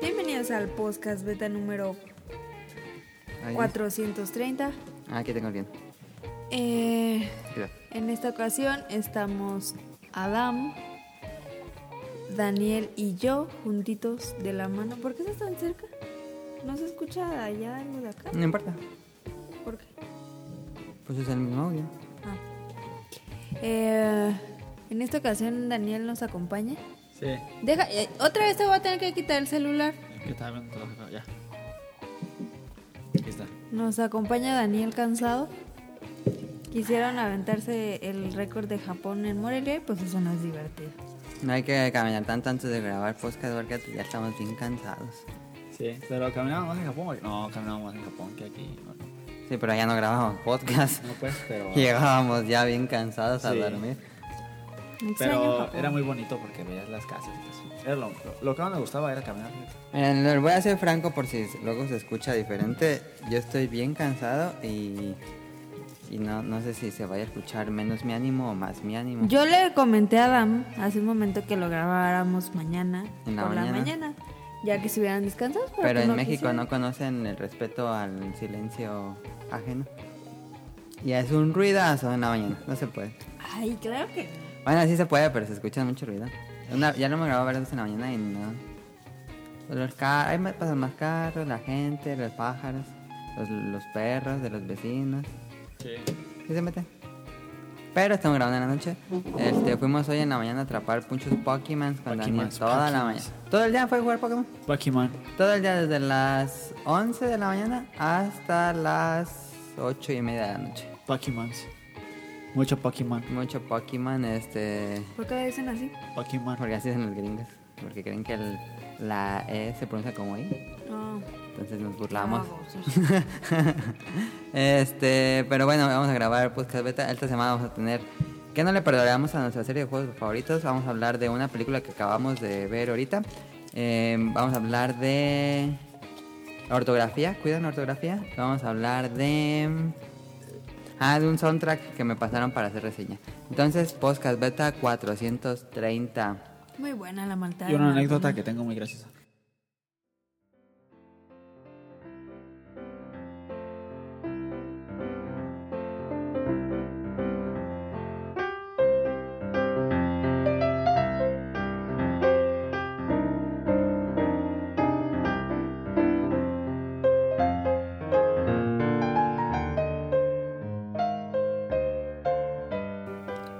bienvenidos al podcast beta número Ahí es. 430. Ah, aquí tengo el bien. Eh, Cuidado. en esta ocasión estamos Adam, Daniel y yo juntitos de la mano. ¿Por qué estás tan cerca? ¿No se escucha allá algo de acá? No importa. ¿Por qué? Pues es el mismo audio. Ah. Eh, en esta ocasión Daniel nos acompaña. Sí. Deja, eh, otra vez te voy a tener que quitar el celular. Yo estaba viendo todo lo que- ya. Aquí está. Nos acompaña Daniel Cansado. Quisieron aventarse el récord de Japón en Morelia y pues eso no es divertido. No hay que caminar tanto antes de grabar podcast porque ya estamos bien cansados. Sí, pero caminamos más en Japón. hoy? No, caminamos más en Japón que aquí. Bueno, Sí, pero ya no grabamos podcast. no pues, pero. Llegábamos ya bien cansados a Sí. dormir. Extraño Pero Japón. era muy bonito porque veías las casas y todo eso. Era lo, lo- lo que más me gustaba era caminar. Miren, les voy a ser franco por si luego se escucha diferente. Yo estoy bien cansado y, y no, no sé si se vaya a escuchar menos mi ánimo o más mi ánimo. Yo le comenté a Adam hace un momento que lo grabáramos mañana En la por la mañana. mañana, ya que estuvieran descansados. Pero, Pero pues en no México quisieron. no conocen el respeto al silencio ajeno. Y es un ruidazo en la mañana, no se puede. Ay, claro que no. Bueno, sí se puede, pero se escucha mucho ruido. Una- ya lo hemos grabado varias veces en la mañana y no. Los ca- hay más, pasan más carros, la gente, los pájaros, los, los perros de los vecinos. Sí. Sí se meten. Pero estamos grabando en la noche. Este, fuimos hoy en la mañana a atrapar muchos Pokémon con Daniel Pokémons, toda la mañana. Pokémons. Todo el día fue jugar Pokémon. Pac-Man. Todo el día desde las 11 de la mañana hasta las 8 y media de la noche. Pac-Man. Mucho Pac-Man. Mucho Pokémon, este... ¿Por qué le dicen así? Pac-Man. Porque así dicen los gringos. Porque creen que el- la E se pronuncia como I. No. Entonces nos burlamos. babosos. este, pero bueno, vamos a grabar podcast beta. Esta semana vamos a tener. ¿Qué no le perdonamos a nuestra serie de juegos favoritos? Vamos a hablar de una película que acabamos de ver ahorita. Eh, vamos a hablar de. Ortografía, cuidan la ortografía. Vamos a hablar de. Ah, de un soundtrack que me pasaron para hacer reseña. Entonces, podcast beta 430. Muy buena la malta. Y una anécdota que tengo muy graciosa.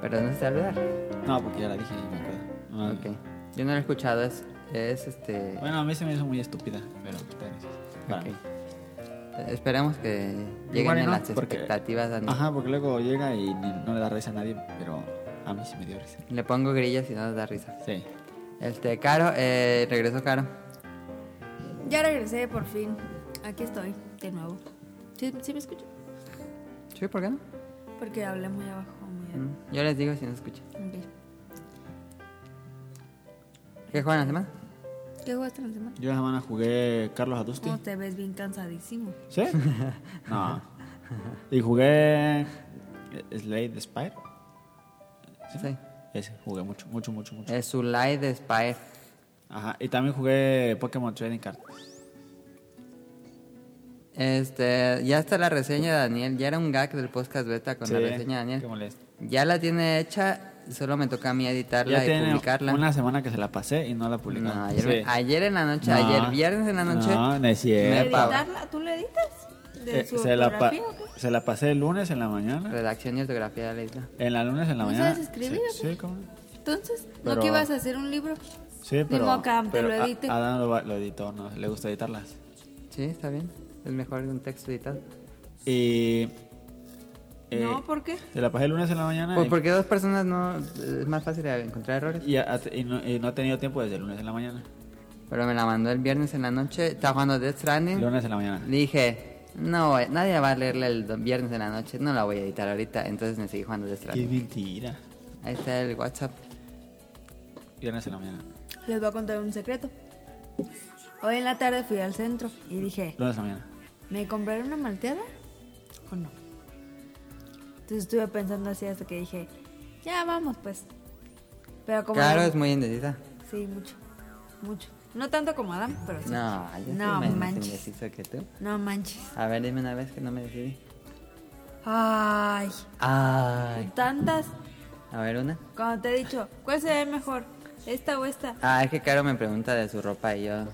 Pero no se te va a olvidar. No, porque ya la dije y me acuerdo. No, Ok. Yo no lo he escuchado, es, es este. Bueno, a mí se me hizo muy estúpida, pero está bien. Para ok. mí. Eh, Esperamos que lleguen Igual y a no, las porque- expectativas. Dani. Ajá, porque luego llega y ni- no le da risa a nadie, pero a mí sí me dio risa. Le pongo grillas y no nos da risa. Sí. Este, Caro, eh, regresó Caro. Ya regresé por fin. Aquí estoy, de nuevo. ¿Sí, sí me escucho? Sí, ¿por qué no? Porque hablé muy abajo, muy alto. Mm, Yo les digo si no escucha. Ok. ¿Qué juegan la semana? ¿Qué jugaste en la semana? Yo la semana jugué Carlos Adusti. Oh, te ves bien cansadísimo. ¿Sí? no. Y jugué Slade the Spire. Sí. Ese, jugué mucho, mucho, mucho, mucho. Es Zulai de Spire. Ajá, y también jugué Pokémon Trading Card. Este, ya está la reseña de Daniel. Ya era un gag del podcast beta con la Sí, reseña de Qué Daniel. molesto. Ya la tiene hecha, solo me toca a mí editarla Ya y tiene publicarla. una semana que se la pasé y no la publicé. No, ayer, me- ayer en la noche, No. ayer viernes en la noche. No, no es me cierto. pa- ¿Editarla? ¿Tú le editas? ¿De Ah. Eh, su se, la pa- ortografía o qué? se la pasé el lunes en la mañana. Redacción y ortografía de la isla. En la lunes en la ¿No mañana. sabes escribir o Sí, qué? sí, cómo no. Entonces, ¿no Pero- que ibas a hacer un libro? Sí, pero. lo a- edite. Adam lo, va- lo editó, no, le gusta editarlas. Sí, está bien. Es mejor un texto editado. Y. eh, no, ¿por qué? Se la pasé el lunes en la Ah, mañana. Pues y- porque dos personas no. Es más fácil encontrar errores. Y, ha- y no, y no he tenido tiempo desde el lunes en la mañana. Pero me la mandó el viernes en la noche. Estaba jugando Death Stranding. Lunes en la mañana. Le Dije, no, voy- nadie va a leerla el do- viernes en la noche. No la voy a editar ahorita. Entonces me seguí jugando Death Qué Stranding. mentira. Ahí está el WhatsApp. Viernes en la mañana. Les voy a contar un secreto. Hoy en la tarde fui al centro y dije, Lunes en la mañana. ¿me compraré una malteada o no? Entonces estuve pensando así hasta que dije, ya vamos pues. Pero como... Claro, es muy indecisa. Sí, mucho, mucho. No tanto como Adam, pero sí. No, yo No soy más manches. indeciso que tú. No manches. A ver, dime una vez que no me decidí. Ay, Ay. tantas. A ver, una. Cuando te he dicho, ¿cuál se ve mejor? ¿Esta o esta? Ah, es que Caro me pregunta de su ropa y yo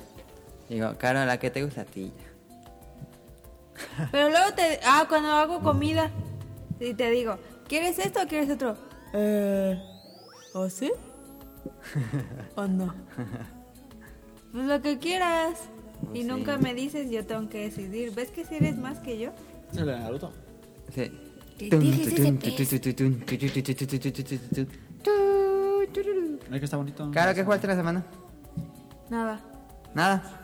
digo, Caro, ¿la que te gusta a ti? Pero luego te. Ah, cuando hago comida. Y te digo, ¿quieres esto o quieres otro? Eh. ¿O sí? ¿O no? Pues lo que quieras. Pues y sí. nunca me dices, yo tengo que decidir. ¿Ves que si eres más que yo? ¿Es el de Naruto? Sí. Que Tun, dejes ese tun, pez. tun, tun, tun, tun, tun, tun, tun, tun, tun, tun, tun. ¿No es que está bonito? Caro, ¿qué jugaste la semana? Nada. Nada.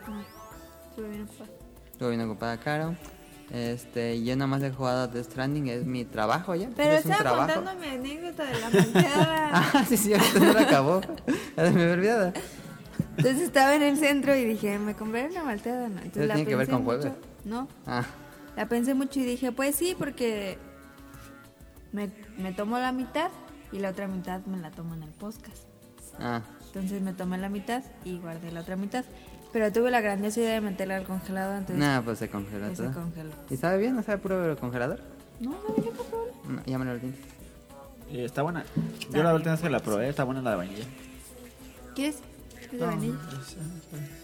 Estuve bien ocupada. Estuve bien ocupada, Caro. Este, yo nomás he jugado a Death Stranding, es mi trabajo ya. Pero es un estaba trabajo. contando mi anécdota de la manteada. Ah, sí, sí, no lo acabó. Ya se me había olvidado. Entonces estaba en el centro y dije, me compré una malteada. No, Eso Entonces la tiene que ver pensé con mucho. juegos. No, Ah, la pensé mucho y dije, pues sí, porque me, me tomo la mitad y la otra mitad me la tomo en el podcast. ah. Entonces me tomé la mitad y guardé la otra mitad. Pero tuve la grandiosa idea de meterla al congelador entonces Nada, pues se congeló pues, se todo. congeló. ¿Y sabe bien? ¿No sabe puro congelador? No, ¿sabes qué pasó? No, ya me lo olvidé. Eh, está buena. Yo la última vez que la probé, está buena la de vainilla. ¿Quieres? ¿Quieres de vainilla?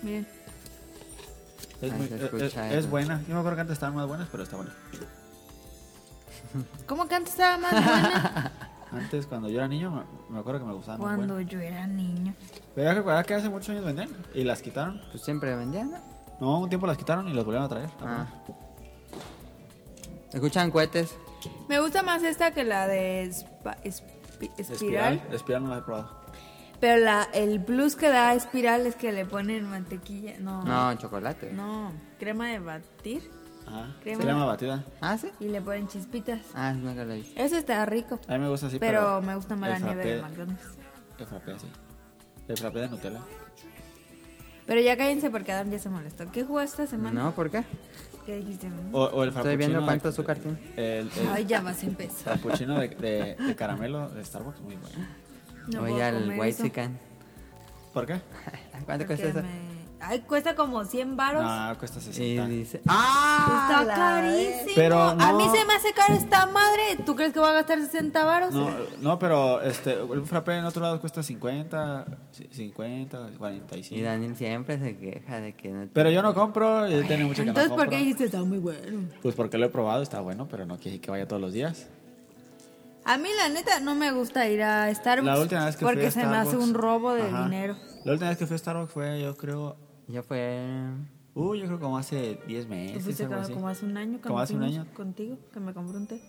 Miren. Es, Ay, muy- se eh, escucha es- eso. es buena. Yo me acuerdo que antes estaban más buenas, pero está buena. ¿Cómo que antes estaba más buena? Antes, cuando yo era niño, me, me acuerdo que me gustaban muy Cuando buenas. yo era niño. Pero hay que recordar que hace muchos años vendían y las quitaron. Pues siempre vendían, ¿no? No, un tiempo las quitaron y las volvieron a traer. Ah. ¿Escuchan cohetes? Me gusta más esta que la de espa- espi- espiral, Espiral. Espiral no la he probado. Pero la, el plus que da espiral es que le ponen mantequilla. No, No, chocolate. Ah. no, crema de batir Ah, Crema. Se llama batida. ¿Ah, sí? y le ponen chispitas. Ah, nunca lo vi. Eso está rico. Ah, A mí me gusta así, pero, pero... me gusta más la el nieve de frappé- McDonald's. El frappé así. El frappé de Nutella. Pero ya cállense porque Adam ya se molestó. ¿Qué jugó esta semana? No, Oh, ¿por qué? ¿Qué dijiste? O, o el frappuccino viendo de- cuánto azúcar tiene. El, el Ay, ya eh, vas a empezar. frappuccino de, de- de caramelo de Starbucks, muy bueno. No Oye, puedo al comer White eso Chicken. ¿Por qué? ¿Cuánto cuesta porque eso? me- Ay, cuesta como 100 varos. No, cuesta Y 60. dice... ¡Ah! Está la carísimo. Pero A no. mí se me hace caro esta madre. ¿Tú crees que voy a gastar 60 varos? No, no, pero este, un frappé en otro lado cuesta 50, ci- 50, Y 45. Daniel siempre se queja de que no... Pero yo no compro, y tiene mucho que Entonces, no ¿por compro. qué dijiste está muy bueno? Pues porque lo he probado, está bueno, pero no quiere que vaya todos los días. A mí, la neta, no me gusta ir a Starbucks. La última vez que fui Porque a se me hace Starbucks- un robo de Ajá. dinero. La última vez que fui a Starbucks fue, yo creo, Ya fue... uh, yo creo como hace 10 Tú meses. fuiste algo como, así. como hace un año que Como me hace un fuimos año. contigo, que me compré un té.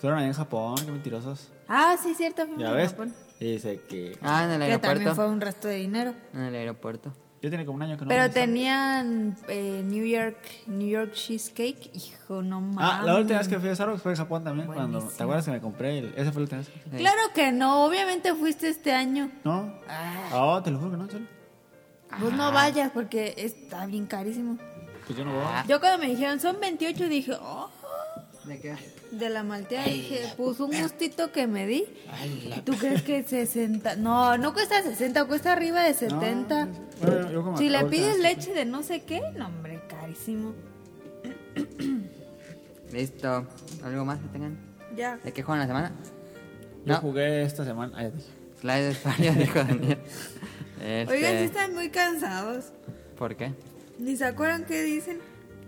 Fueron ahí en Japón, qué mentirosos. Ah, sí, cierto, fuimos ¿Ya a ves? Japón. Y dice que Ah, en el Que también fue aeropuerto. un resto de dinero. En el aeropuerto. yo tenía como un año que no Pero voy a Starbucks. tenían eh, New York New York Cheesecake. Hijo, no Ah, mames. la última vez que fui a Starbucks fue en Japón también. Cuando, ¿Te Buenísimo. acuerdas que me compré? El, esa fue la última vez. que fui. Claro que no, obviamente fuiste este año. ¿No? Ah, oh, te lo juro que no, en serio. Vos Pues no vayas porque está bien carísimo. Pues yo no voy. Yo cuando me dijeron son 28 dije, oh, ¿De qué? de la malteada dije, pues un gustito que me di. ¿Tú crees que 60? No, no cuesta 60, cuesta arriba de 70. No, bueno, yo como si le ahorita- pides leche de no sé qué, no hombre, carísimo. Listo. ¿Algo más que tengan? Ya. ¿De qué juegan la semana? Yo No. jugué esta semana. ah, ya dije. Slide Faria, dijo Daniel. Este, Oigan, sí están muy cansados. ¿Por qué? Ni se acuerdan qué dicen.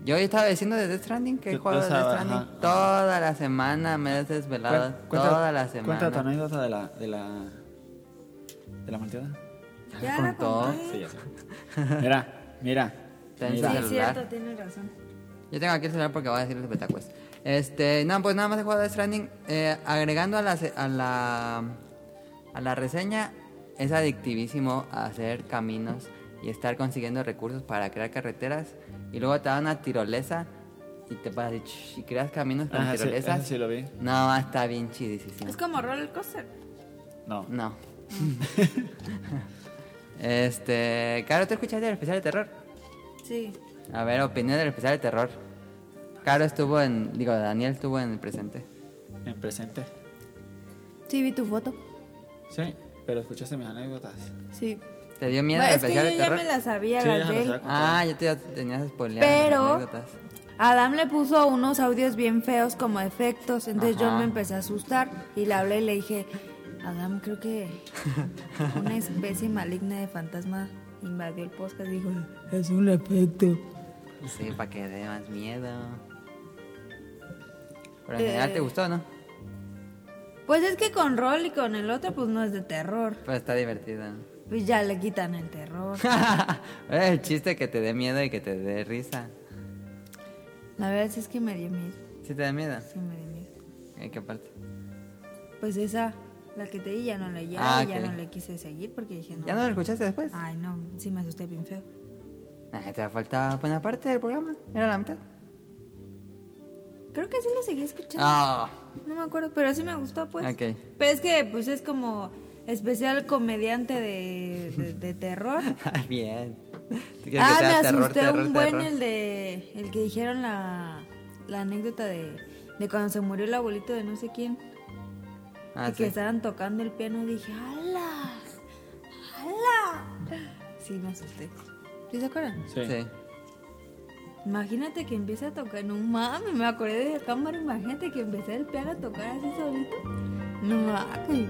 Yo estaba diciendo de Death Stranding que he Yo- jugado yo de Death estaba, Stranding ajá. toda la semana, me he desvelado Cuen- toda la semana. Cuenta tu anécdota de la. de la. de la malteada. Ya Con la todo. conté. Sí, ya sé. Mira, mira. Ten Sí, su mira. es celular. cierto, tienes razón. Yo tengo aquí el celular porque voy a decirles betacues. Este, no, pues nada más he jugado Death Stranding. eh, agregando a la, se- a la a la reseña, es adictivísimo hacer caminos y estar consiguiendo recursos para crear carreteras. Y luego te dan una tirolesa y te vas y, ch- y creas caminos con Ajá, sí, tirolesas. eso sí lo vi. No, está bien chidísimo. Es como roller coaster. No. No. este. Caro, ¿tú escuchaste el especial de terror? Sí. A ver, opinión del especial de terror. Caro estuvo en. Digo, Daniel estuvo en el presente. En presente. Sí, vi tu foto. Sí, pero escuchaste mis anécdotas. Sí. ¿Te ¿Te dio miedo Bueno, el es que yo especial de ya terror? me la sabía, Sí, las ya me de la él. Ah, yo te ya tenías spoileadas Pero- las anécdotas. Adam le puso unos audios bien feos como efectos, entonces yo Ajá. me empecé a asustar y le hablé y le dije, Adam, creo que una especie maligna de fantasma invadió el podcast. Dijo, es un efecto. Sí, para que dé más miedo. Pero en Eh. general te gustó, ¿no? Pues es que con Roll y con el otro, pues no es de terror. Pero está divertido. Pues ya le quitan el terror. Eh, el chiste que te dé miedo y que te dé risa. La verdad es que me dio miedo. ¿Sí te da miedo? Sí, me dio miedo. ¿En qué parte? Pues esa, la que te di, ya no la ya, Ah, ya ok. no le quise seguir porque dije, no. ¿Ya no lo escuchaste después? Ay, no, sí me asusté bien feo. Ah, te faltaba buena parte del programa. Era la mitad. Creo que sí lo seguí escuchando. Ah, No me acuerdo, pero sí me gustó, pues. Ok. Pero es que, pues, es como especial comediante de, de- de terror. bien. ¿Tú quieres ah, que me sea asusté terror, terror, un buen terror? el de... El que dijeron la, la anécdota de, de cuando se murió el abuelito de no sé quién. Ah, y que sí. estaban tocando el piano y dije, ¡Hala! ¡Hala! Sí, me asusté. ¿Sí se acuerdan? Sí. Sí. Imagínate que empieza a tocar, no mames, me acordé de la cámara, imagínate que empecé el piano a tocar así solito. No mames.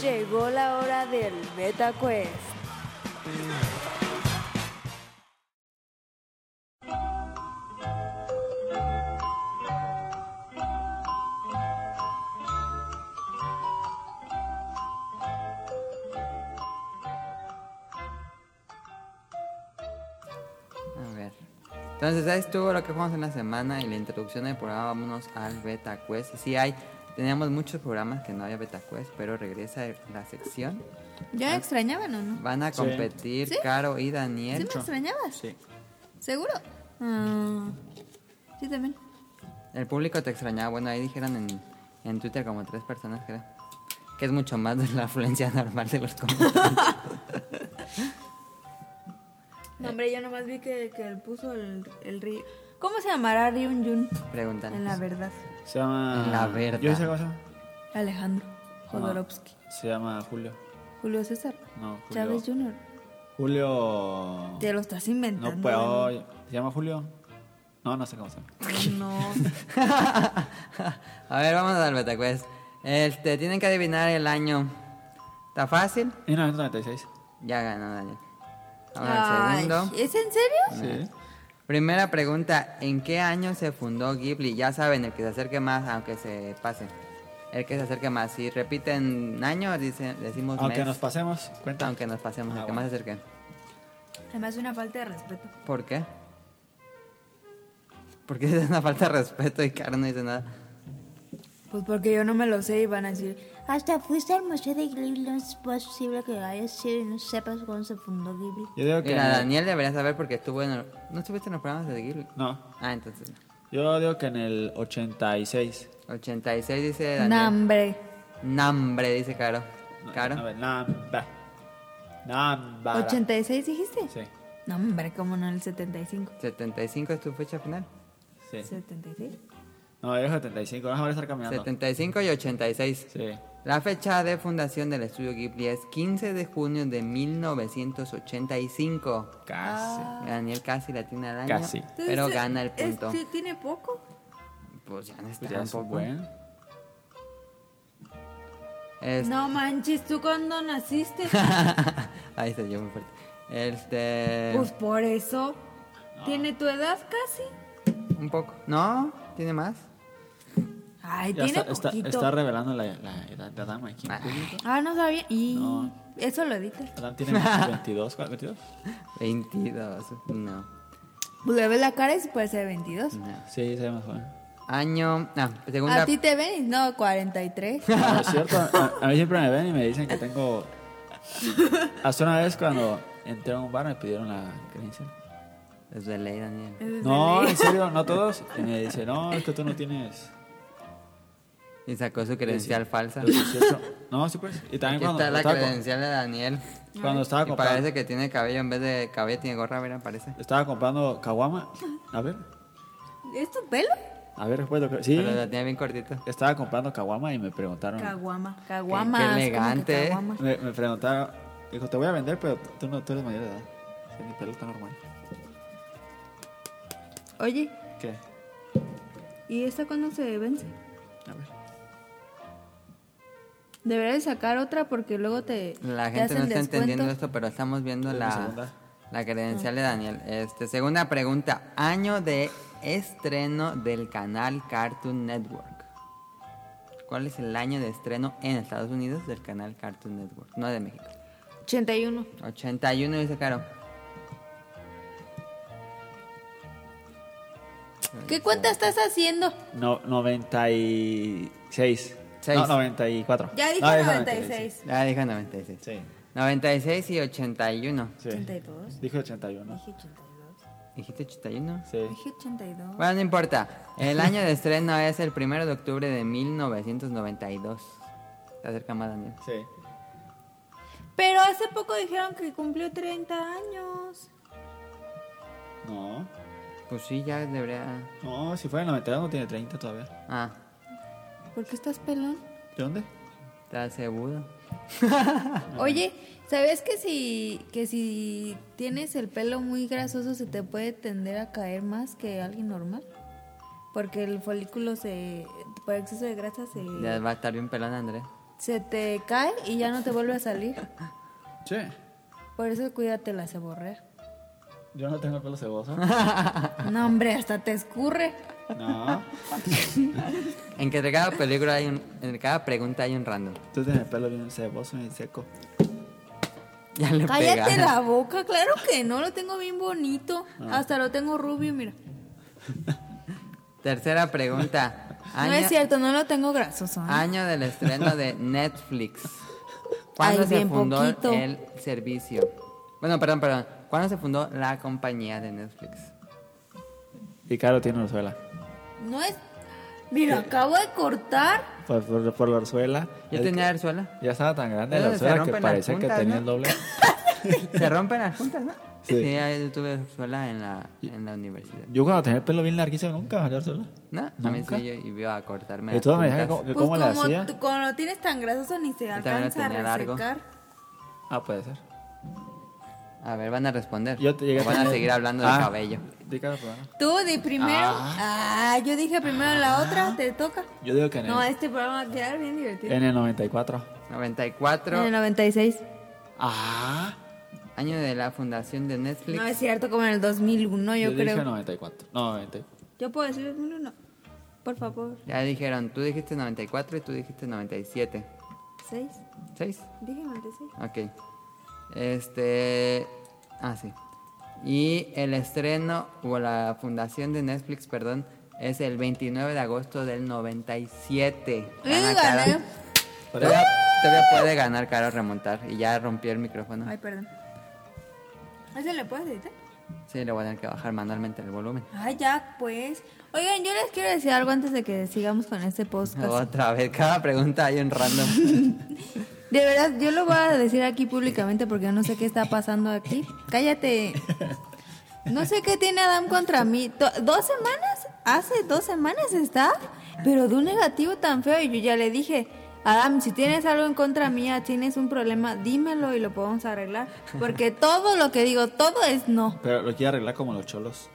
Llegó la hora del Beta Quest. A ver. Entonces, ahí estuvo lo que jugamos en la semana y la introducción del programa. Vámonos al Beta Quest. Sí, hay. Teníamos muchos programas que no había Beta Quest, pero regresa la sección. ¿Ya Ah. me extrañaban o no? Van a Sí. competir ¿Sí? Caro y ¿Sí Daniel. me extrañabas? Sí. ¿Seguro? Ah, sí, también. El público te extrañaba. Bueno, ahí dijeron en, en Twitter como tres personas, creo. Que es mucho más de la afluencia normal de los comentarios. No, hombre, yo nomás vi que, que él puso el, el río. ¿Cómo se llamará Ryun Jun? Pregúntanos. En la verdad. Se llama. La verdad. ¿Yo sé cómo se llama? Alejandro Ah. Jodorowsky. Se llama Julio. Julio César. No, Julio. Chávez Jr. Julio. Te lo estás inventando. No, pues. Dani. hoy- ¿Se llama Julio? No, no sé cómo se llama. No. a ver, vamos al Beta Quest. Este, tienen que adivinar el año. ¿Está fácil? 1996. Ya ganó Daniel. Vamos al Ay, segundo. ¿Es en serio? Sí. Primera pregunta, ¿en qué año se fundó Ghibli? Ya saben, el que se acerque más, aunque se pase. El que se acerque más. Si repiten año, dice- decimos Aunque mes. nos pasemos, cuenta. Aunque nos pasemos, Ah, el que bueno. más se acerque. Además, una falta de respeto. ¿Por qué? Porque es una falta de respeto y Caro no dice nada. Pues porque yo no me lo sé y van a decir, hasta fuiste al museo de Ghibli, no es posible que hayas sido y no sepas cuándo se fundó Ghibli. Yo digo que. Mira, Daniel debería saber porque estuvo en... el- ¿No estuviste en los programas de Ghibli? No. Ah, entonces... Yo digo que en el 86. 86 dice Daniel. Nambre. Nambre, dice Caro. No, A Caro. ver, Namba. Namba. ¿86 dijiste? Sí. Nambre, como no el 75. 75 es tu fecha final. Sí. ¿76? No, yo digo 75. No me voy a estar caminando. 75 y 86. Sí. La fecha de fundación del estudio Ghibli es 15 de junio de 1985. Casi. Ah. Daniel casi la tiene al año, Casi. pero gana el es- punto. sí, tiene poco. Pues ya no está Pues ya es tampoco. bueno. Es- Eh. No manches, ¿tú cuándo naciste? Ahí se yo muy fuerte. Este, pues por eso. ¿Tiene tu edad casi? un poco. No, tiene más. Ay, Ya tiene está, está, poquito. está revelando la, la edad de Adam aquí. Ah. Ah, no sabía. Y No. eso lo editas. Adam tiene 22, ¿cuál? 22? 22. No. Pues le ves la cara y se puede ser 22. no. Sí, se ve más joven. Año. Ah, segunda. A ti te ven y no, 43. No, es cierto, a, a mí siempre me ven y me dicen que tengo... Hasta una vez cuando entré a un bar me pidieron la credencial. Es de ley, Daniel. Eso es de No, ley. en serio, no todos. Y me dicen, no, es que tú no tienes Y sacó su credencial falsa. Los 18. No, sí, pues. Y también Aquí cuando, está la estaba, co- credencial de Daniel. cuando estaba Y comprando, parece que tiene cabello en vez de cabello, tiene gorra, mira, parece. estaba comprando caguama. A ver, ¿Es tu pelo? a ver, recuerdo que. Sí, Pero la tiene bien cortita. estaba comprando caguama y me preguntaron. Caguama. Caguama. es como que elegante, eh. caguama. Me, me preguntaron, dijo, te voy a vender, pero tú no tú eres mayor de edad. Sí, Mi pelo está normal. Oye, ¿Qué? ¿y esta cuándo se vence? A ver. Deberías sacar otra porque luego te. La te gente hacen no está descuento. Ah. entendiendo esto, pero estamos viendo Dame la, segunda. la credencial de Daniel. Este, segunda pregunta. Año de estreno del canal Cartoon Network. ¿Cuál es el año de estreno en Estados Unidos del canal Cartoon Network? No de México. 81. 81 dice Caro. ¿Qué cuenta estás haciendo? No, 96. Seis. No, 94. Ya dije No, 96. Ah, dije 96. Sí. 96 y 81. sí. 82. Dije 81. Dije 82. ¿Dijiste 81? Sí. Dije 82. Bueno, no importa. El año de estreno es el 1 de octubre de 1992. Te acerca más, Daniel. Sí. Pero hace poco dijeron que cumplió 30 años. No. Pues sí, ya debería. No, si fuera el 92 no tiene 30 todavía. Ah, ¿Por qué estás pelón? ¿De dónde? está seguro. Oye, ¿sabes que si, que si tienes el pelo muy grasoso se te puede tender a caer más que alguien normal? Porque el folículo se, por exceso de grasa se, Ya va a estar bien pelón, Andrés. se te cae y ya no te vuelve a salir. Sí. Por eso cuídate la ceborrea. Yo no tengo pelo ceboso. No, hombre, hasta te escurre. No. En que de cada película hay un. En cada pregunta hay un random. Tú tienes el pelo bien ceboso y seco. Ya le Cállate pega. la boca, claro que no, lo tengo bien bonito. Ah. Hasta lo tengo rubio, mira. Tercera pregunta. Año, No es cierto, no lo tengo grasoso. ¿eh? año del estreno de Netflix. ¿Cuándo Ay, se bien fundó poquito. el servicio? Bueno, perdón, perdón. ¿Cuándo se fundó la compañía de Netflix? Y Caro tiene orzuela. No es... Eh. Mira, acabo de cortar. Por, por, por la orzuela. Yo el tenía Arzuela. que- Ya estaba tan grande Eh, la se orzuela que rompen las parecía puntas, que tenía ¿no? el doble. Se rompen las juntas, ¿no? Sí. Sí, yo tuve Arzuela en la, en la universidad. Yo cuando tenía el pelo bien larguísimo nunca me salió orzuela. ¿No? A mí Nunca. sí, yo iba a cortarme Y las todos me puntas. decían que, que Pues cómo le hacía. como tú, como lo tienes tan grasoso ni se Yo también lo alcanza a tenía largo. resecar. Ah, puede ser. A ver, van a responder. Yo te llegué O van a tener- seguir hablando Ah, de cabello. di Caro programa. Tú de primero. Ah, yo dije primero Ah. la otra, te toca. Yo digo que en el, No, este programa va a quedar bien divertido. Eh. en el 94. 94, En el 96. Ah. año de la fundación de Netflix. No es cierto, como en el 2001, yo, Yo, dije creo. 94. No, 90. Yo puedo decir 2001. Por favor. Ya dijeron, tú dijiste 94 y tú dijiste 97. ¿6? ¿Seis? Dije 96. Ok. Este... Ah, sí. Y el estreno, o la fundación de Netflix, perdón, es el 29 de agosto del 97. Y Gana gané. Caro. Todavía, todavía puede ganar Caro remontar. Y ya rompió el micrófono. Ay, perdón. ¿Ese le puedes editar? Sí, le voy a tener que bajar manualmente el volumen. Ay, ya, pues. Oigan, yo les quiero decir algo antes de que sigamos con este podcast. Otra vez, cada pregunta hay un random. De verdad, yo lo voy a decir aquí públicamente porque no sé qué está pasando aquí. Cállate. No sé qué tiene Adam contra mí. To- Dos semanas, hace dos semanas está, pero de un negativo tan feo. Y yo ya le dije, Adam, si tienes algo en contra mía, tienes un problema, dímelo y lo podemos arreglar. Porque todo lo que digo, todo es no. Pero lo quiero arreglar como los cholos.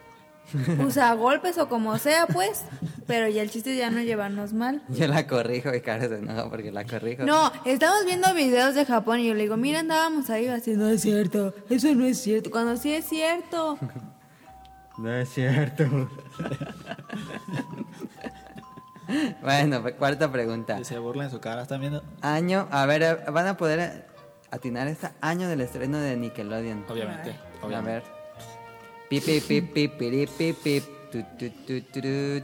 Usa golpes o como sea, pues. Pero ya el chiste es ya no llevarnos mal. Yo la corrijo y Caro se enoja porque la corrijo. No, estamos viendo videos de Japón y yo le digo, mira, andábamos ahí haciendo, no es cierto, eso no es cierto, cuando sí es cierto. No es cierto. bueno, pues, cuarta pregunta. Y se burla en su cara. ¿Están viendo? Año, a ver, eh, van a poder atinar este año del estreno de Nickelodeon. Obviamente. A Obviamente. ver. Pip, pip, pip, pip, piri, pip, pip. Tu, tu, tu, tu, tu.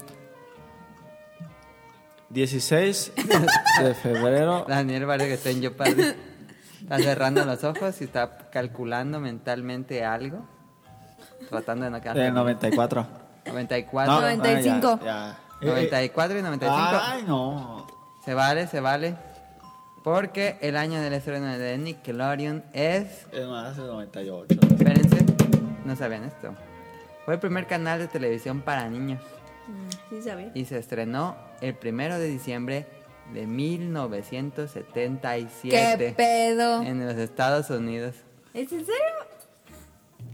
16 de febrero. Daniel parece que está en Jeopardy. Está cerrando los ojos y está calculando mentalmente algo. Tratando de no quedar. Del 94. 94. No, no, ya, 95. ya. Eh, eh. 94 y 95. Ay, no. Se vale, se vale. Porque el año del estreno de Nickelodeon es... Es más, es 98. Espérense, no sabían esto. Fue el primer canal de televisión para niños. Mm, Sí sabía. y se estrenó el primero de diciembre de ¿Qué 1977 pedo? en los Estados Unidos. ¿Es en serio?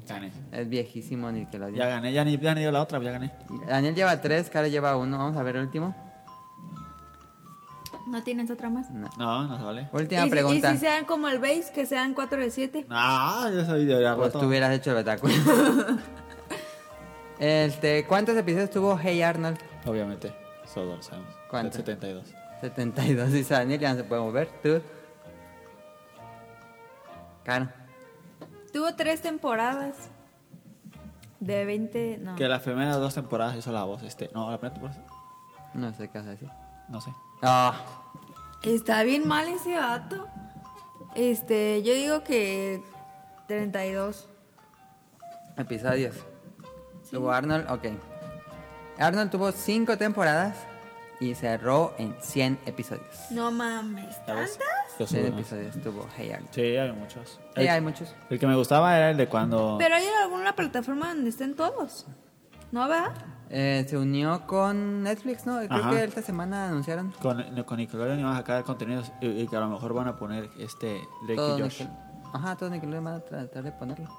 Gané. Es viejísimo Ya Nickelodeon. gané, ya ni, ya ni dio la otra, ya gané. Daniel lleva tres, Cara lleva uno. Vamos a ver el último. ¿No tienes otra más? No, no se vale. Última ¿Y, si- pregunta. y si sean como el base, que sean 4 de 7. Ah, yo soy de la Pues tú hubieras hecho el betacuero. este, ¿Cuántos episodios tuvo Hey Arnold? Obviamente, solo lo sabemos. ¿Cuánto? El 72. 72, dice Daniel, ya no se puede mover. Tú. Cara. Tuvo 3 temporadas. De 20. No. Que las primeras dos temporadas hizo la voz, este. No, la primera temporada. No sé qué vas a decir. No sé. Ah, Está bien mal ese dato. Este, yo digo que 32. episodios. Tuvo Arnold, ok. Arnold tuvo cinco temporadas y cerró en 100 episodios. No mames. ¿La voz? Yo soy 100 de más. episodios tuvo Hey Arnold. Sí, hay muchos. Sí, El- hay muchos. El que me gustaba era el de cuando. Pero hay alguna plataforma donde estén todos. ¿No, verdad? Eh, se unió con Netflix, ¿no? Creo Ajá. que esta semana anunciaron. Con, con Nickelodeon iban a sacar contenidos y, y que a lo mejor van a poner este Drake Todo y Josh. Nickel- Ajá, todo Nickelodeon van a tratar de ponerlo.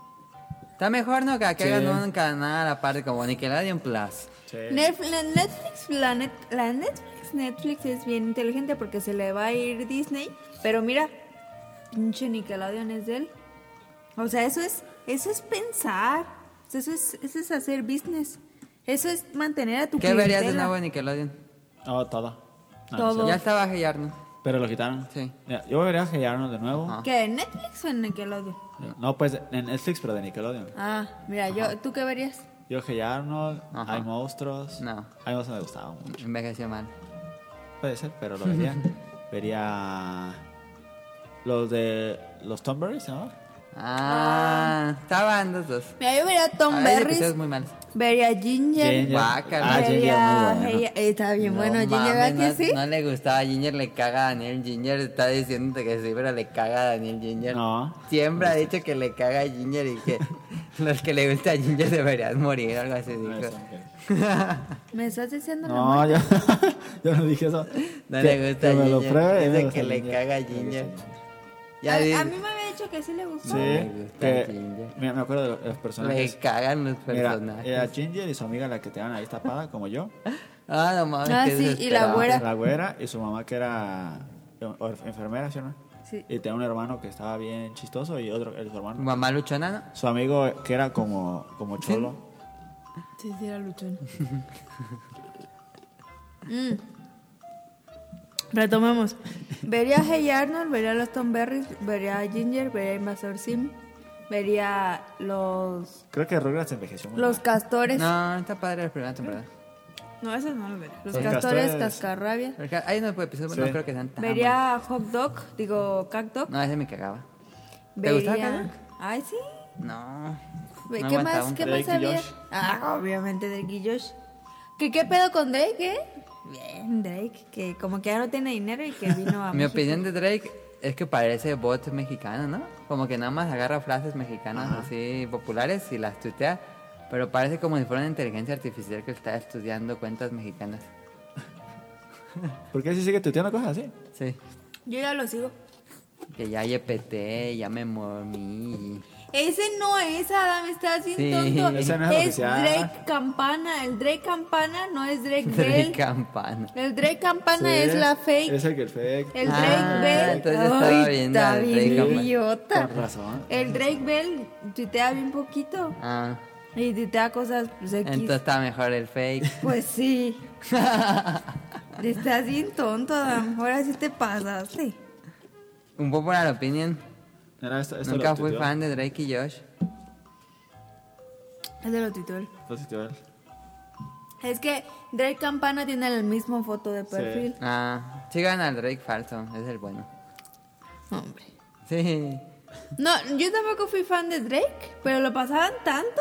Está mejor, ¿no? Que que Sí. hagan un canal aparte como Nickelodeon Plus. Sí. Netf- la Netflix, la, net- la Netflix, Netflix es bien inteligente porque se le va a ir Disney. Pero mira, pinche Nickelodeon es de él. O sea, eso es, eso es pensar. O sea, Eso es, eso es hacer business. Eso es mantener a tu ¿Qué verías de clientela. nuevo en Nickelodeon? Oh, todo. No, Todo. no sé. Ya estaba Hey Arnold. Pero lo quitaron. Sí. Mira, yo volvería a hallarnos de nuevo. Ajá. ¿Qué? ¿En Netflix o en Nickelodeon? No, pues en Netflix, pero de Nickelodeon. Ah, mira, yo, ¿tú qué verías? Yo Hey Arnold, Ajá. hay monstruos. No. Hay monstruos que me gustaba mucho. Envejeció mal. Puede ser, pero lo vería. vería. Los de. Los Tomberries, ¿no? Ah, estaban los dos. Mira, yo vería a Tom Hay Berries, episodios muy malos. vería a Ginger, Ginger. Guácala. Ah, Ginger, vería muy bueno. ella- eh, está bien No bueno, Ginger, mames, ¿verdad que no, sí? no le gustaba a Ginger, le caga a Daniel Ginger. Está diciéndote que sí, pero le caga a Daniel Ginger. No. Siempre ha dicho que le caga a Ginger y que los que le gusta a Ginger deberían morir o algo así. No, Dijo. eso, ok. Me estás diciendo la No, yo, yo no dije eso. No Que- le gusta que me lo Ginger. pruebe. Dice a mí me gusta que le caga Me gusta Ginger. a, Ya a di- mí me había dicho que sí le gustó. le Sí, gusta que Ginger. mira, me acuerdo de los- de los le personajes. cagan los Mira, personajes. era Ginger y su amiga la que te daban ahí tapada, como yo. Ah, no mames. Ah, qué sí, y la desesperado. abuela- Güera. La güera y su mamá que era or- enfermera, ¿sí o no? Sí. Y tenía un hermano que estaba bien chistoso y otro, el, su hermano. Mamá luchona, ¿no? Su amigo que era como, como cholo. Sí, sí, era luchón. Mm. Retomemos. Vería a Hey Arnold, vería a los Tom Berries, vería a Ginger, vería a Invasor Sim, vería los, Creo que Rugrats envejeció muy los mal. castores. No, No, está padre la primera temporada. esos no los vería. Los Los castores, castores. cascarrabia. Porque Hay unos episodios, no Sí. creo que sean tan Vería a Hot Dog, digo, Cat Dog. buenos. No, ese me cagaba. ¿Te vería... gustaba Cat Dog? Ay, sí. No. Ve- no ¿Qué aguantaba más, un qué Drake más y había? Josh. Ah, obviamente Drake y Josh. ¿Qué, ¿Qué pedo con Drake, eh? Bien, Drake, que como que ya no tiene dinero y que vino a Mi México. opinión de Drake es que parece bot mexicano, ¿no? Como que nada más agarra frases mexicanas así populares y las tuitea, pero parece como si fuera una inteligencia artificial que está estudiando cuentas mexicanas. ¿Por qué sí sigue tuteando cosas así? Sí. Yo ya lo sigo. Que ya YPT, ya me morí. Ese no es Adam, estás bien Sí, tonto. ese no es es oficial. Drake Campana. El Drake Campana no es Drake Drake Bell. Campana. El Drake Campana Sí, es la fake. Es el que el fake. El Ah, Drake Bell. entonces Ay, estaba viendo está al bien Drake Campana. idiota. Con razón. El Drake Bell tuitea bien poquito. Ah, Y tuitea cosas pues, X. entonces está mejor el fake. Pues sí. Estás bien tonto, Adam. Ahora sí te pasaste. Un popular opinion. Mira, esto, esto Nunca lo fui tuiteó. fan de Drake y Josh. Es de lo titular. Lo tuiteó él. Es que Drake Campana tiene la misma foto de perfil. Ah, sigan al Drake falso, es el bueno. Hombre. Sí. No, yo tampoco fui fan de Drake, pero lo pasaban tanto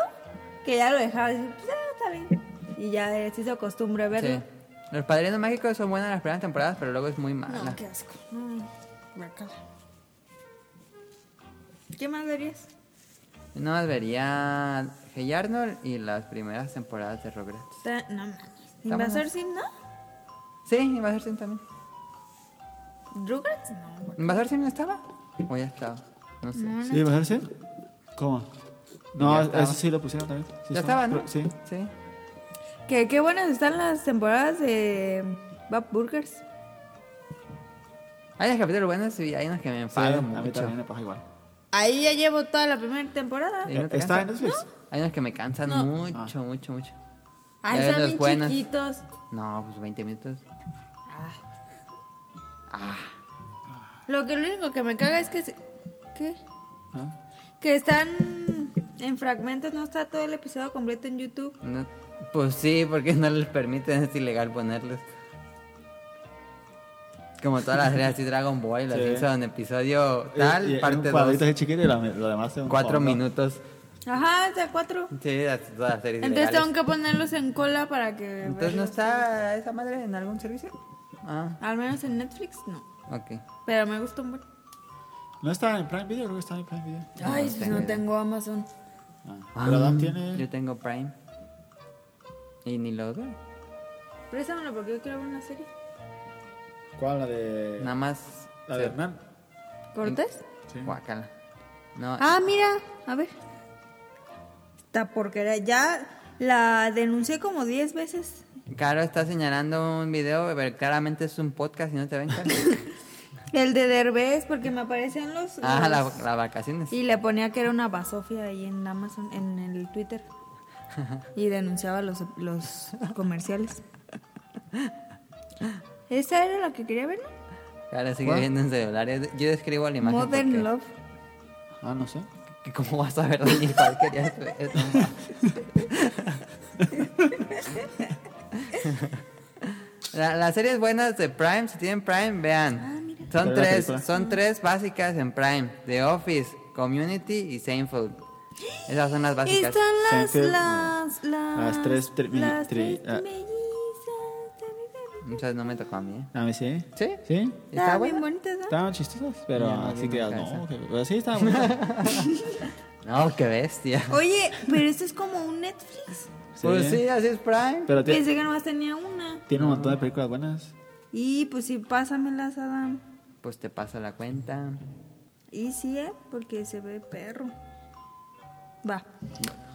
que ya lo dejaba. Dije, pues, ah, está bien. Y ya eh, se hizo costumbre verlo. Sí. Los Padrinos Mágicos son buenas las primeras temporadas, pero luego es muy mala. No, qué asco. Mm, guácala. ¿Qué más verías? No más vería Hey Arnold y las primeras temporadas de Rugrats. Ta- No mames. ¿Invasor Sim no? Sí, Invasor Sim también. ¿Rugrats? No, güey. ¿Invasor Sim no estaba? O ya estaba. No sé. No, ¿Sí, bajarse? ¿Cómo? No, Ya estaba. eso sí lo pusieron también. Sí ya estaba, ¿no? pero- Sí. Sí. Que qué buenas están las temporadas de Bad Burgers. Hay unos capítulos buenos y hay unos que me Sí, enfadan a mí mucho. también me pasa igual. Ahí ya llevo toda la primera temporada. ¿Y no te ¿Está en cansa? Netflix? Hay unos que me cansan No. Ah. mucho, mucho, mucho. Ay, Ya ves están los bien buenos. chiquitos. No, pues 20 minutos. Ah. Ah, Lo que lo único que me caga es que se- ¿qué? ¿Ah? Que están en fragmentos, no está todo el episodio completo en YouTube. no- pues sí, porque no les permiten, es ilegal ponerlos. Como todas las series así, Dragon Ball y los Sí. Eh, Simpson, episodio tal, Y- y parte un cuadrito 2, así chiquito y lo, lo demás es un 4 fondo. minutos. Ajá, o sea, cuatro. Sí, así todas las series Entonces tengo ilegales. que ponerlos en cola para que Entonces, ¿no verlos. está esa madre en algún servicio? Ah, Al menos en Netflix no. ok. Pero me gusta un buen. ¿No está en Prime Video? Creo que está en Prime Video. Ay, no pues no tengo tengo Amazon. Ah, Pero Adam tiene... Mm, Yo tengo Prime. Y ni lo veo. Préstamelo porque yo quiero ver una serie. ¿Cuál? La de... Nada más. La de Hernán. ¿Cortés? Sí. Guacala. No, Ah, mira, a ver. Esta porquería. Ya la denuncié como 10 veces. Caro está señalando un video, pero claramente es un podcast y no te ven, Caro. El de Derbez, porque me aparecen los. Ah, los- las vacaciones. Y le ponía que era una basofia ahí en Amazon, en el Twitter. Y denunciaba los, los comerciales. ¿Esa era la que quería ver? no? Caro sigue ¿Cuál? viendo en celular. Yo- Yo describo la imagen. Modern porque- Love. Ah, no sé. que ¿Cómo vas a ver Daniel cuál querías ver? No mames. La- las series buenas de Prime, si tienen Prime, Ah, vean. Pero Son la tres, película. son tres básicas en Prime: The Office, Community y Seinfeld. Esas son las básicas. Están las, Seinfeld. las, las. Las tres tri- mi- las tres tri- ah. mellizas. Muchas no me tocó a mí. ¿eh? A mí sí. ¿Sí? ¿Sí? ¿Está Estaban buena? bien bonitas, ¿no? Estaban chistosas, pero Ya, así que bien no. cansa. que- pero sí, estaban bonitas. No, qué bestia. Oye, pero esto es como un Netflix. Pues sí, así es Prime. Pero tiene, Pensé que nomás tenía una. tiene un montón de películas buenas. Y pues sí, pásamelas, Adam. Pues te paso la cuenta. Y sí, ¿eh? Porque se ve perro. Va.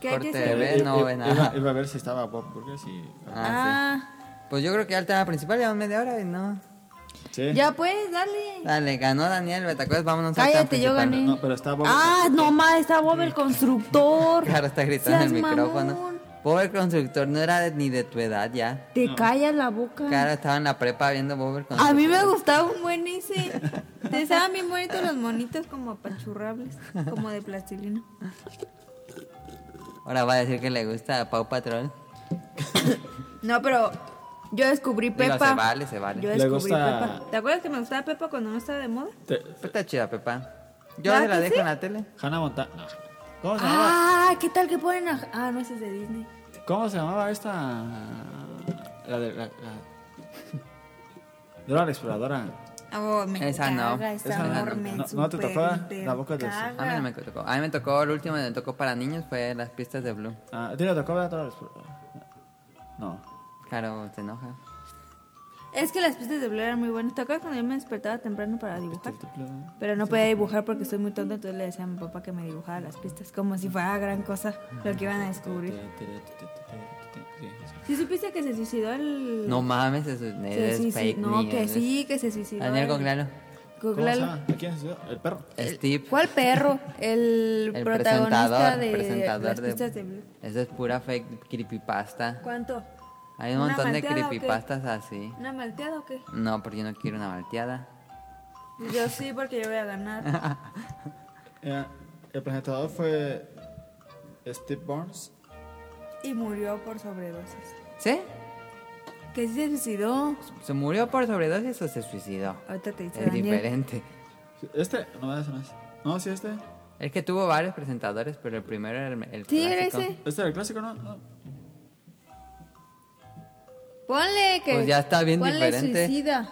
¿Qué hay que Corte hacer? de- Ve, Iba- no ve iba- nada. Iba, a ver si estaba Bob Burgers y... Ah, Ah, sí. Pues yo creo que ya el tema principal llevamos media hora y no. Sí. ya pues, dale. Dale, ganó Daniel Betacuez, vámonos al tema Cállate, yo principal. gané. No, pero está Bob. Ah, no más, está Bob el constructor. Claro, está gritando en el Seas micrófono. mamón. Pobre constructor, no era de- ni de tu edad ya. Te callas la boca. Claro, estaba en la prepa viendo Bob el A constructor. mí me gustaba un buen ese. Te estaban bien bonitos los monitos como apachurrables, como de plastilina. Ahora va a decir que le gusta a Pau Patrol. No, pero yo descubrí Digo, Pepa. se vale, se vale. Yo Le descubrí gusta- Pepa. ¿Te acuerdas que me gustaba Pepa cuando no estaba de moda? Te- Pues está chida, Pepa. Yo ¿Verdad se la que dejo sí? en la tele. Hannah Montana. ¿Cómo se llamaba? Ah, ¿qué tal que ponen a... Ah, no, ese es de Disney. ¿Cómo se llamaba esta? La de la. la... Dora la exploradora. Oh, me Esa caga, no, Esa esa no. amor me No, no te super, tocaba hiper la boca de- caga. A mí no me tocó. A mí me tocó, el último que me tocó para niños fue Las Pistas de Blue. Ah, ¿Te tocó ver a Dora la exploradora? Ah. No. Claro, se enoja. Es que las pistas de Blur eran muy buenas. ¿Te acuerdas cuando yo me despertaba temprano para dibujar? Te- te- Pero no podía dibujar porque estoy muy tonta, entonces le decía a mi papá que me dibujara las pistas, como si fuera gran cosa lo que iban a te- descubrir. te- te- te- te- te- sí, sí. ¿Sí supiste que se suicidó el...? No mames, eso es se suicidó- fake No, news. que sí, que se suicidó. Daniel, el- googlealo. ¿Cómo se Googlealo. llama? ¿A quién se suicidó? El perro. Steve. ¿Cuál perro? El, El protagonista presentador, de presentador las de, pistas de Blur. Eso es pura fake creepypasta. ¿Cuánto? Hay un ¿Una montón de malteada o qué? creepypastas así. ¿Una malteada o qué? No, porque yo no quiero una malteada. Yo sí, porque yo voy a ganar. Eh, el presentador fue Steve Burns. Y murió por sobredosis. ¿Sí? Que sí se suicidó. ¿Se murió por sobredosis o se suicidó? Ahorita te dice Es Daniel. diferente. Este, no, ese no es. No, sí, este. Es que tuvo varios presentadores, pero el primero era el, el Sí, era clásico. ese. Este era el clásico, ¿no? No. Ponle que. Pues ya está bien ponle diferente. suicida.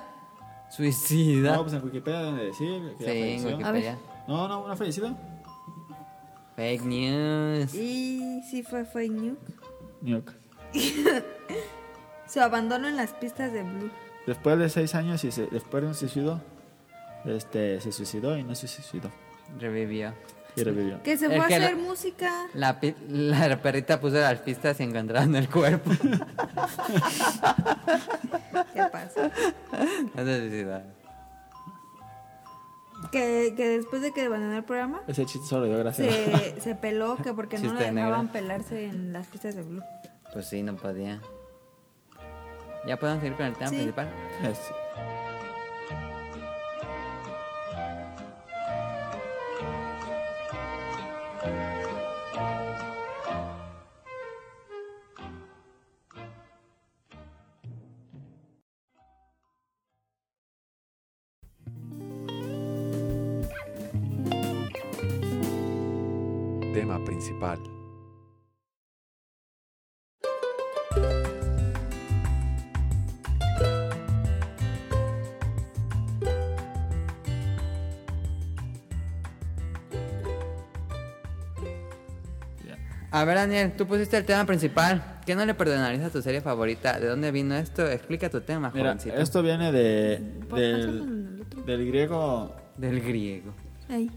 Suicida. No, pues en Wikipedia deben de decir que sí, en falleció. A Wikipedia. No, no, una felicidad. Fake news. Y si fue fake news. Nioca. Su abandono en las pistas de Blue. Después de seis años y se- después de un suicidio, este, se suicidó y no se suicidó. Revivió. Y revivió. Que se Es fue a que la- hacer música. La, pi- la perrita puso las pistas y encontraron el cuerpo. ¿Qué pasa? No se suicidó. Que, que después de que abandonó el programa, Ese chiste solo dio gracias. se, se peló, que porque no Chiste le dejaban negro. pelarse en las pistas de Blue. Pues sí, no podía. ¿Ya podemos seguir con el tema Sí. principal? Es- Tema principal. A ver, Daniel, tú pusiste el tema principal. ¿Qué no le perdonarías a tu serie favorita? ¿De dónde vino esto? Explica tu tema, Mira, jovencito. esto viene de, Por- pásalo en el del, otro. del griego. Del griego. Ahí.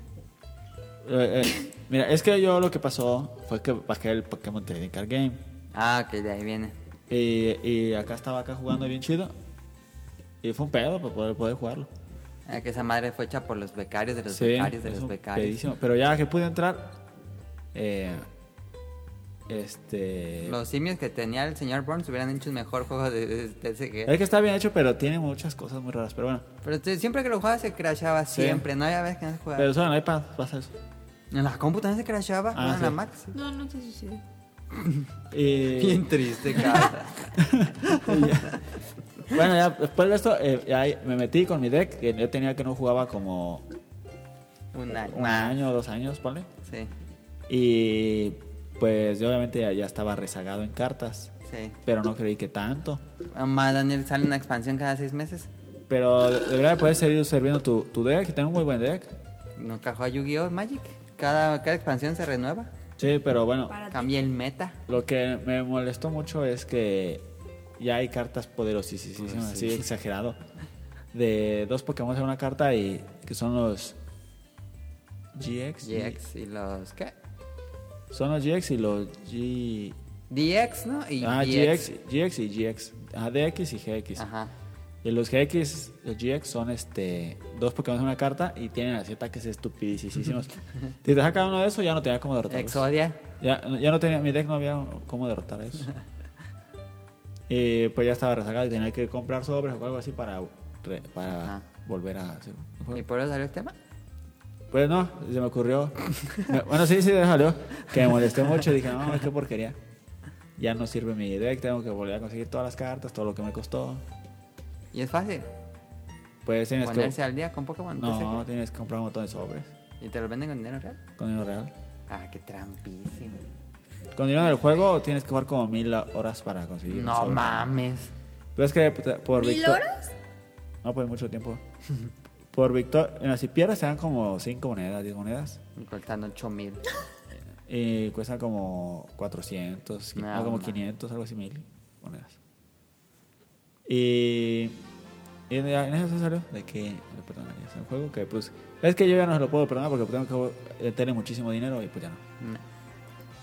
eh, eh, mira, es que yo lo que pasó fue que bajé el Pokémon Trading Card Game. Ah, que de ahí viene. Y, y acá estaba acá jugando bien chido. Y fue un pedo para poder, poder jugarlo. Ah, que esa madre fue hecha por los becarios de los Sí, becarios de es los un becarios. pedísimo. Pero ya que pude entrar, eh, este. Los simios que tenía el señor Burns hubieran hecho un mejor juego de, de- de ese que... Es que está bien hecho, pero tiene muchas cosas muy raras. Pero bueno, Pero tú- siempre que lo jugabas se crashaba, Sí. siempre. No había vez que no se jugaba. pero solo en el iPad pasa eso. En las computadoras se crashaba, Ah, no en la sí. Mac. No, no se suicidó. Y, Bien triste, cara. bueno, ya después de esto, eh, ya ahí me metí con mi deck. Que yo tenía que no jugaba como un año. un año o dos años, ¿vale? Sí, Y pues yo obviamente ya, ya estaba rezagado en cartas. sí. Pero no creí que tanto. Mamá, Daniel, sale una expansión cada seis meses. Pero de de verdad puedes seguir sirviendo tu, tu deck. y Tengo un muy buen deck. Nunca jugó a Yu-Gi-Oh! Magic. Cada, cada expansión se renueva. Sí, pero bueno. Cambia el meta. Lo que me molestó mucho es que ya hay cartas poderosísimas, Ah, así exagerado. De dos Pokémon en una carta y que son los GX. GX y los. ¿Qué? Son los GX y los G. DX, ¿no? Y ah, GX. GX y GX. Ah, DX y GX. Ajá. Y los GX, los GX son este dos Pokémon en una carta y tienen así ataques estupidísimos. si te saca uno de esos, ya no tenía como derrotarlos. Exodia. Ya, ya no tenía, mi deck no había cómo derrotar eso. y pues ya estaba rezagado y tenía que comprar sobres o algo así para, re- para Ajá. volver a hacer un ¿Y juego. por eso salió el tema? Pues no, se me ocurrió. Me- bueno, sí, sí, déjalo. Que me molesté mucho. Dije, no, qué porquería. Ya no sirve mi deck, tengo que volver a conseguir todas las cartas, todo lo que me costó. Y es fácil. Pues tienes Ponerse que. al día con Pokémon. No, tienes que comprar un montón de sobres ¿Y te lo venden con dinero real? con dinero real. Ah, qué trampísimo. Con dinero del juego tienes que jugar como mil horas para conseguir. un No sobre. mames. Pero es que por- por ¿Mil victo- horas? No, pues mucho tiempo. Por Victor, en las piernas se dan como 5 monedas, 10 monedas. Me cuestan 8 mil. Y cuestan como 400, No, ah, como ma. 500, algo así, mil monedas. Y. Y en en eso salió de que le perdonarías al juego. Que pues. Es que yo ya no se lo puedo perdonar porque pues, tengo que eh, tener muchísimo dinero y pues ya no.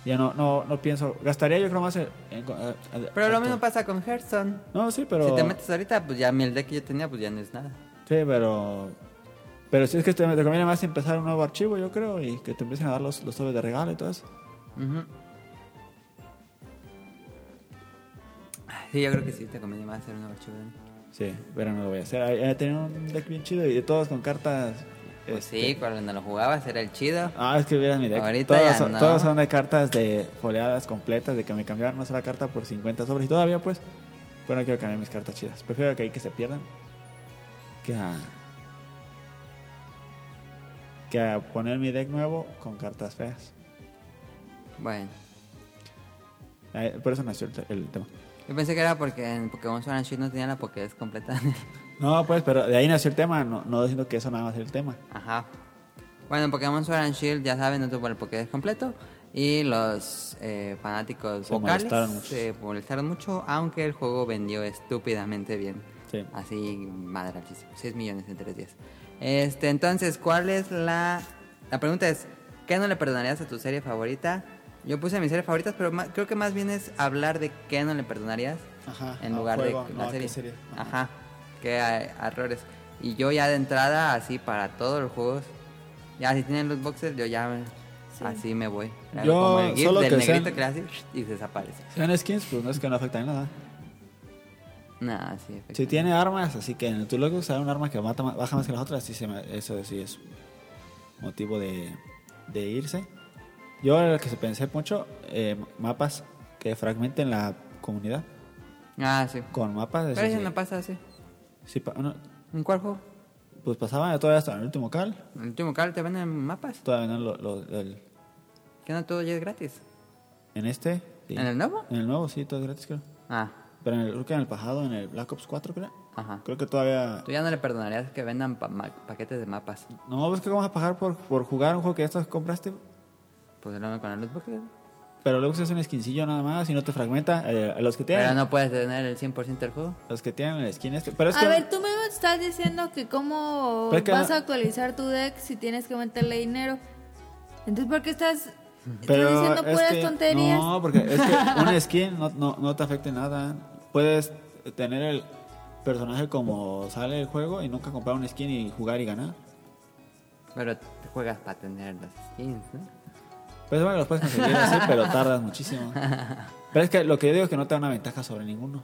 Ya no, no, no pienso. Gastaría yo creo más. en- en- Pero lo mismo pasa con Hearthstone. No, sí, pero. Si te metes ahorita, pues ya mi- el deck que yo tenía, pues ya no es nada. Sí, pero. Pero si es que te, te conviene más empezar un nuevo archivo, yo creo, y que te empiecen a dar los, los sobres de regalo y todo eso. Ujú. Ah, Sí, yo creo que sí, te conviene más hacer un archivo. Sí, pero no lo voy a hacer. Ahí- ahí Tenía un deck bien chido y de todos con cartas. Pues este- sí, cuando lo jugabas era el chido. Ah, es que vieras mi deck. Ahorita todos, ya son, no. todos son de cartas de foliadas completas, de que me cambiaron una sola carta por 50 sobres. Y todavía, pues, bueno, quiero cambiar mis cartas chidas. Prefiero que ahí que se pierdan que a. que a poner mi deck nuevo con cartas feas. Bueno, Eh, Por eso nació el, te- el tema. Yo pensé que era porque en Pokémon Sword and Shield no tenía la Pokédex completa. No, pues, pero de ahí nació el tema. No, no diciendo que eso nada más es el tema. Ajá. Bueno, en Pokémon Sword and Shield ya saben, no tuvo el Pokédex completo. Y los eh, fanáticos Se vocales molestaron mucho. se molestaron mucho, aunque el juego vendió estúpidamente bien. Sí. Así, madre altísima. 6 millones en 3 días. Este, entonces, ¿cuál es la...? La pregunta es, ¿qué no le perdonarías a tu serie favorita? Yo puse mis series favoritas, pero ma- creo que más bien es hablar de qué no le perdonarías Ajá, en a lugar juego, de no, la ¿a qué serie. serie? Ajá. Ajá, Ah, qué a- errores. Y yo ya de entrada, así para todos los juegos, ya si tienen los boxes, yo ya me- así me voy. Le hago Yo como el gif solo del que negrito sean- que le hace y desaparece. Si son skins, pues no es que no afecta en nada. Nah, sí, Si tiene armas, así que en tu logo sale un arma que mata, más- baja más que las otras, sí se me- eso sí es motivo de, de irse. Yo lo que pensé mucho, eh, mapas que fragmenten la comunidad. Ah, sí. Con mapas, eso Pero eso sí. no pasa así. Sí, pa- no, ¿En cuál juego? pues pasaba todavía hasta el último cal, ¿En el último carro te venden mapas? todavía no lo- lo- el- ¿Que no todo ya es gratis? en este. sí. ¿En el nuevo? En el nuevo, sí, todo es gratis, creo. Ah, Pero en el, creo que en el pasado, en el Black Ops 4, creo. ajá. Creo que todavía Tú ya no le perdonarías que vendan pa- ma- paquetes de mapas. No, ves que vamos a pagar por, por jugar un juego que ya estás- compraste. Pues lo mismo con el lootbox. Pero luego se hace un skincillo nada más y no te fragmenta. eh, a los que tienen, Pero no puedes tener el 100% del juego. los que tienen el skin este. Pero es a que, ver, tú mismo estás diciendo que cómo Pero es que vas no- a actualizar tu deck si tienes que meterle dinero. Entonces, ¿por qué estás, estás pero diciendo es puras que- tonterías? No, porque es que una skin no, no, no te afecta en nada. Puedes tener el personaje como sale el juego y nunca comprar un skin y jugar y ganar. Pero te juegas para tener las skins, ¿no? Pues bueno, los puedes conseguir así, pero tardas muchísimo. Pero es que lo que yo digo es que no te da una ventaja sobre ninguno.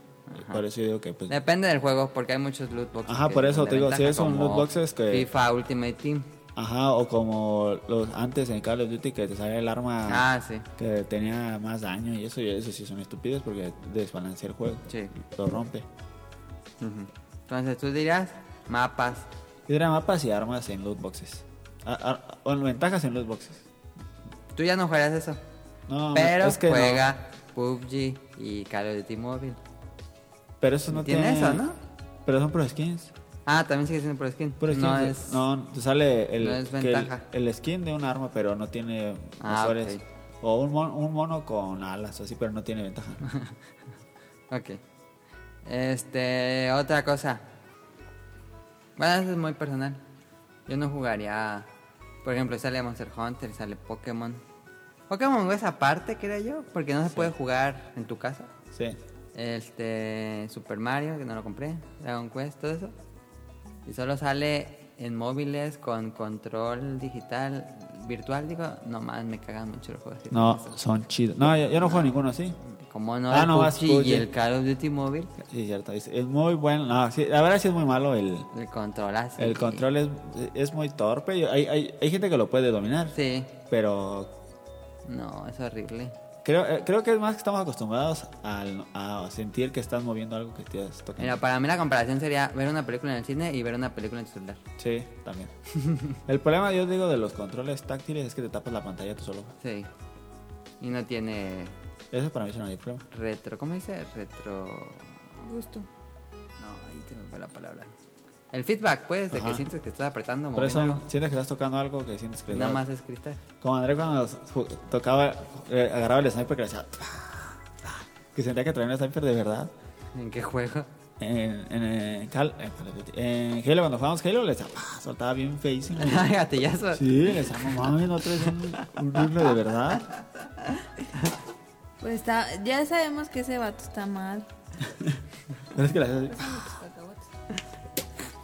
Por eso yo digo que pues, Depende del juego, porque hay muchos loot boxes. Ajá, que por son eso de te digo, si ventaja, es un como loot boxes que- FIFA Ultimate Team. Ajá, o como los antes en Call of Duty que te salía el arma Ah, sí. que tenía más daño y eso, y eso sí son estúpidos porque desbalancea el juego. Sí. Lo rompe. Ujú. Entonces tú dirás mapas. Y era mapas y armas en loot boxes. Ah, ah, bueno, ventajas en loot boxes. Tú ya no juegas eso. No, pero es que no. juega PUBG y Call of Duty Mobile. Pero eso no Tiene tiene. eso, ¿no? Pero son pro skins. Ah, también sigue siendo por skin. Pro skins. no de- es. no, te sale el, no es que el- ventaja. el, skin de un arma, pero no tiene Ah, visores. ok. O un mon- un mono con alas, así, pero no tiene ventaja. Ok. Este, otra cosa. Bueno, eso es muy personal. Yo no jugaría. Por ejemplo, sale Monster Hunter, sale Pokémon. Pokémon es aparte, creo yo, porque no se puede jugar en tu casa. Sí. Este, Super Mario, que no lo compré. Dragon Quest, todo eso. Y solo sale en móviles con control digital, virtual, digo. No más, me cagan mucho los juegos. No, son chidos. No, yo, yo no juego ninguno así. Como no, Ah, el no, más PUBG y PUBG. el Call of Duty móvil. Sí, cierto. Es, es muy bueno. No, sí, la verdad sí es muy malo el, El control ah, así. el control. Es, es muy torpe. y Hay, hay, hay gente que lo puede dominar. Sí. Pero No, es horrible. creo, eh, creo que es más que estamos acostumbrados al- a sentir que estás moviendo algo que te estás tocando. Mira, para mí la comparación sería ver una película en el cine y ver una película en tu celular. Sí, también. el problema, yo digo, de los controles táctiles es que te tapas la pantalla tú solo. Sí. Y no tiene Eso para mí es un problema. retro. ¿Cómo dice? Retro. Gusto. No, ahí se me fue la palabra. El feedback, pues, de que Ajá. sientes que estás apretando. Por eso moviendo algo. sientes que estás tocando algo que sientes que Nada más es cristal. Como André cuando ju- tocaba, eh, agarraba el sniper que le hacía. Que sentía que traía un sniper de verdad. ¿En qué juego? En, en, eh, Cal- eh, Call of Duty. en Halo, cuando jugábamos Halo, le hacía, ah, soltaba bien feísimo. Gatillazo. Sí, le decía, no mames, no traes un, un rifle de verdad. Pues está, ya sabemos que ese vato está mal. Pero es que le hacía así. "Ah".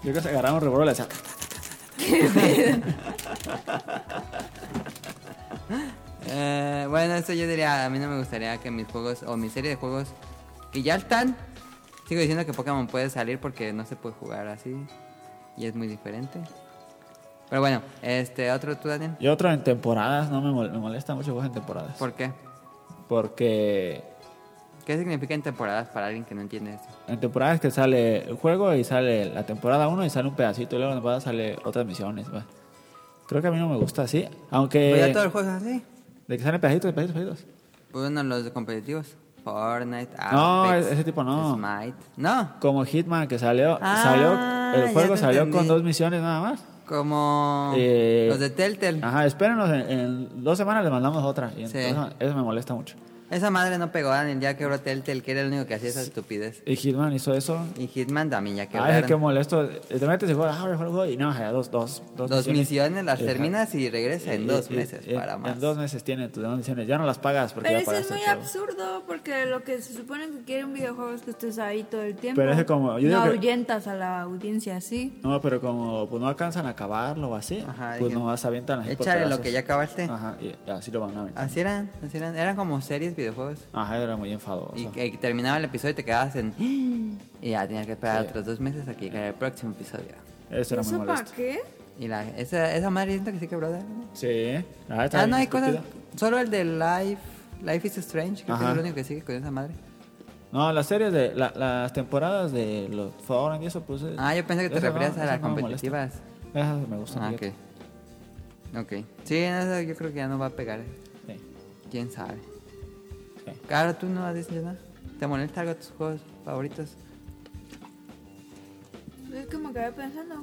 Yo creo que agarraba un revólver y le hacía. Eh, bueno, eso yo diría, a mí no me gustaría que mis juegos o mi serie de juegos que ya están, sigo diciendo que Pokémon puede salir porque no se puede jugar así y es muy diferente. Pero bueno, este otro tú Daniel, Y otro en temporadas, no me, mol- me molesta mucho juegos en temporadas. ¿por qué? Porque ¿Qué significa en temporadas para alguien que no entiende esto? en temporadas que sale el juego y sale la temporada 1 y sale un pedacito y luego en la temporada sale otras misiones. va. Creo que a mí no me gusta así, aunque Pues ya todo el juego es así. de que salen pedacitos, pedacitos, pedacitos. Pues bueno, los competitivos. Fortnite, No, Apex, ese tipo no. Smite. No, Como Hitman, que salió, Ah, salió el ya juego te salió con entendí. dos misiones nada más. como Eh, los de Telltale. Ajá, espérenos, en, en dos semanas les mandamos otra. Y Sí. entonces eso me molesta mucho. Esa madre no pegó, Daniel, ya quebró Telltale, que era el único que hacía esa estupidez. Y Hitman hizo eso. Y Hitman también ya quebró. Ay, qué molesto. Te metes y juegas, ah, mejor juego. Y no, ya dos, dos, dos, Eh, Dos misiones las Ajá. terminas y regresa en Y- dos y- meses y- para más. En dos meses tiene tus dos misiones. Ya no las pagas porque Pero ya eso es pagaste. muy el juego. absurdo porque lo que se supone que quiere un videojuego es que estés ahí todo el tiempo. Pero es que como- yo no digo que- ahuyentas a la audiencia, sí. No, pero como pues, no alcanzan a acabarlo o así, Ajá, pues dije, no vas a aventar las Échale lo que ya acabaste. Ajá, y y así lo van a aventar. Así eran, así eran. Eran como series, videojuegos. Ajá, era muy enfadoso. Ah. Y que terminaba el episodio y te quedabas en... ¡Ah! Y ya tenías que esperar otros dos meses a que llegara el próximo episodio. Eso era muy ¿Eso para molesto. qué? Y la, esa, esa madre siento que sí quebró. Daniel. Sí. Ah, está Ah, no bien hay cosas. estúpido. Solo el de Life. Life is Strange, creo que Ajá. es el único que sigue con esa madre. No, las series de. la- las temporadas de los Fallen y eso, pues. eh, Ah, yo pensé que te esas no- referías a esas las no me molestan. competitivas. Esas me gustan. Ah, ok. fíjate. Ok. Sí, en esa yo creo que ya no va a pegar. ¿eh? Sí. Quién sabe. Sí. Claro, tú no has dicho nada. ¿Te molesta algo de tus juegos favoritos? Es que me quedé pensando.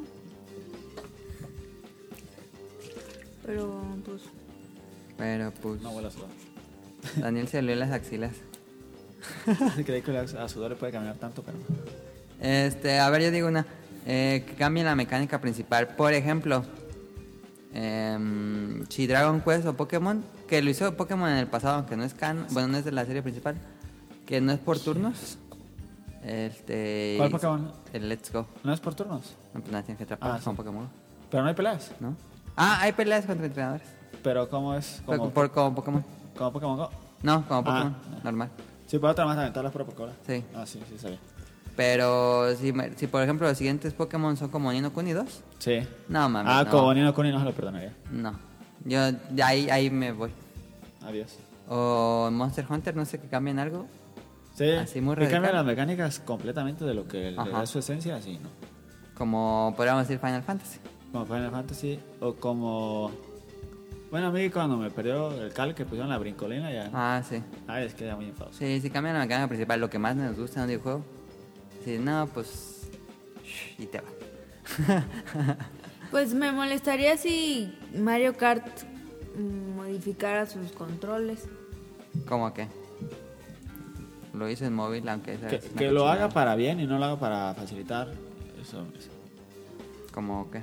Pero, pues. Pero pues. No huele a sudor. Daniel se olió las axilas. Creí que a sudor le puede caminar tanto, pero. Este, a ver, yo digo una. Eh, que cambie la mecánica principal. Por ejemplo, em, si Dragon Quest o Pokémon, que lo hizo Pokémon en el pasado, aunque no es canon, bueno, no es de la serie principal, que no es por turnos. Este, ¿Cuál Pokémon? El Let's Go. No es por turnos. No, pues, nada, tienes que atrapar Ah, con sí. Pokémon, Pero no hay peleas. ¿no? Ah, hay peleas contra entrenadores. Pero ¿cómo es? Pero Como, por- como Pokémon. como Pokémon Go. No, como Pokémon, Ah. normal. Sí, para otra más aventar las propias colas. Sí. Ah, sí, sí, sabía. Pero si, me- si, por ejemplo, los siguientes Pokémon son como Nino Kuni 2, Sí. no mames. ah, no. como Nino Kuni no se lo perdonaría. No. Yo de ahí, ahí me voy. Adiós. O Monster Hunter, no sé que cambien algo. Sí. Así muy que cambian radical. las mecánicas completamente de lo que le Ajá. da su esencia, así, ¿no? Como podríamos decir Final Fantasy. Como Final Fantasy o como... Bueno, a mí cuando me perdió el cal que pusieron la brincolina ya... Ah, Ah, sí. es que era muy enfadoso. Sí, sí, cambian la mecánica principal, lo que más nos gusta en un videojuego. Sí, no, pues. shh, Y te va. Pues me molestaría si Mario Kart mm, modificara sus controles. ¿Cómo que? Lo hice en móvil, aunque esa que es una que lo cochinada. haga para bien y no lo haga para facilitar. Eso es- ¿Cómo que?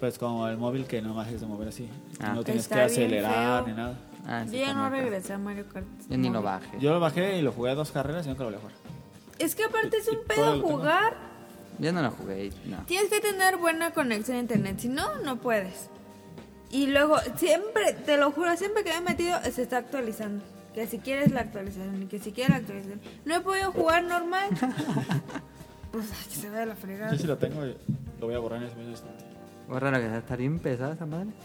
Pues como el móvil que no bajes de mover así. Ah. No tienes Está que bien acelerar feo. ni nada. Ah, sí, Yo ya como no que- regresé a Mario Kart. Yo ni No. lo bajé. Yo... Yo lo bajé y lo jugué a dos carreras y nunca lo volví a jugar. Es que aparte es ¿Y- un y todavía pedo lo tengo? jugar. no lo jugué, y- no. Tienes que tener buena conexión a internet, si no, no puedes. Y luego, siempre, te lo juro, siempre que me he metido, se está actualizando. Que si quieres la actualización, y que si quieres la actualización. No he podido jugar normal. pues ay, que se vea la fregada. Yo si lo tengo, y lo voy a borrar en ese mismo instante. Borra lo que está- está bien pesada esa madre.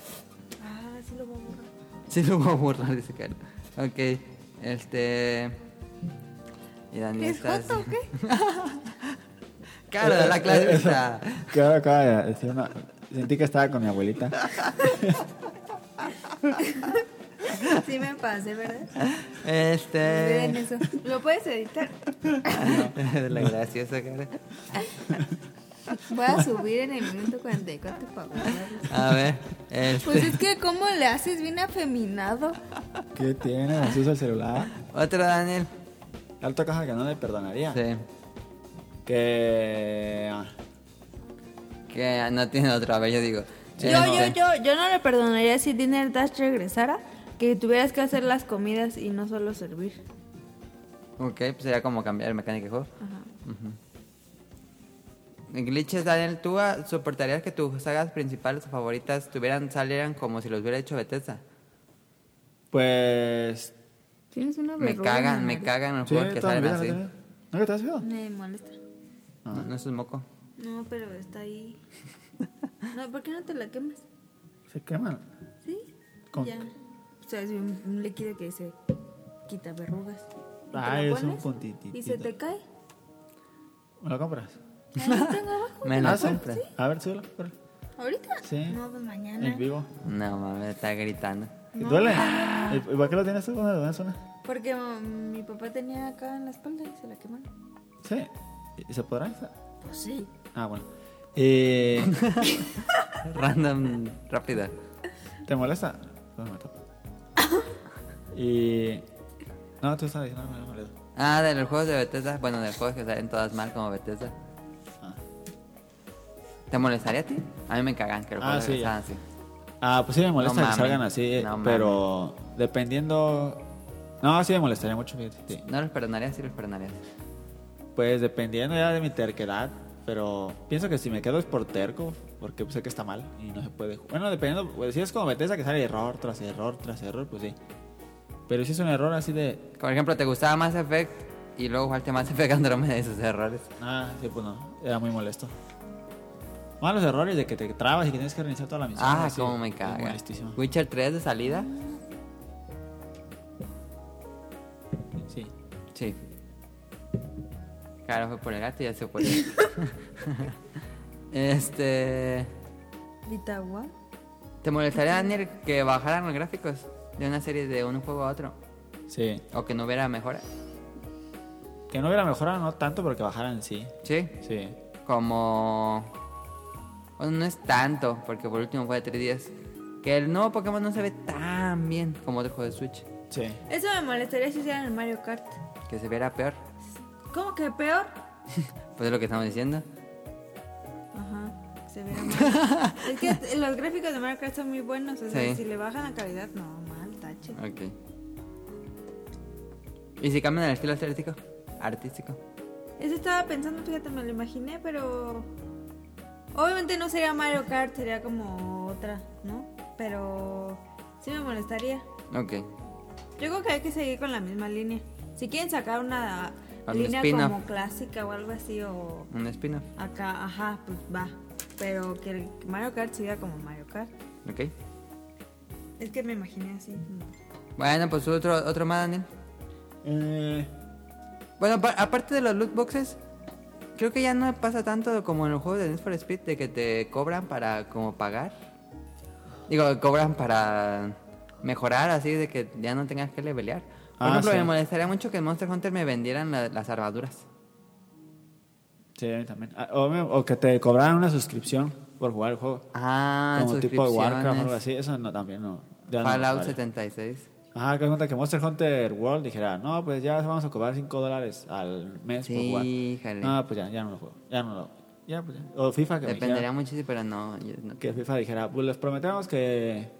Ah, sí lo voy a borrar. Sí, lo voy a borrar, dice Karen. Ok, este. Y Daniel ¿Es está. joto o qué? Claro, de Eh, la clase está. Que ahora acaba de decir una... Sentí que estaba con mi abuelita. Sí me pasé, ¿verdad? Miren Este. ah, eso. ¿Lo puedes editar? de la graciosa cara. Voy a subir en el minuto 44 para guardarlo. A ver, Pues este. es que, ¿cómo le haces bien afeminado? ¿Qué tiene? ¿Nos usa el celular? Otro Daniel. Alto caja que no le perdonaría. Sí. Que... ah, Que no tiene otra vez, yo digo. Este, Yo, yo, yo, yo no le perdonaría si Dinner Dash regresara que tuvieras que hacer las comidas y no solo servir. yo. Ok, pues sería como cambiar mecánica de juego. Ajá. En Glitches, Daniel, ¿tú ah, soportarías que tus sagas principales o favoritas tuvieran, salieran como si los hubiera hecho Bethesda? Pues... Tienes una Me verruga en la cagan, me nariz. cagan los sí, juegos que toda mi salen vida así. la tenía. ¿Nunca te has visto? Me molesta. No, no es un moco. No, pero está ahí. No, ¿por qué no te la quemas? Se quema. ¿Sí? Con- Ya. O sea, es un, un líquido que se quita verrugas. Y te lo Ah, Ay, es un pones puntitito. Y se te cae. ¿Me lo compras? Ahí lo tengo abajo. Me lo ¿Ah, sí? compras. A ver, súbelo. súbelo. ¿Ahorita? Sí. No, pues mañana. En vivo. No mames, está gritando. ¿Duele? ¿Y- ¿Por qué lo tienes tú? ¿Dónde- ¿Dónde suena? Porque mm, mi papá tenía acá en la espalda y se la quemaron. ¿Sí? ¿Y ¿Se podrá? esa? Pues sí. Ah, bueno. Eh, Random, rápida. ¿Te molesta? No, me tapo. Y... No, tú estabas diciendo algo, no me molesta. Ah, de los juegos de Bethesda. Bueno, de los juegos que salen todas mal como Bethesda. Ah. ¿Te molestaría a ti? A mí me cagan que los Ah, juegos sí, que ya. salen así. Ah, pues sí me molesta No que mames. salgan así, No pero dependiendo... No, sí me molestaría mucho, fíjate. sí. No los perdonarías, sí los perdonarías. Pues dependiendo ya de mi terquedad, pero pienso que si me quedo es por terco, porque pues, sé que está mal y no se puede. ju- Bueno, dependiendo, pues, si es como Bethesda que sale error tras error tras error, pues sí. Pero si es un error así de, Por ejemplo, ¿te gustaba Mass Effect? Y luego jugaste Mass Effect Andromeda y sus errores. ah, sí, pues no, era muy molesto. Malos errores de que te trabas y que tienes que reiniciar toda la misión. ah, así, cómo me es caga. Molestísimo. Witcher 3 de salida. Sí. Sí. Claro, fue por el gato y ya se fue por el Este. ¿Vitagua? ¿Te molestaría, Daniel, que bajaran los gráficos de una serie de un juego a otro? Sí. ¿O que no hubiera mejora? Que no hubiera mejorado, no tanto, pero que bajaran sí. Sí. Sí. Como. Bueno, no es tanto, porque por último fue de tres días. Que el nuevo Pokémon no se ve tan bien como otro juego de Switch. Sí. Eso me molestaría si hicieran el Mario Kart. Que se viera peor. ¿Cómo que peor? Pues es lo que estamos diciendo. Ajá, se ve mal. es que los gráficos de Mario Kart son muy buenos. O sea, Sí. si le bajan la calidad, no, mal, tache. Ok. ¿Y si cambian el estilo artístico? Artístico. Eso estaba pensando, fíjate, me lo imaginé, pero. Obviamente no sería Mario Kart, sería como otra, ¿no? Pero. Sí me molestaría. Ok. Yo creo que hay que seguir con la misma línea. Si quieren sacar una Algún línea spin-off. como clásica o algo así, o Un spin-off. acá, ajá, pues va. Pero que el Mario Kart siga como Mario Kart. Ok. Es que me imaginé así. como- Bueno, pues otro, otro más, Daniel. Eh, Bueno, pa- aparte de los loot boxes, creo que ya no pasa tanto como en los juegos de Need for Speed de que te cobran para como pagar. Digo, cobran para mejorar así de que ya no tengas que levelear. Por Ah, ejemplo, sí. me molestaría mucho que en Monster Hunter me vendieran la- las armaduras. sí, a mí también. Ah, O, me- o que te cobraran una suscripción por jugar el juego. Ah, como tipo de Warcraft o algo suscripciones. así, eso no, también no. ya no me Fallout vale. 76. Ajá, que cuenta que Monster Hunter World dijera, no, pues ya vamos a cobrar 5 dólares al mes por Sí, jugar. híjale. No, pues ya, ya no lo juego. Ya no lo. Ya, pues ya. O FIFA que me Dependería dijera, muchísimo, pero no. yo no- que FIFA dijera, pues les prometemos que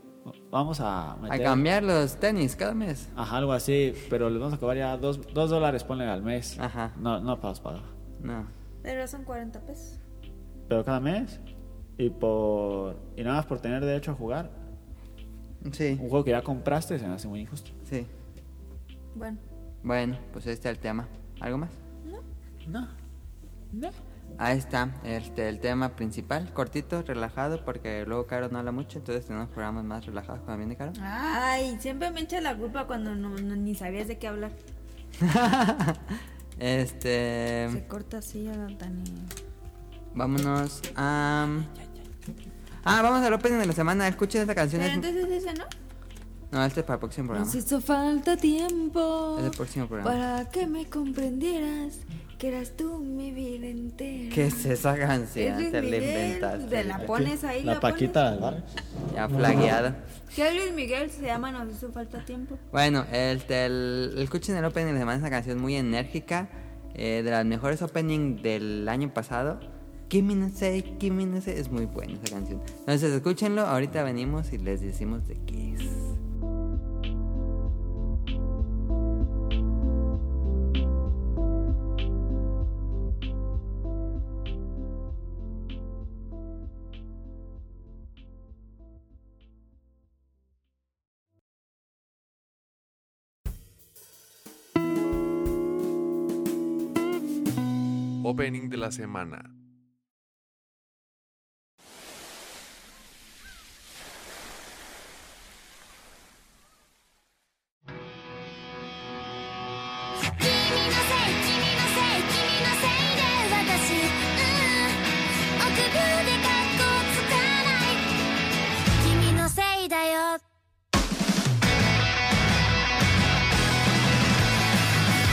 vamos a A meter. cambiar los tenis cada mes. Ajá, algo así, pero les vamos a cobrar ya 2 dólares, ponle al mes. Ajá. No, no para los pagar. No. Pero son 40 pesos. Pero cada mes. Y por. Y nada más por tener derecho a jugar. Sí, Un juego que ya compraste se me hace muy injusto. sí. Bueno, Bueno, pues este es el tema. ¿Algo más? No. No. Ahí está, este, el tema principal, cortito, relajado, porque luego Caro no habla mucho, entonces tenemos programas más relajados cuando viene Caro. ay, siempre me echas la culpa cuando no, no- ni sabías de qué hablar. Se este, corta así a Dani. vámonos a... Ah, vamos al opening de la semana, escuchen esta canción. Pero es- entonces ese, ¿no? No, este es para el próximo programa. Nos hizo falta tiempo. Es el próximo programa. Para que me comprendieras que eras tú mi vida entera. ¿Qué es esa Es canción? Luis Te este, la Miguel, inventas. de la pones ahí. La, Paquita del barrio. Ya flagueada. Que Luis Miguel se llama Nos hizo falta tiempo. Bueno, este, el, el, escuchen el opening de la semana, es una canción muy enérgica, eh, de las mejores opening del año pasado. Kimi no sé, Kimi no sé, es muy buena esa canción. Entonces, escúchenlo, ahorita venimos y les decimos de qué es. Opening de la semana. 「君のせい君のせい君のせいで私」「うん」「臆病で格好つかない」「君のせいだよ」「君のせい君のせい君のせいで私」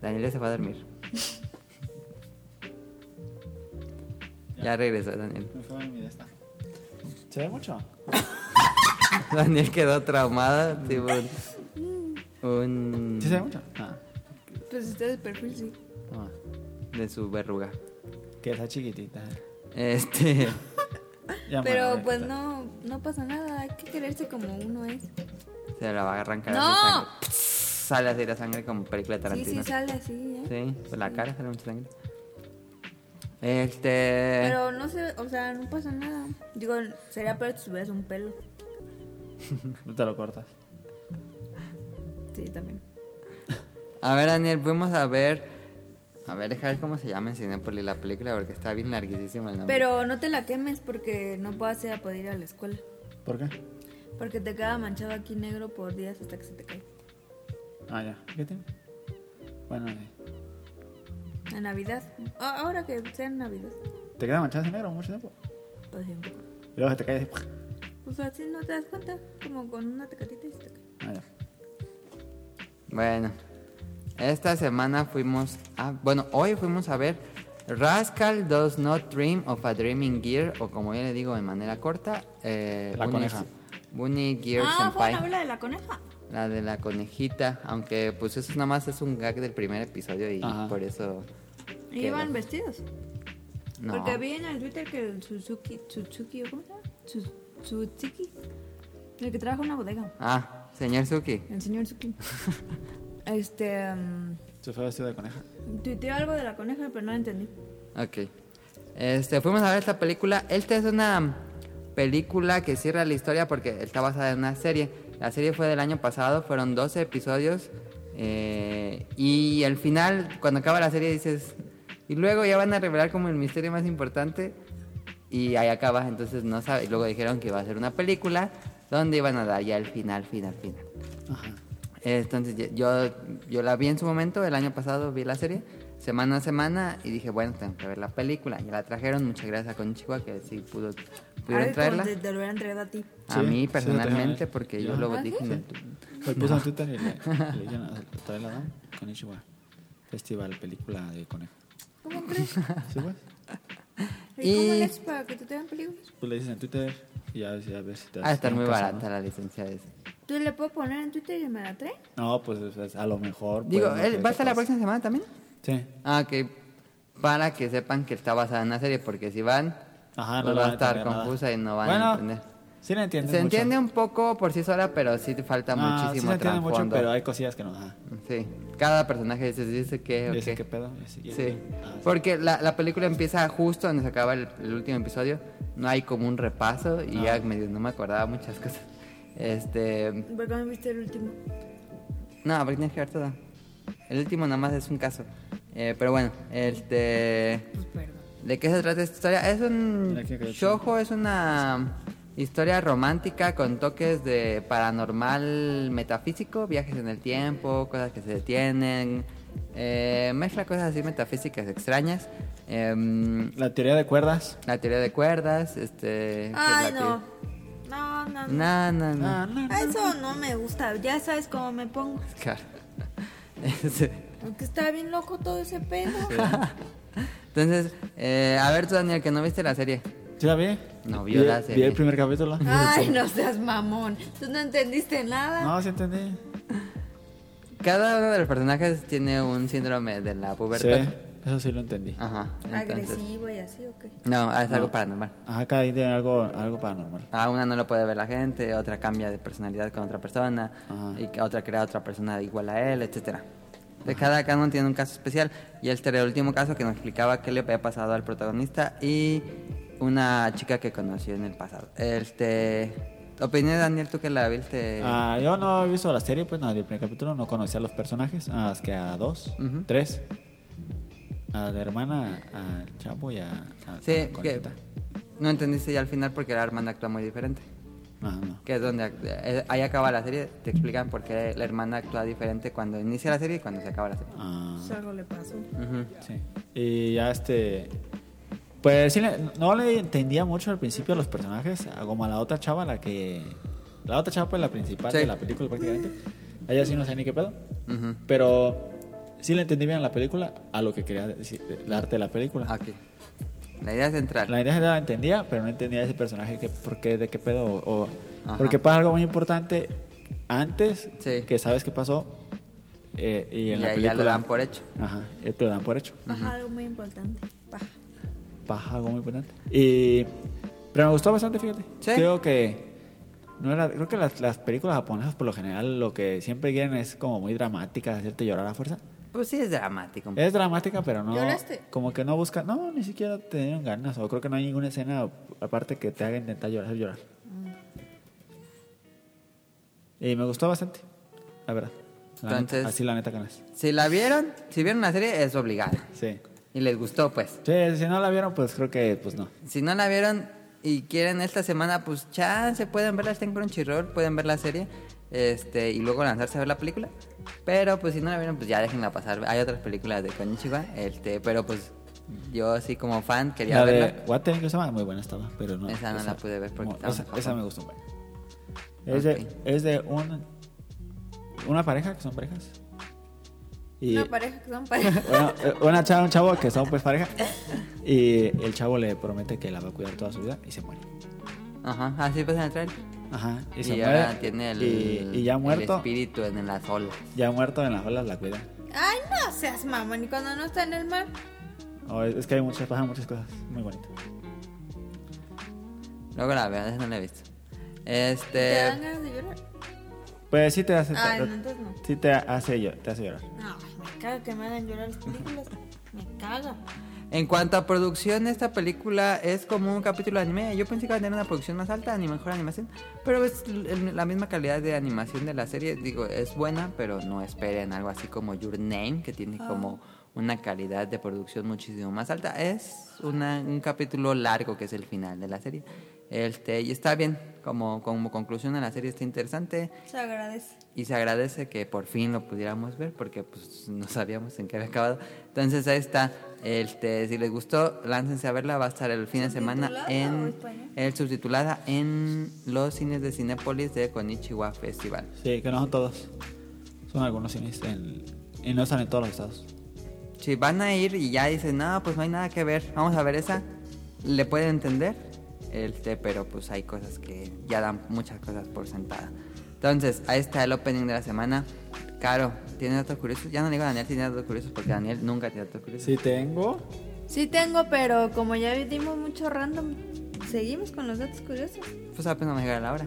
Daniel ya se fue a dormir. ya regresó Daniel. Me fue mi de esta. ¿Se ve mucho? Daniel quedó traumado, tipo un- un... ¿Sí se ve mucho? Ah, Pues está de perfil, sí. Ah, de su verruga. que está chiquitita. Este... Ya, bueno, Pero ya pues está. no, no pasa nada, hay que quererse como uno es. Se la va a arrancar ¡No! así sangre. Sale así la sangre como película Sí, de Tarantino. sí, sale así, ¿eh? Sí, por la cara sale mucha sangre. Este... Pero no sé, o sea, no pasa nada. Digo, sería peor si tuvieras un pelo. No te lo cortas. Sí, también. A ver, Daniel, fuimos a ver... A ver, dejar cómo se llama en Cinepolis la película porque está bien larguísimo el nombre. Pero no te la quemes porque no puedas ir a poder ir a la escuela. ¿Por qué? Porque te queda manchado aquí negro por días hasta que se te cae. Ah, ya. ¿Qué tiene? Bueno, sí. A Navidad. A- Ahora que sea Navidad. ¿Te queda manchado ese negro mucho tiempo? Pues sí. Y luego se te cae así. ¡puf! O sea, si no te das cuenta, como con una tecatita y se te cae. Ah, ya. Bueno, esta semana fuimos a. Bueno, hoy fuimos a ver Rascal Does Not Dream of a Dreaming Gear, o como yo le digo de manera corta, eh, La Bunny- coneja. Bunny Gear Ah, fue Senpai. una vela de la coneja. La de la conejita, aunque pues eso nada más es un gag del primer episodio y Ajá. por eso. Y quedó. iban vestidos. No. Porque vi en el Twitter que el Suzuki, Suzuki, ¿cómo se llama? Su- Suzuki. El que trabaja en una bodega. Ah, señor Suki. El señor Suzuki. este. mm, Se fue vestido de coneja. tuiteó algo de la coneja, pero no lo entendí. Ok. Este, fuimos a ver esta película. Esta es una película que cierra la historia porque está basada en una serie. La serie fue del año pasado, fueron 12 episodios. eh, y al final, cuando acaba la serie, dices. Y luego ya van a revelar como el misterio más importante. Y ahí acabas, entonces no sabes. Luego dijeron que iba a ser una película donde iban a dar ya el final, final, final. Ajá. Entonces ya- yo, yo la vi en su momento, el año pasado vi la serie, semana a semana, y dije, bueno, tengo que ver la película. Ya la trajeron, muchas gracias a Conchiwa que sí pudo, pudieron Algo como traerla. te, te lo hubiera entregado a ti. A Sí, sí mí la personalmente, trajeron. porque Ya. yo lo ¿Ah, dije en sí? el tu- Lo puso en Twitter y le, le dijeron trae la dan con Ichiwa. Festival, película de coneja. ¿Cómo crees? ¿Sí, pues? ¿Y cómo Y- le haces para que te traigan películas? Pues le dices en Twitter y a ver si, a ver si te Ha de estar hacen muy caso, barata ¿no? la licencia de ese. ¿Tú le puedo poner en Twitter y me la trae? No, pues o sea, a lo mejor. Digo, pues, no ¿él sé, ¿va a estar la capaz. próxima semana también? Sí. Ah, ok. Para que sepan que está basada en una serie, porque si van, Ajá, pues no va van a estar entender nada. confusa y no van Bueno, a entender. Sí, la entiende. Se entiende un poco por sí sola, pero sí te falta sí, muchísimo se entiende mucho, trasfondo. pero hay cosillas que no. Ajá. Sí, cada personaje se dice que... o Dice, qué. ¿qué pedo? Y así- y así. Sí, Ah, porque la, la película empieza justo donde se acaba el, el último episodio. No hay como un repaso y ya medio no me acordaba muchas cosas. Este, ¿Por qué no viste el último? no, porque tienes que ver todo. El último nada más es un caso. Eh, pero bueno, este... Pues perdón. ¿De qué se trata esta historia? Es un Mira, aquí acá. shojo, es una historia romántica con toques de paranormal metafísico, viajes en el tiempo, cosas que se detienen, eh, mezcla cosas así metafísicas extrañas, em, La teoría de cuerdas. la teoría de cuerdas, este... que Ay, es la no. teoría- No, no, no. No, no, no. Ah, no, no. Eso no me gusta. Ya sabes cómo me pongo. Claro. Este, Ese- Porque está bien loco todo ese pedo. Entonces, eh, a ver tú, Daniel, que no viste la serie. ¿Sí la vi? No, vio la Vi serie. el primer capítulo. Ay, no seas mamón. Tú no entendiste nada. No, sí entendí. Cada uno de los personajes tiene un síndrome de la pubertad. Sí, eso sí lo entendí. Ajá. entonces- Agresivo y así, ¿o qué? No, es algo No. paranormal. Ajá, cada día tiene algo, algo paranormal. A una no lo puede ver la gente, otra cambia de personalidad con otra persona, Ajá. y que otra crea otra persona igual a él, etcétera. De cada cada uno tiene un caso especial. Y este era el último caso que nos explicaba qué le había pasado al protagonista y una chica que conoció en el pasado. Este, opinión Daniel, tú que la viste. Ah, yo no he visto la serie, pues nada, del primer capítulo no conocía a los personajes, más que a dos, Ujú. tres. A la hermana, al Chapo y a, a- sí, a que Conchita. no entendiste ya al final porque la hermana actúa muy diferente. Ajá, no. Que es donde eh, ahí acaba la serie. Te explican por qué la hermana actúa diferente cuando inicia la serie y cuando se acaba la serie. Ah, Pues algo le pasó. Ujú. sí. Y ya este... Pues sí, le- no le entendía mucho al principio a los personajes, a- como a la otra chava, la que... La otra chava, pues la principal Sí. de la película prácticamente. A Ella sí no sé ni qué pedo. Ujú. Pero sí le entendí bien la película a lo que quería decir, el arte de la película. Aquí. La idea central. La idea general la entendía, pero no entendía ese personaje, que, por qué, de qué pedo. O, Ajá. porque pasa algo muy importante antes Sí. que sabes que pasó eh, y en Y la ahí película. ya lo dan por hecho. Ajá, eh, te lo dan por hecho. Baja algo muy importante. Baja. Paja, algo muy importante. Y, pero me gustó bastante, fíjate. Sí. Creo que. No era, creo que las, las películas japonesas, por lo general, lo que siempre quieren es como muy dramáticas, hacerte llorar a fuerza. Pues sí, es dramático. un Es dramática, pero no. ¿Lloraste? Como que no busca. No, ni siquiera te dieron ganas. O creo que no hay ninguna escena aparte que te haga intentar llorar. llorar. Mm. Y me gustó bastante, la verdad. La neta, Entonces- así la neta que no es. Si la vieron, si vieron la serie, es obligada. Sí. Y les gustó, pues. Sí, si no la vieron, pues creo que pues no. Si no la vieron y quieren esta semana, pues chance, pueden verla, está en Crunchyroll, pueden ver la serie. Este, y luego lanzarse a ver la película. Pero pues si no la vieron, pues ya déjenla pasar. Hay otras películas de Konichiwa, este, pero pues yo así como fan quería La verla. de Water que se llama, muy buena estaba, pero no. Esa no la pude ver porque no, estaba esa, en Japón. esa me gustó. bueno. Es, de, Ok. es de un, una pareja, que son parejas. Y, Una pareja que son pareja. Bueno, eh, una chava, un chavo que son pues pareja. Y el chavo le promete que la va a cuidar toda su vida y se muere. Ajá, así pasa en el trailer. Ajá. Y, Y, se ahora muere. tiene el, y, y ya el muerto, espíritu en las olas. ya muerto en las olas la cuida. Ay, no seas mamón. Y cuando no está en el mar. Oh, es, es que hay muchas, pasan muchas cosas muy bonitas. Luego la veo, esa no la he visto. ¿Te dan Este, ganas de llorar? Pues sí te hace, Ah, te- no, entonces no. sí te hace, llo- te hace llorar. No, ay, me caga que me hagan llorar las películas. Me caga. en cuanto a producción, esta película es como un capítulo de anime. Yo pensé que iba a tener una producción más alta, ni mejor animación, pero es l- la misma calidad de animación de la serie. Digo, es buena, pero no esperen algo así como Your Name, que tiene como una calidad de producción muchísimo más alta. Es una- un capítulo largo que es el final de la serie. Este, y está bien, como, como conclusión de la serie está interesante. Se agradece. Y se agradece que por fin lo pudiéramos ver porque pues no sabíamos en qué había acabado. Entonces ahí está. Este, si les gustó, láncense a verla. Va a estar el fin de semana ¿Subtitulada o en español? el subtitulada en los cines de Cinépolis de Konichiwa Festival. Sí, que no son todos. Son algunos cines en- y no están en todos los estados. Si van a ir y ya dicen, no, pues no hay nada que ver, vamos a ver esa, le pueden entender, este, pero pues hay cosas que ya dan muchas cosas por sentada. Entonces, ahí está el opening de la semana. Caro, ¿tiene datos curiosos? Ya no le digo a Daniel, tiene datos curiosos porque Daniel nunca tiene datos curiosos. Sí tengo. Sí tengo, pero como ya dimos mucho random, seguimos con los datos curiosos. Pues apenas me llega la hora.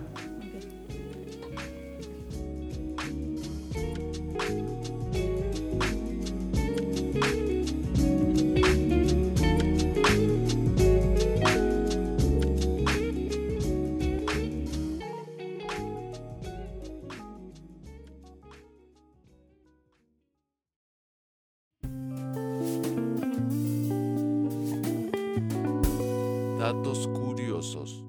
Datos curiosos.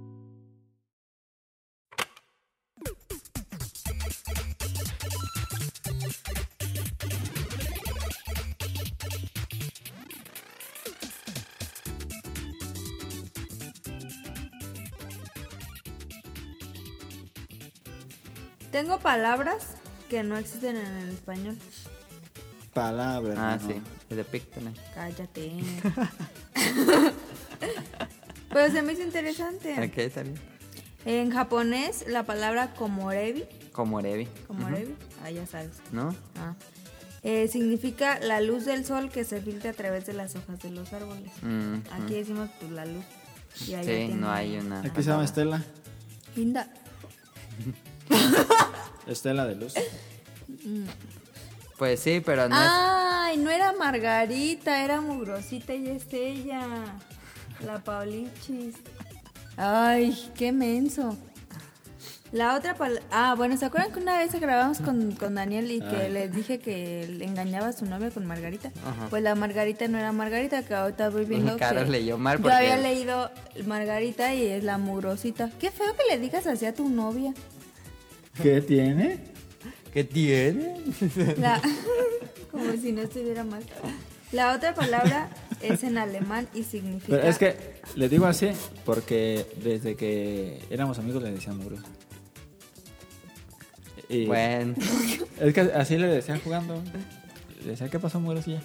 Tengo palabras que no existen en el español. Palabras. Ah, no. sí, es de Pic también. Cállate. pero se me hizo interesante. Ok, está bien. En japonés, la palabra komorebi, Como Revi, komorebi, ah, ya sabes. ¿no? Ah. Eh, significa la luz del sol que se filtra a través de las hojas de los árboles. Mm, Aquí decimos pues la luz. Y allá Sí, tienen- no hay una. Aquí se llama Estela. Linda. Estela de luz. Pues sí, pero no Ah. es. Ay, no era Margarita, era Mugrosita y es ella. La Paulichis. Ay, qué menso. La otra pal- Ah, bueno, ¿se acuerdan que una vez grabamos con, con Daniel y que les dije que le engañaba a su novia con Margarita? Ajá. Pues la Margarita no era Margarita, que ahorita voy viendo Caro que leyó mal Yo porque- había leído Margarita y es la Mugrosita. Qué feo que le digas así a tu novia. ¿Qué tiene? ¿Qué tiene? La- Como si no estuviera mal. La otra palabra es en alemán y significa. Pero es que les digo así porque desde que éramos amigos le decían muros. Y Bueno. Es que así le decían jugando. le decía, ¿qué pasó, mujer? Así ya.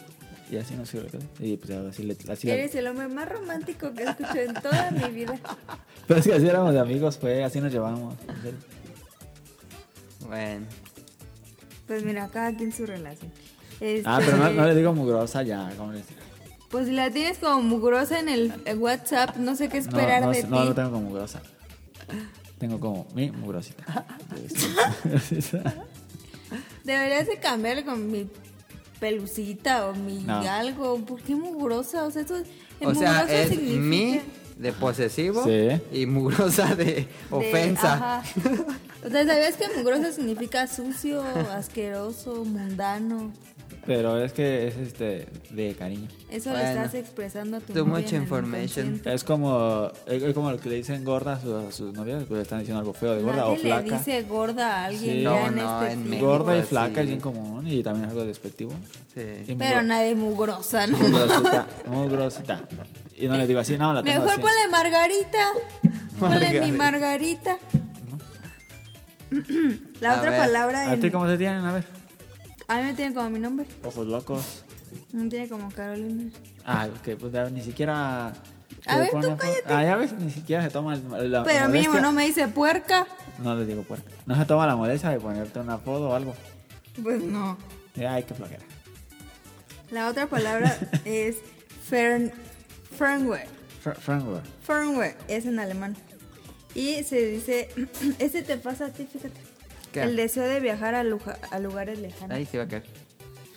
Y así nos sirve. Y pues así, le, así, la- Eres el hombre más romántico que he escuchado en toda mi vida. Pero es que así éramos amigos, fue, así nos llevamos. en serio. Bueno. Pues mira, cada quien su relación. Este, Ah, pero no, no le digo mugrosa ya, ¿cómo le digo? Pues si la tienes como mugrosa en el el WhatsApp, no sé qué esperar no, no, de sé, ti. no, no tengo como mugrosa. Tengo como mi mugrosita. Deberías de cambiarle con mi pelucita o mi No. algo. ¿Por qué mugrosa? O sea, eso O sea, mugrosa es significa- mi de posesivo Sí. y mugrosa de, de- ofensa. ajá. O sea, ¿sabías que mugrosa significa sucio, asqueroso, mundano? Pero es que es este de cariño. Eso Bueno. lo estás expresando a tu Too much novia en el information. inconsciente. Es como, es como lo que le dicen gorda a sus, a sus novias, pues le están diciendo algo feo de gorda Nadie o flaca. le dice gorda a alguien Sí. ya No, no, en este en tiempo. México. Gorda y así. flaca es bien común y también algo despectivo. Sí. Y Pero mugro- nadie mugrosa, ¿no? Mugrosita, mugrosita. Y no le digo así, no, la tengo Mejor así. ponle margarita. Ponle mi margarita. La A otra ver, palabra. ¿A en- ti cómo te tienen? A ver. A mí me tiene como mi nombre. Ojos locos. No me tiene como Carolina. Ah, ok, pues ya ni siquiera... A le ver, tú ponen- cállate. Ah, ya ves, ni siquiera se toma el- la, Pero la mínimo molestia. no me dice puerca. No les digo puerca. No se toma la molestia de ponerte un apodo o algo. Pues no. Ay, qué flojera. La otra palabra es fern, firmware. Fr- Frankfurt. Firmware es en alemán. Y se dice, este te pasa a ti, fíjate. ¿Qué? El deseo de viajar a, luja- a lugares lejanos. Ahí se va a caer.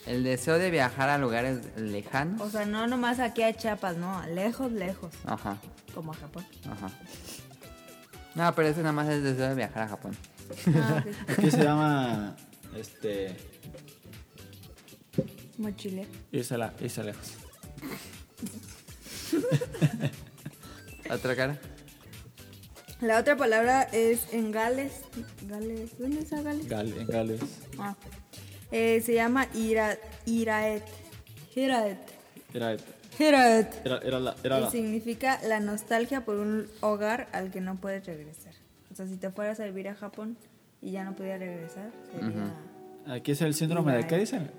El deseo de viajar a lugares lejanos. O sea, no nomás aquí a Chiapas, no, a lejos, lejos, Ajá, como a Japón. ajá. No, pero ese nada más es el deseo de viajar a Japón. Ah, ok. Aquí se llama... Este... Mochilero. Irse, la, irse lejos. ¿Otra cara? La otra palabra es en Gales. Gales. ¿Dónde está Gales? Gal- en Gales. Ah. Eh, se llama Ira, Iraet. Iraet. Era, Iraet. era, era la... Era Y la significa la nostalgia por un hogar al que no puedes regresar. O sea, si te fueras a vivir a Japón y ya no pudieras regresar, sería Aquí es el síndrome de... ¿Qué dicen?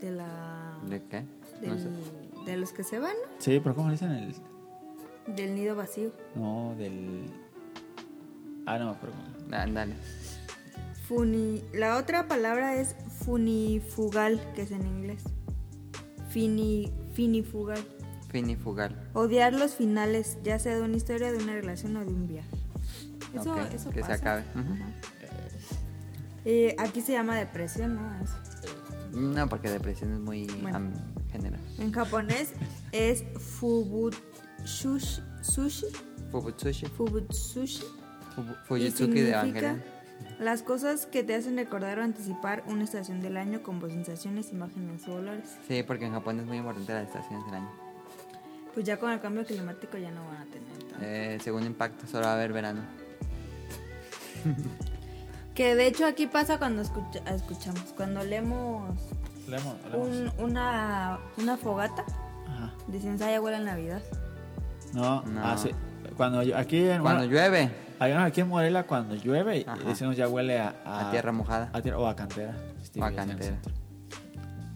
de la. ¿De qué? No sé. del- de los que se van, Sí, pero ¿cómo le dicen el...? ¿no? Del nido vacío. No, del... Ah, no, pero... ¿cómo? Ah, Dale. Funi, la otra palabra es funifugal, que es en inglés. Fini, finifugal. Finifugal. Odiar los finales, ya sea de una historia, de una relación o de un viaje. Eso, Ok, eso que se pasa. acabe. Ujú. Ajá. Eh, aquí se llama depresión, ¿no? Eso. No, porque depresión es muy Bueno. am- general. En japonés es fubutsushi. Sushi, Fubutsushi. fubutsushi. Fubu- y Fujitsuki de significa Evangelion. Las cosas que te hacen recordar o anticipar una estación del año con sensaciones, imágenes o olores. Sí, porque en Japón es muy importante las estaciones del año. Pues ya con el cambio climático ya no van a tener tanto. Eh, según impacto, solo va a haber verano. Que de hecho aquí pasa cuando escucha- escuchamos, cuando leemos Leemos, leemos. un- una, una fogata, Ajá. dicen, ya huele a Navidad. No, No. ah, sí. Cuando yo- aquí en Cuando bueno, llueve, hay uno aquí en Morelia cuando llueve y- Ajá. y decimos ya huele a, A tierra mojada. a tierra- o a cantera. Sí, O a ya sea en el cantera. centro.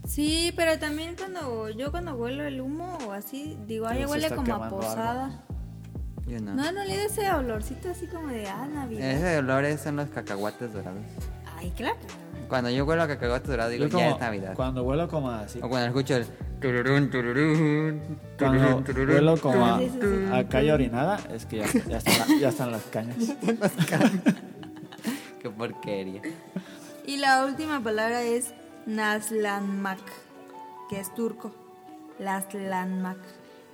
Sí, pero también cuando yo cuando huelo el humo o así, digo, Pero ay, se huele está como a quemando algo". posada. yo Ah. no. No, no le da ese olorcito así como de, ah, Navidad. Eh. Ese olores son los cacahuates dorados. Ay, claro. Cuando yo huelo a cacahuates dorados, digo, Yo como- ya es Navidad. Cuando vuelo como así. O cuando escucho el tururún, tururún, tururún, Cuando tururún. vuelo como a, Sí, sí, sí. a calle orinada, es que ya, ya están, la- ya están las cañas. Qué porquería. Y la última palabra es Naslanmak, que es turco. Naslanmak,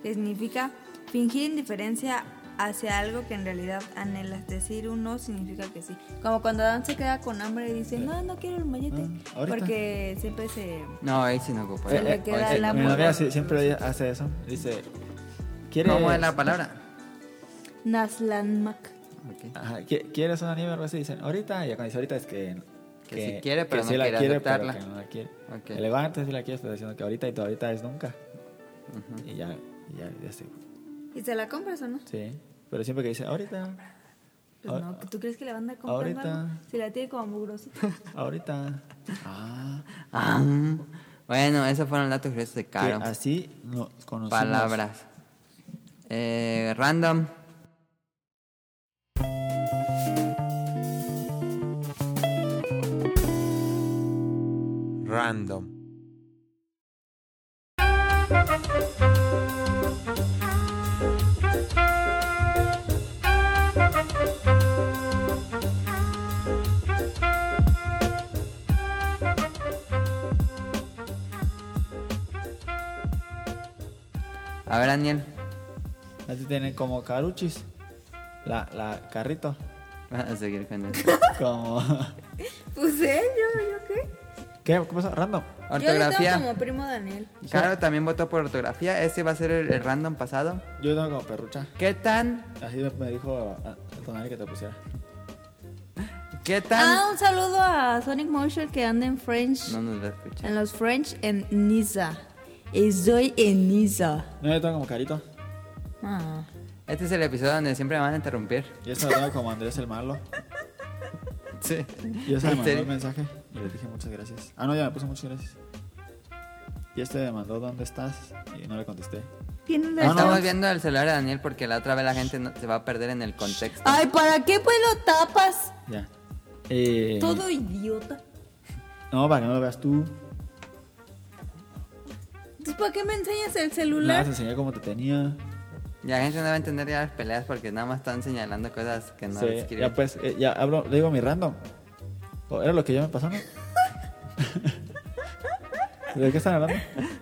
que significa fingir indiferencia hacia algo que en realidad anhelas. Decir un no significa que sí. Como cuando Adán se queda con hambre y dice, no, no quiero el mollete. Ah, ahorita. porque siempre se... No, ahí sí no ocupo. Eh, Se le Hoy queda sí la no. Mi boca. novia sí- siempre ella hace eso. Dice, eh, ¿quieres, ¿Cómo es la palabra? Naslanmak. Ok. Ajá, ¿qui- ¿quieres una nieve? o algo así? Dicen, ahorita. Y ya cuando dice ahorita es que... Que sí quiere, pero no la quiere pero aceptarla. que no la quiere. Ok. Le va antes si la quieres, pero diciendo que ahorita y tu ahorita es nunca. Y ya, y ya, ya sé. ¿Y se la compras o no? Sí. Pero siempre que dice ahorita, Pues no, ¿tú crees que le van a comprar Ah, ahorita. algo? Si la tiene como mugrosita. ahorita. Ah, Ah, Bueno, esos fueron los datos curiosos de Que Caro. así nos conocimos. Palabras. Eh, random. Random. A ver, Daniel. Así tienen como caruchis. La, la carrito. Vamos a seguir con eso. Como. Puse Pues, ¿eh? yo, ¿yo qué? ¿Qué? ¿Qué pasa? Random. Yo lo Ortografía. tengo como primo Daniel. Caro también votó por ortografía. Este va a ser el, el random pasado. Yo tengo como perrucha. ¿Qué tan? Así me- me dijo a- a- a Tonali que te pusiera. ¿Qué tan? Ah, un saludo a Sonic Motion que anda en French. No nos va a escuchar. En los French en Niza. Estoy en Niza. No, yo tengo como carito. Ah. Este es el episodio donde siempre me van a interrumpir. Y eso lo tengo como Andrés el malo. Sí. Y esa me ¿En mandó serio? un mensaje y le dije muchas gracias. Ah, no, ya me puso muchas gracias. Y este me mandó dónde estás y no le contesté. ¿Quién Ah, le Estamos está- viendo el celular de Daniel porque la otra vez la gente no- se va a perder en el contexto. Ay, ¿para qué pues lo tapas? Ya. Eh, Todo idiota. No, para que no lo veas tú. Entonces, ¿para qué me enseñas el Me vas a celular? enseñar cómo te tenía. Y la gente no va a entender ya las peleas porque nada más están señalando cosas que no Sí, les escriben. ya pues, eh, ya hablo, le digo mi random. O era lo que ya me pasó, ¿no? ¿De qué están hablando?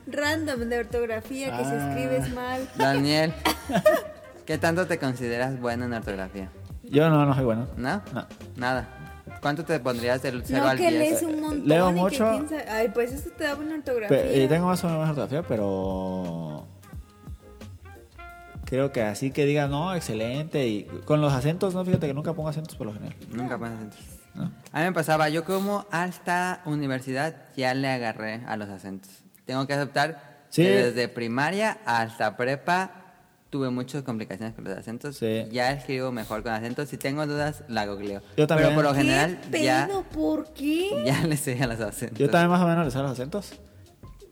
Random de ortografía que si Ah. escribes mal. Daniel, ¿qué tanto te consideras bueno en ortografía? Yo no, no soy bueno. ¿No? No. Nada. ¿Cuánto te pondrías del 0 No al que 10? lees un montón. Leo y que mucho. quién sabe- Ay, pues eso te da buena ortografía. Pe- eh, tengo más o menos ortografía, pero. Creo que así que diga, no, excelente. Y con los acentos, no, fíjate que nunca pongo acentos por lo general. Nunca pones acentos. No. A mí me pasaba, yo como hasta universidad ya le agarré a los acentos. Tengo que aceptar Sí. que desde primaria hasta prepa tuve muchas complicaciones con los acentos. Sí. Ya escribo mejor con acentos. Si tengo dudas, la googleo. Yo también. Pero por lo ¿Qué general ya, pedo? ¿Por qué? ya le sé a los acentos. Yo también más o menos le sé los acentos.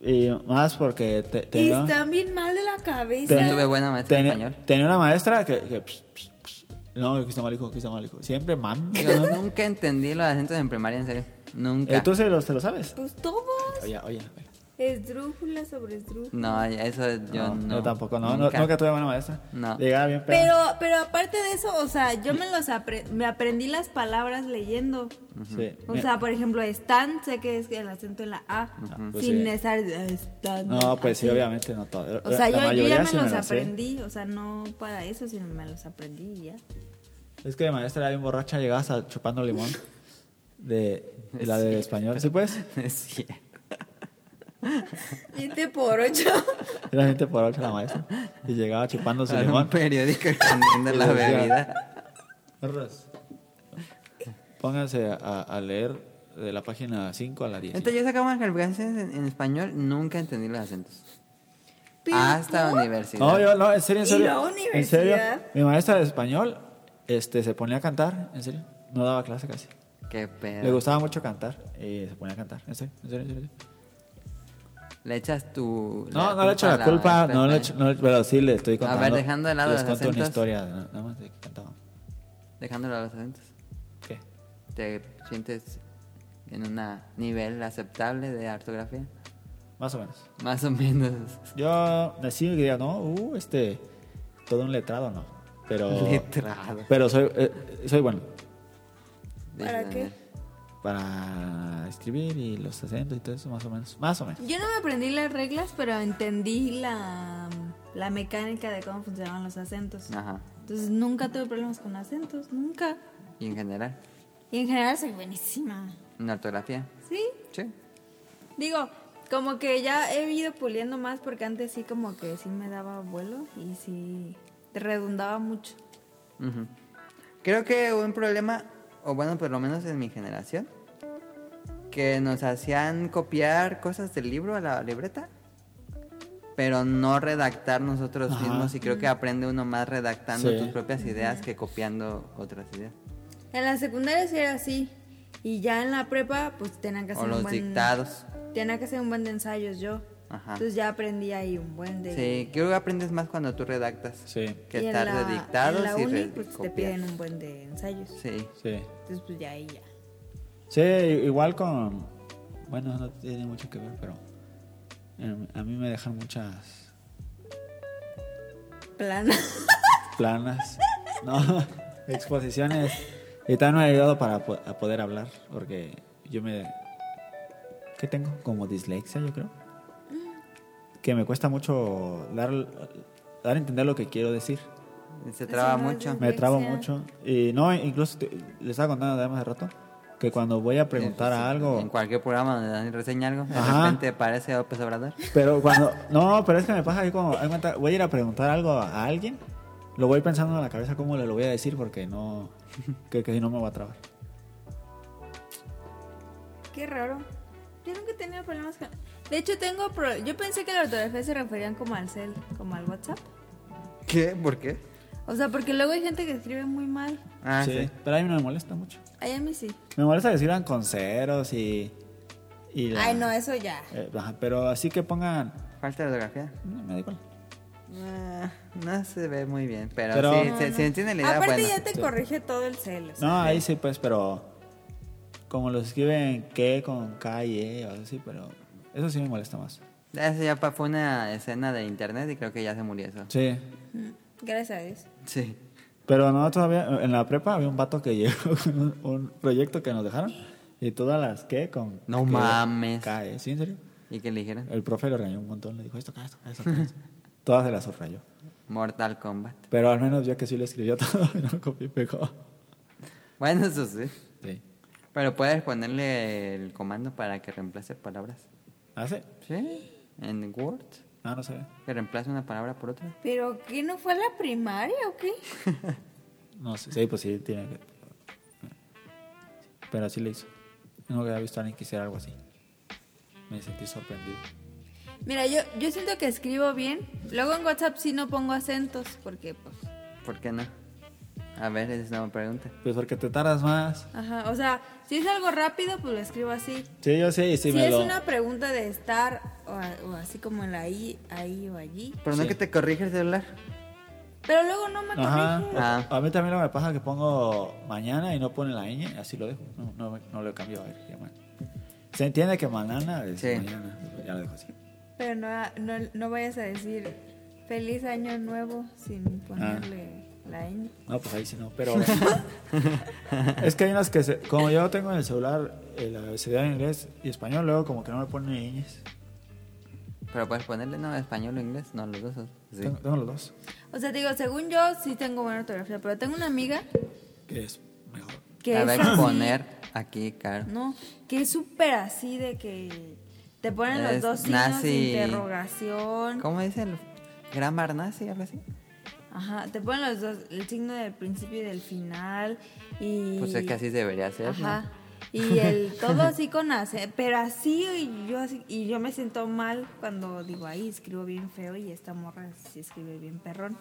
Y más porque te- Y tenía, están bien mal de la cabeza. Yo tuve buena maestra de tenía- español. tenía una maestra que. que psh, psh, psh. no, que está mal hijo, que está mal hijo. Siempre man. Yo nunca entendí los acentos en primaria, en serio. Nunca. Eh, Tú se los, te lo sabes. Pues todos. Oye, oye. oye. Esdrújula sobre esdrújula. No, eso yo no. Yo tampoco, no. no- Nunca. Nunca, tuve buena maestra. No. Llegaba bien, pero. Pero, pero aparte de eso, o sea, yo me los apre- me aprendí las palabras leyendo. Sí. O sea, por ejemplo, están, sé que es el acento en la A, Pues sin sí. estar están. No, pues sí, así. obviamente no todo. Ah, O sea, La yo, yo ya mayoría me sí los la sé. aprendí, o sea, no para eso, sino me los aprendí y ya. Es que de maestra era bien borracha, llegabas a chupando limón. De de la del español. Sí, pues. Es cierto. Siete por ocho. Era gente por ocho la maestra. Y llegaba chupando Ah, su Para un limón. periódico escondiendo la Y decía- bebida. Perros. Pónganse a, a leer de la página 5 a la 10. Entonces yo sacaba calificaciones en, en español, nunca entendí los acentos. Pero, Hasta ¿por? universidad. No, yo no, en serio, Y en serio. luego en serio. universidad. Mi maestra de español este, se ponía a cantar, en serio. No daba clase casi. Qué pedo. Le gustaba mucho cantar y se ponía a cantar, en serio, en serio, en serio. Le echas tu... No, la no le echo pues culpa a la culpa, no le echo, maestra, no le- pero sí le estoy contando. ver, dejando de lado Les los cuento una acentos. historia, na- nada más de que cantaba. Dejándolo a los acentos. ¿Qué? ¿Te sientes en un nivel aceptable de ortografía? Más o menos. Más o menos. Yo nací y diría, no, uh, este, todo un letrado, no. Pero, Letrado. pero soy, eh, soy bueno dice ¿Para qué? Daniel. para escribir y los acentos y todo eso, más o menos. Más o menos. Yo no me aprendí las reglas, pero entendí la, la mecánica de cómo funcionaban los acentos. Ah. Ajá. Entonces nunca tuve problemas con acentos, nunca. ¿Y en general? Y en general soy buenísima. ¿En ortografía? ¿Sí? Sí. Digo, como que ya he ido puliendo más porque antes sí como que sí me daba vuelo y sí redundaba mucho. Ujú. Creo que hubo un problema, o bueno, por lo menos en mi generación, que nos hacían copiar cosas del libro a la libreta, pero no redactar nosotros Ajá. mismos. Y creo que aprende uno más redactando Sí. tus propias ideas que copiando otras ideas. En la secundaria sí era así y ya en la prepa pues tenían que O hacer un los buen- dictados. tenía que hacer un buen de ensayos yo. Ajá. Entonces ya aprendí ahí un buen de... Sí, creo que aprendes más cuando tú redactas Sí. Y que en estar la- de dictados en la y uni, re- pues, te copiar. piden un buen de ensayos. Sí. Sí. Entonces pues ya ahí ya. Sí, igual con. Bueno, no tiene mucho que ver, pero. em, A mí me dejan muchas Plana. planas. No, exposiciones. Y también me ha ayudado para po- a poder hablar, porque yo me. ¿Qué tengo? Como dislexia, yo creo. Que me cuesta mucho dar, dar a entender lo que quiero decir. Se Eso traba Pues, no es mucho. Me trabo Dislexia. mucho. Y no, incluso te- les estaba contando además de rato que cuando voy a preguntar a algo. En cualquier programa donde Dani reseña algo, de Ajá. repente parece López Obrador. Pero cuando. No, pero es que me pasa ahí como. haz cuenta, voy a ir a preguntar algo a alguien. Lo voy pensando en la cabeza cómo le lo voy a decir porque no. Que, que si no me va a trabar. Qué raro. Yo nunca he tenido problemas con... De hecho tengo... pro- Yo pensé que la ortografía se referían como al cel, como al WhatsApp. ¿Qué? ¿Por qué? O sea, porque luego hay gente que escribe muy mal. Ah, sí, sí. Pero a mí no me molesta mucho. Ay, a mí sí. Me molesta que sirvan con ceros y. y la- Ay, no, eso ya. eh, ajá, pero así que pongan. Falta de ortografía. no, me da igual. Ah, no se ve muy bien, pero, Pero- sí, No, se, se entiende la idea. Aparte bueno. ya te corrige todo el cel. o sea. No, ahí sí, pues, pero. Como los escriben que con K y E o algo así, pero. Eso sí me molesta más. Eso ya pa- fue una escena de internet y creo que ya se murió eso. Sí. Gracias a Dios. Sí. Pero no, todavía en la prepa había un vato que llegó con un, un proyecto que nos dejaron y todas las que con. No que- mames. Cae, ¿sí en serio? ¿Y qué le dijeron? El profe le regañó un montón, le dijo esto, acá, esto, acá, esto, acá, esto. Todas se las subrayó. Mortal Kombat. Pero al menos yo que sí le escribió todo y no lo copié y pegó. Bueno, eso sí. Sí. Pero puedes ponerle el comando para que reemplace palabras. ¿Ah, sí? ¿Sí? En Word. Ah, no sé. Que reemplace una palabra por otra. ¿Pero qué no fue a la primaria o qué? No sé. Sí, pues sí, tiene que. Pero así le hizo. No había visto a alguien que hiciera algo así. Me sentí sorprendido. Mira, yo, yo siento que escribo bien. Luego en WhatsApp sí no pongo acentos porque pues... ¿Por qué no? A ver, esa es una pregunta. Pues porque te tardas más. Ajá, o sea, si es algo rápido, pues lo escribo así. Sí, yo sí, sí si me es lo. una pregunta de estar o, a- o así como en la I, ahí o allí. Pero no Sí. que te corrige el celular. Pero luego no me Ajá. corrige. Ah. A mí también lo que me pasa es que pongo mañana y no pone la ñ, así lo dejo. No, no, no lo cambio a ver. ya, man. Se entiende que mañana es Sí. mañana. Ya lo dejo así. Pero no, no, no vayas a decir feliz año nuevo sin ponerle Ah. la ñ. No, pues ahí sí no, pero. es que hay unas que, se- como yo tengo en el celular el abecedario en inglés y español, luego como que no me pone ñes. Pero puedes ponerle, no, español o inglés. No, los dos. Sí. Tengo, tengo los dos. O sea, te digo, según yo sí tengo buena ortografía, pero tengo una amiga Que es mejor. que a es ver, así, poner aquí, caro. no, que es súper así de que te ponen Es los dos signos nazi. de interrogación. ¿Cómo dice el grammar nazi? Algo así. Ajá, te ponen los dos, el signo del principio y del final y Pues es que así debería ser. ¿no? Ajá. Y el todo así con ac- pero así y yo así- y yo me siento mal cuando digo, "Ay, escribo bien feo y esta morra sí escribe bien perrón."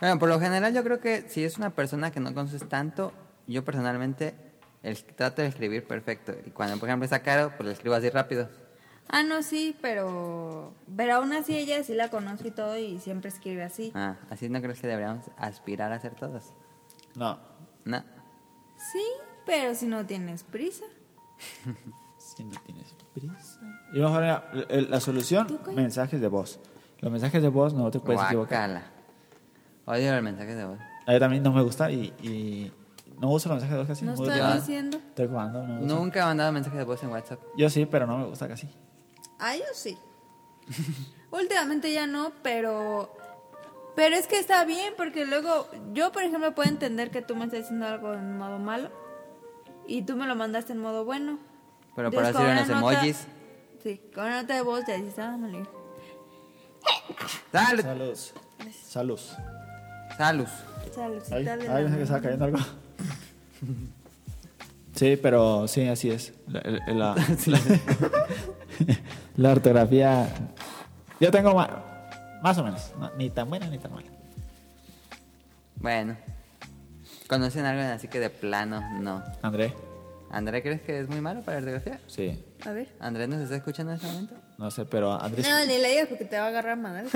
Bueno, por lo general yo creo que si es una persona que no conoces tanto, yo personalmente el, trato de escribir perfecto. Y cuando, por ejemplo, está caro, pues lo escribo así rápido. Ah, no, sí, pero pero aún así ella sí la conozco y todo y siempre escribe así. Ah, así no crees que deberíamos aspirar a ser todos. No. No. Sí, pero si no tienes prisa. Si no tienes prisa. Y mejor la, la solución: mensajes de voz. Los mensajes de voz no te puedes equivocar. Guacala. Odio el mensaje de voz. A mí también no me gusta y, y no uso los mensajes de voz casi. No Muy estoy raro. diciendo. Estoy jugando, no uso. Nunca he mandado mensaje de voz en WhatsApp. Yo sí, pero no me gusta casi. Ah, yo sí. Últimamente ya no, pero. Pero es que está bien, porque luego. Yo, por ejemplo, puedo entender que tú me estás diciendo algo en modo malo. Y tú me lo mandaste en modo bueno. Pero Entonces, para con decir en una los nota- emojis. Sí, con una nota de voz ya dices, ah, vale. ¡Salud! Salud. Salud. ¡Salud! Salucita Ay, de ay, la no sé que mano. estaba cayendo algo. Sí, pero sí, así es. La, el- la- la- la ortografía. Yo tengo más, más o menos. no, ni tan buena ni tan mala. Bueno. ¿Conocen algo así que de plano? No. André. ¿André crees que es muy malo para la geografía? Sí, A ver. ¿André nos está escuchando en este momento? no sé, pero Andrés. No, ni le digas porque te va a agarrar mal.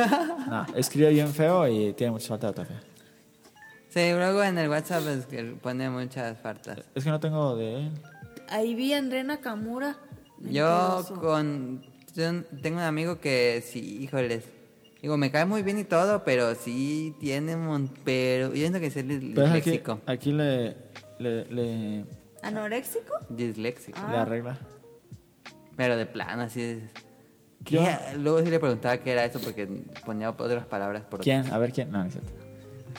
No, escribe bien feo y tiene mucha falta de ortografía. Sí, luego en el WhatsApp es que pone muchas faltas. Es que no tengo de él. Ahí vi a André Nakamura. Yo Mentiroso. con yo tengo un amigo que sí, híjoles. Digo, me cae muy bien y todo, pero sí tiene un pero yo siento que es el Pero es aquí, disléxico. aquí le, le, le, ¿Anoréxico? Disléxico. le arregla. Pero de plano así es. ¿Qué? Yo- Luego sí le preguntaba qué era eso porque ponía otras palabras por ¿Quién? A ver quién. No, no es cierto.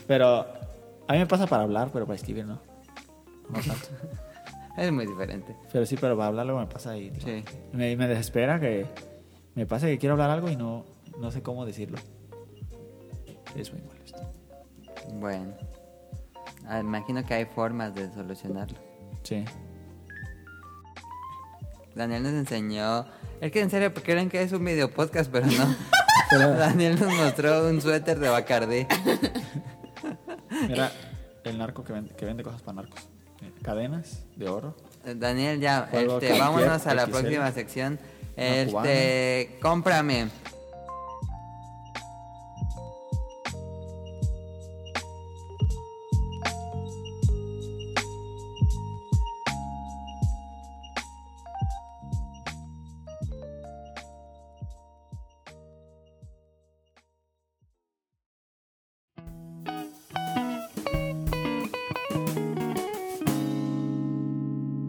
Pero a mí me pasa para hablar, pero para escribir no. No tanto. Es muy diferente. Pero sí, pero para hablar luego me pasa y digo, Sí. me, me desespera que me pasa que quiero hablar algo y no, no sé cómo decirlo. Es muy molesto. Bueno. Ah, Imagino que hay formas de solucionarlo. Sí. Daniel nos enseñó. Es que en serio creen que es un video podcast, pero no. Daniel nos mostró un suéter de Bacardí. Mira, el narco que vende, que vende cosas para narcos. Eh, Cadenas de oro. Daniel, ya, Juego este, cualquier vámonos a la XL. próxima sección. Una cubana. Este, cómprame.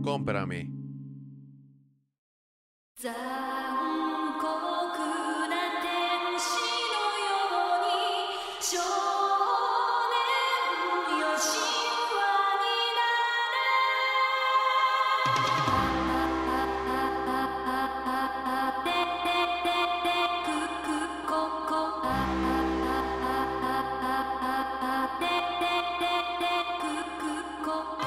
Cómprame. 残酷な天使のように少年よ神話になれててててくくここててててくくここ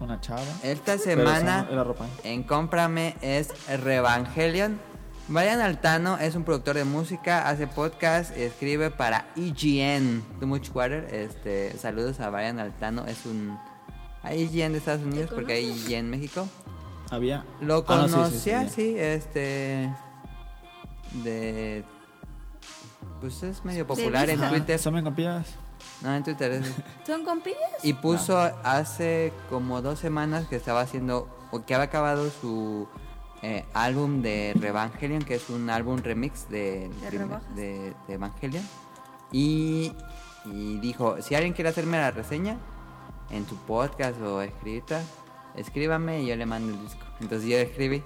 Una chava. Esta Pero semana esa no- la ropa. en Cómprame es Revangelion. Brian Altano es un productor de música, hace podcast, escribe para E EGN, Too Much Water. Este, saludos a Brian Altano, es un a EGN de Estados Unidos porque hay E EGN México. Había. Lo Ah, no, sí, sí, conocía, sí, sí, este. De. Pues es medio popular en ya. Twitter. Son bien compillas. No, en Twitter. es- ¿Son compillas? Y puso hace como dos semanas que estaba haciendo. O que había acabado su eh, álbum de Revangelion, que es un álbum remix de, De prim- rebajas. de- de Evangelion. Y, y dijo: Si alguien quiere hacerme la reseña en tu podcast o escrita, escríbame y yo le mando el disco. Entonces yo escribí.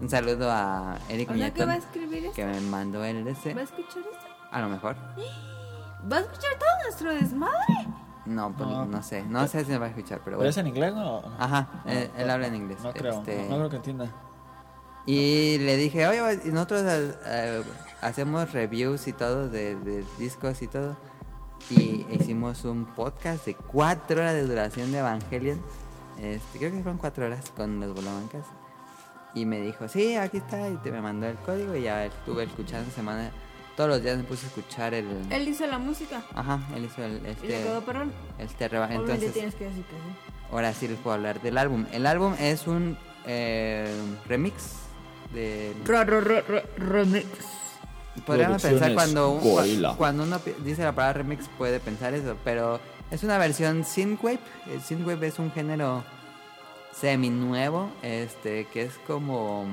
Un saludo a Eric O sea, Muñetón, ¿qué va a escribir esto? que me mandó el ¿Va a ese. escuchar esto? A lo mejor. ¿Va a escuchar todo nuestro desmadre? No, pues, No. no sé. No sé si me va a escuchar, pero ¿Pero bueno. es en inglés no? Ajá, él, él habla en inglés. No creo. este, No, no creo que entienda. Y le dije, oye, güey, y nosotros al- eh, hacemos reviews y todo de, de discos y todo. Y hicimos un podcast de cuatro horas de duración de Evangelion. Este, creo que fueron cuatro horas con los Bolamancas. Y me dijo, sí, aquí está. Y te me mandó el código. Y ya estuve escuchando semana. Todos los días me puse a escuchar el. Él hizo la música. Ajá, él hizo el. Y le Este, quedó perrón. este reba- Obviamente Entonces. tienes que decir que sí. Ahora sí les puedo hablar del álbum. El álbum es un eh, remix de... remix. Podríamos Producciones pensar cuando, un- Gorila. cuando uno pi- dice la palabra remix puede pensar eso, pero es una versión synthwave. El synthwave es un género semi-nuevo, este, que es como...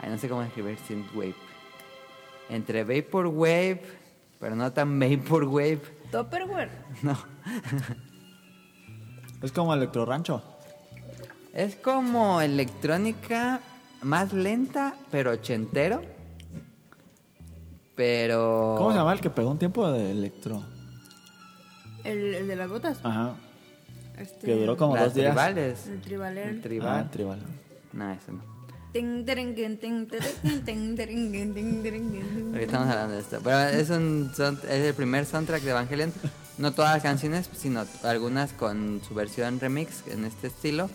Ay, no sé cómo escribir synthwave. Entre vaporwave, pero no tan vaporwave, Topperware. no. Es como Electro Rancho. Es como electrónica más lenta, pero ochentero. Pero. ¿Cómo se llama el que pegó un tiempo de Electro? El, el de las botas. Ajá. Este, Que duró como Las dos días. tribales. El tribalero. El Ah, tribal. tribal. No, eso no. Ting, terenguin, ting, terenguin, ting, terenguin, ting, terenguin, ting. Porque estamos hablando de esto. Pero es, un sound- es el primer soundtrack de Evangelion. No todas las canciones, sino algunas con su versión remix en este estilo.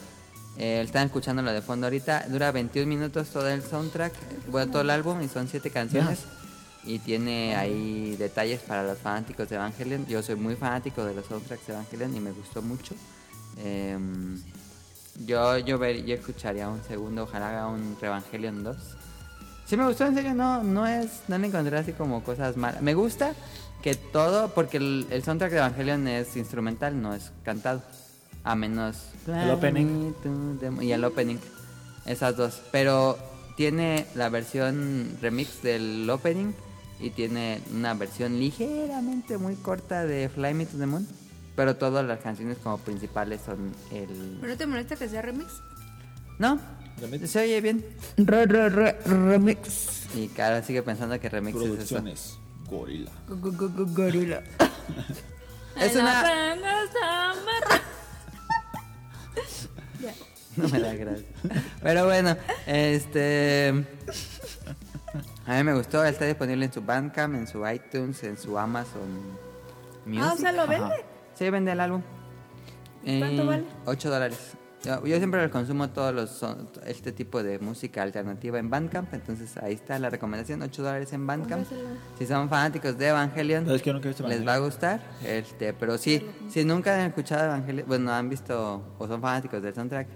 Eh, están escuchando lo de fondo ahorita. Dura 21 minutos todo el soundtrack, bueno, todo el álbum y son 7 canciones. y tiene ahí detalles para los fanáticos de Evangelion. Yo soy muy fanático de los soundtracks de Evangelion y me gustó mucho. Em, yo, yo, ver- yo escucharía un segundo, ojalá haga un Evangelion 2. Sí me gustó, en serio, no, no es, no le encontré así como cosas malas. Me gusta que todo, porque el, el soundtrack de Evangelion es instrumental, no es cantado. A menos El opening. y el opening. Esas dos. Pero tiene la versión remix del opening y tiene una versión ligeramente muy corta de Fly Me to the Moon. Pero todas las canciones como principales son el... ¿Pero no te molesta que sea remix? No, Remix. se oye bien. Re, re, re, remix. Y Cara sigue pensando que remix es eso. Producciones. Gorila. Go, go, go, go, gorila. Es En una- la pena está amarra- No me da gracia. Pero bueno, este. A mí me gustó, está disponible en su Bandcamp, en su iTunes, en su Amazon Music. Ah, o sea, lo Ajá. vende. Sí, vende el álbum. ¿Cuánto vale? 8 dólares. Yo, yo siempre lo consumo todos los son- este tipo de música alternativa en Bandcamp, entonces ahí está la recomendación, 8 dólares en Bandcamp. Si son fanáticos de Evangelion, No, es que yo nunca he visto les va a gustar. Este, pero sí, si nunca han escuchado Evangelion, bueno, han visto o son fanáticos del soundtrack,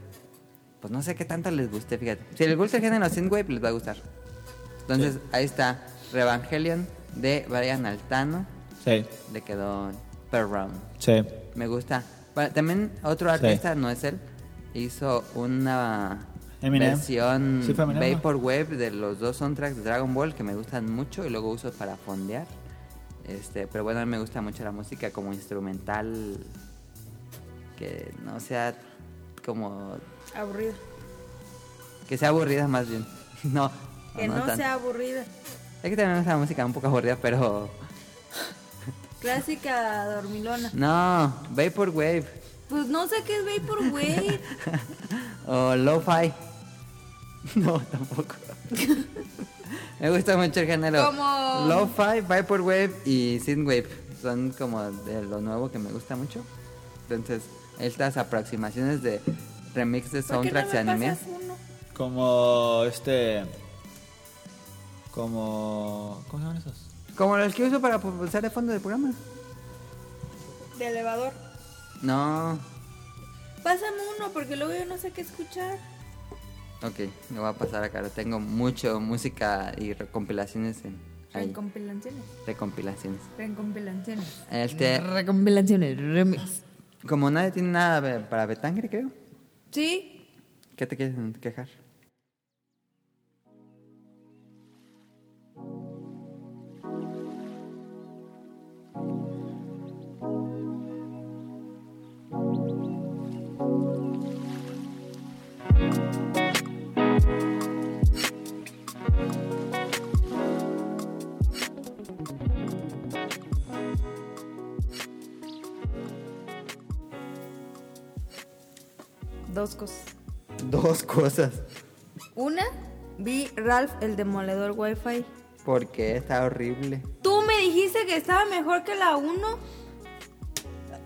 pues no sé qué tanto les guste, fíjate. Si les gusta el género synthwave, les va a gustar. Entonces, ahí está Evangelion de Brian Altano, Sí, le quedó perrón. sí. Me gusta. Bueno, también otro Sí. artista, no es él, hizo una Eminem. versión Sí, fue Eminem, ¿no? Vaporwave de los dos soundtracks de Dragon Ball que me gustan mucho y luego uso para fondear. Este, pero bueno, a mí me gusta mucho la música como instrumental que no sea como Aburrida. que sea aburrida más bien. No, Que no, tanto. sea aburrida. Es que también es la música un poco aburrida, pero Clásica dormilona. no, Vaporwave Pues no sé qué es Vaporwave. O lo-fi. No, tampoco. Me gusta mucho el género. Como- Lo-fi, Vaporwave y Synthwave. Son como de lo nuevo que me gusta mucho. Entonces, estas aproximaciones de remix de ¿Por qué no soundtracks de me anime. pasas uno? Como este. Como. ¿Cómo se llaman esos? Como los que uso para usar de fondo del programa. De elevador. No. Pásame uno porque luego yo no sé qué escuchar. Ok, me voy a pasar acá. Tengo mucho música y recompilaciones en. ahí. Recompilaciones. Recompilaciones. Recompilaciones. Este, Recompilaciones, remix. como nadie tiene nada de- para Betangre, creo. Sí. ¿Qué te quieres quejar? Dos cosas. Dos cosas. Una, vi Ralph el demoledor Wi-Fi. Porque está horrible. Tú me dijiste que estaba mejor que la 1.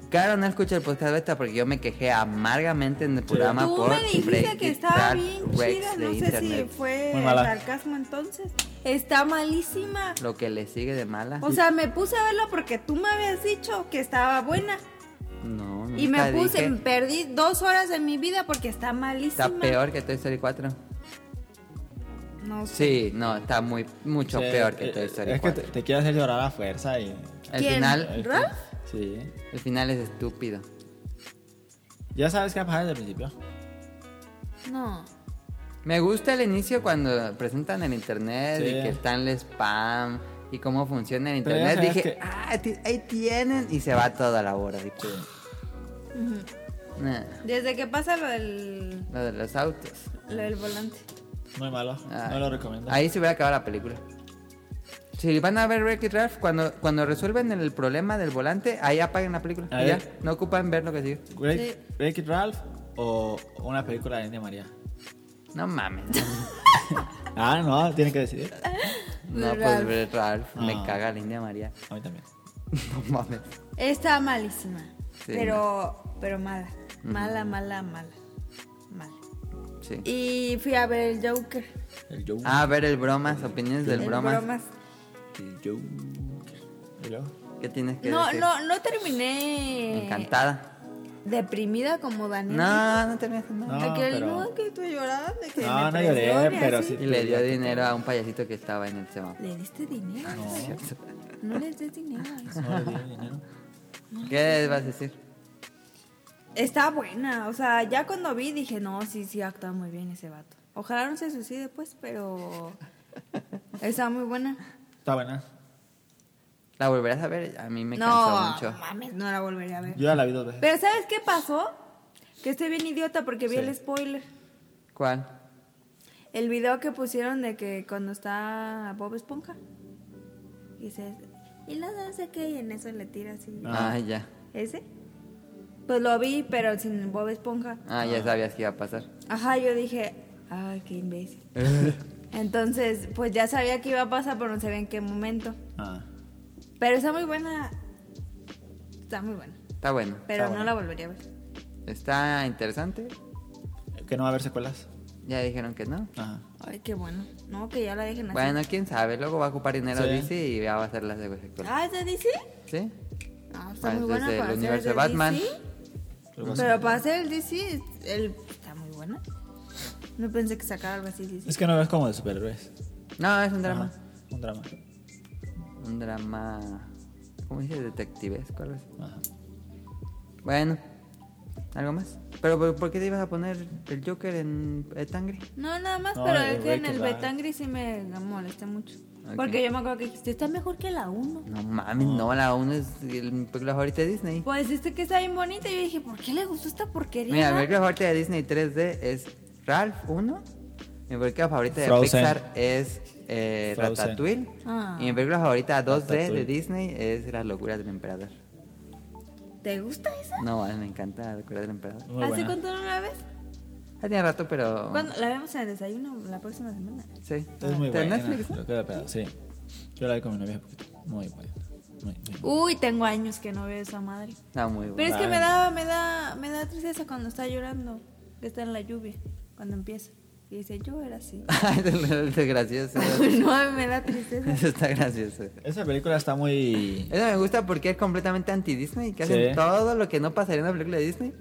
Claro, no escuché el podcast beta porque yo me quejé amargamente en el programa Tú por me dijiste break- que estaba dark bien breaks chida. de No sé internet. si fue Muy mala. sarcasmo entonces. Está malísima. Lo que le sigue de mala. O sea, me puse a verla porque tú me habías dicho que estaba buena. no, Y me nunca puse, dije. perdí dos horas de mi vida porque está malísima. Está peor que Toy Story 4. No sé. Sí, no, está muy mucho Sí, peor que eh, Toy Story Es que 4. te, te quiere hacer llorar a fuerza y. El ¿Quién? final, ¿Ralph? Sí. el final es estúpido. Ya sabes qué va a pasar desde el principio. No. Me gusta el inicio cuando presentan el internet Sí. y que están el spam y cómo funciona el Pero ya internet. sabes Dije, que- ah, ti- ahí tienen. Y se va toda la hora. Dije, nah, Desde que pasa lo del, lo de los autos. lo del volante. Muy malo. Ah, No lo recomiendo. Ahí se hubiera acabado la película. Si van a ver Wreck It Ralph, cuando, cuando resuelven el problema del volante, ahí apaguen la película. A Y ya, ver. no ocupan ver lo que sigue. Break, Sí. Break It Ralph o una película de India María. No mames. Ah, no, tiene que decidir. No, pues Ralph. Wreck It Ralph. Me Ah. caga la India María. A mí también. No mames. Está malísima. Sí, pero, pero mala. Mala, mala, mala. Mala. Sí. Y fui a ver el Joker. El Joe. Ah, a ver el bromas, opiniones del el bromas. bromas. Little Joe. ¿Y luego? ¿Qué tienes que No, decir? no, eh, no terminé. Encantada. Deprimida como Daniel. No, no terminaste nada. No, Aquel, pero- no, que estoy llorando. Que me No, no lloré, presione, pero así. sí. Y le dio dinero a un payasito que estaba en el semáforo. ¿Le diste dinero? No, les des dinero a eso. No le di dinero. ¿Qué vas a decir? Está buena, o sea, ya cuando vi dije, no, sí, sí, actúa muy bien ese vato. Ojalá no se suicide, pues, pero. Está muy buena. Está buena. ¿La volverás a ver? A mí me no, cansó mucho. mames, no la volvería a ver. Yo ya la vi dos veces. Pero ¿sabes qué pasó? Que estoy bien idiota porque vi Sí. el spoiler. ¿Cuál? El video que pusieron de que cuando está Bob Esponja. Y dices, y no sé qué, y en eso le tira así. Ah. Ah, ya. ¿Ese? Pues lo vi, pero sin Bob Esponja. Ah, ya sabías que iba a pasar. Ajá, yo dije, ay, qué imbécil. Entonces, pues ya sabía que iba a pasar, pero no sabía en qué momento. Ah. Pero está muy buena. Está muy buena. Está bueno. Pero Está no buena. la volvería a ver. Está interesante. Que no va a haber secuelas. Ya dijeron que no. Ajá. Ay, qué bueno. No, que ya la dejen así. Bueno, quién sabe. Luego va a ocupar dinero Sí. DC y ya va a hacer las de secuela. Ah, ¿es de DC? ¿Sí? No, Ah, está es muy buena desde para hacer el universo de Batman. DC. Luego Pero sí. para hacer el DC, es- el... está muy buena. No pensé que sacara algo así, DC. Es que no es como de superhéroes. No, es un drama. Ajá, Un drama. Un drama. ¿Cómo dice? Detectives. ¿Cuál es? Ajá. Bueno, ¿algo más? ¿Pero por, por qué te ibas a poner el Joker en el Tangri? No, nada más, No, pero el es que en Breaking el Bad. Betangri sí me molesta mucho. Ok. Porque yo me acuerdo que dijiste, está mejor que la 1. No mames, no, la 1 es el película favorita de Disney. Pues este que está bien bonita. Yo dije, ¿por qué le gustó esta porquería? Mira, mi película favorita de Disney 3D es Ralph 1. Mi película favorita de Frozen. Pixar es eh, Frozen. Ratatouille. Ah. Y mi película favorita 2D de Ratatouille. Disney es Las locuras del emperador. ¿Te gusta esa? No, mames, me encanta Las locuras del emperador. Muy ¿Hace buena. cuánto no la ves? Ya tiene rato, pero... ¿Cuándo? La vemos en el desayuno la próxima semana. Sí. Es muy ¿Está en buena. Netflix, no? Lo que da pedo, Sí. Yo la vi con mi novia hace poquito. Muy buena. Muy, muy buena. Uy, tengo años que no veo esa madre. Está muy Pero buena. es que me da, me da, me da tristeza cuando está llorando, que está en la lluvia, cuando empieza. Y dice, yo era así. Eso es gracioso. no, me da tristeza. Eso está gracioso. Esa película está muy. Eso me gusta porque es completamente anti-Disney, que Sí. hacen todo lo que no pasaría en una película de Disney.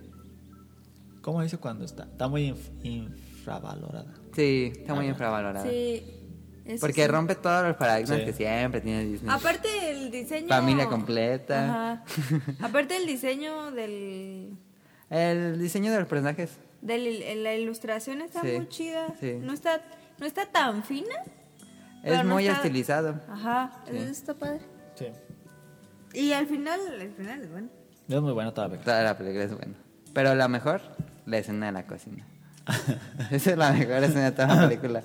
¿Cómo dice cuando está? Está muy inf- infravalorada. Sí, está muy infravalorado. Sí. eso porque sí. rompe todos los paradigmas Sí. que siempre tiene Disney. Aparte el diseño. Familia completa. Ajá. Aparte el diseño del, El diseño de los personajes. del il- la ilustración está Sí, muy chida. sí. No está, no está tan fina. es pero no muy está- estilizado. Ajá. Eso está padre. Sí. Y al final, al final es bueno. Es muy buena toda la película. Toda la película es buena. Pero la mejor, la escena de la cocina. Esa es la mejor escena de toda la película.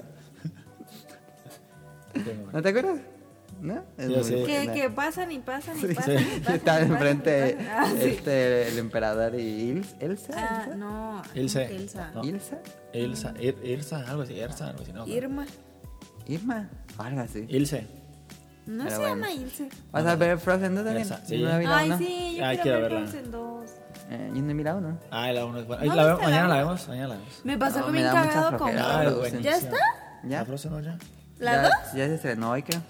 Sí, muy buena. ¿No te acuerdas? ¿No? Es Yo muy sí. Que, buena. que pasan y pasan y Sí, pasan. sí. y pasan, Estaba y pasan, y enfrente pasan. Ah, sí. este, el emperador y Ils- Elsa. Ah, ¿Elsa? no. Ilse. Ilsa. No. ¿Ilsa? Ilsa, Ir- Ilsa, algo así. Irsa, algo así. No, Irma. Irma, o algo así. Ilse. No Pero se bueno. llama Ilse. ¿Vas a ver Frozen 2 también? Esa, sí. No he visto Ay, uno. sí, yo Ay, quiero, quiero ver verla. Frozen 2. Eh, yo no he mirado uno. Ah, la 1 es buena. ¿No Ay, la ve- viste la mañana la uno? vemos. Mañana la vemos. Me pasó No, que me me da mucha cagado con. flojera, Ah, pero bueno. ¿Ya está? ¿Ya? ¿La Frozen no ya? ¿La ya, 2? Ya se estrenó hoy, creo.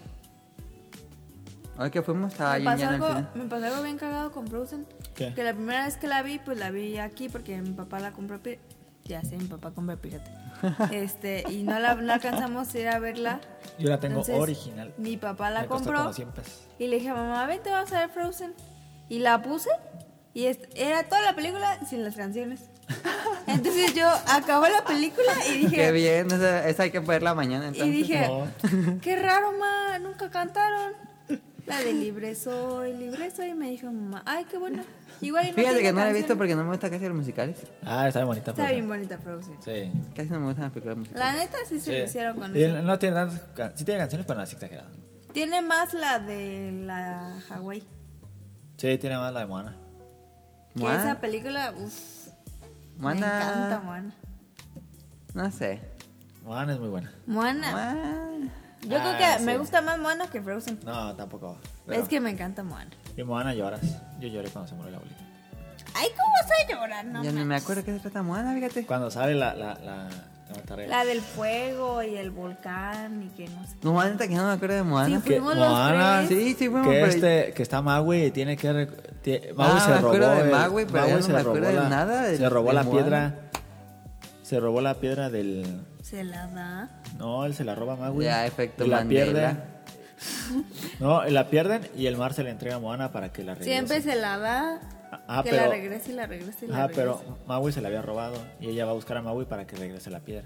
Hoy que fuimos estaba me yo pasó, ya en el algo, cine. me pasó algo bien cagado con Frozen. ¿Qué? Que la primera vez que la vi, pues la vi aquí porque mi papá la compró pi- Ya sé, mi papá compra pirata. Este, y no la no alcanzamos a ir a verla. Yo la tengo Entonces, original. Mi papá la Me costó compró. como 100 pesos. Y le dije, a mamá, vente, vamos a ver Frozen. Y la puse. Y es- era toda la película sin las canciones. Entonces yo acabó la película y Qué dije. bien, esa, esa hay que verla mañana Y entonces. dije, No. qué raro, ma, nunca cantaron. La de Libre Soy, Libre Soy. Y me dijo, mamá, ay, qué bueno. Igual y no Fíjate tiene que no la he visto canciones. porque no me gustan casi los musicales. Ah, está bien bonita. Está Frozen. bien bonita Frozen. Sí. Casi no me gustan las películas La musicales. neta sí se lo hicieron con Eh, Y eso. No tiene tantas. can- Sí tiene canciones, pero no es exagerado. Tiene más la de la Hawái. Sí, tiene más la de Moana. Que Moana. esa película, uff. Me Moana. encanta Moana. No sé. Moana es muy buena. Moana. Moana. Yo creo Ah, que sí. me gusta más Moana que Frozen. No, tampoco. Es que me encanta Moana. Y Moana lloras. Yo lloré cuando se murió la abuelita. Ay, ¿cómo vas a llorar? No, ya no me manches. acuerdo qué se trata Moana, fíjate. Cuando sale la, la, la, La tarea. La del fuego y el volcán y que no sé. No, neta, que ya no me acuerdo de Moana. Sí, Fuimos los tres. Sí, sí, fuimos, que, pero- este, que está Magui y tiene que... rec- tie- Magui Ah, se me acuerdo robó de el- Magui, pero ya no se me acuerdo robó de la- nada de- se robó de la Moana. piedra. Se robó la piedra del... Se la da. No, él se la roba a Magui. Ya, efecto y la Mandela. pierden. No, y la pierden y el mar se la entrega a Moana para que la regrese. Siempre se la da. Ah, que pero- la regrese y la regrese y la Ah, regrese. pero Maui se la había robado y ella va a buscar a Maui para que regrese la piedra.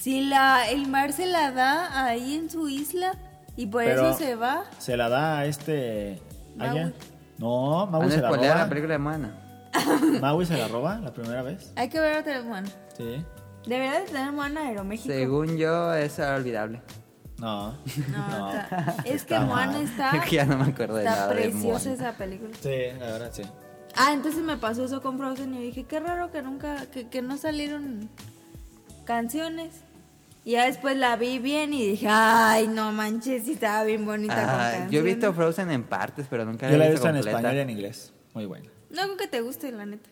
Si la, el mar se la da ahí en su isla y por Pero- Pues, eso se va. Se la da a este... ¿a Maui. ella? No, Maui Van a se la spoilear la roba. película de Moana. Maui se la roba la primera vez. Hay que ver otra Moana. Sí. Debería de tener Moana Aeroméxico. Según yo, es olvidable. No. No, No. pues, está- es que Está Moana mal. está, Que ya no me acuerdo de está nada de preciosa Moana. esa película. Sí, la verdad, sí. Ah, entonces me pasó eso con Frozen y dije, qué raro que nunca, que, que no salieron canciones. Y ya después la vi bien y dije, ay, no manches, sí estaba bien bonita con Ah, yo he canciones". visto Frozen en partes, pero nunca Yo la he visto visto en completa. español y en inglés. Muy buena. No creo que te guste, la neta.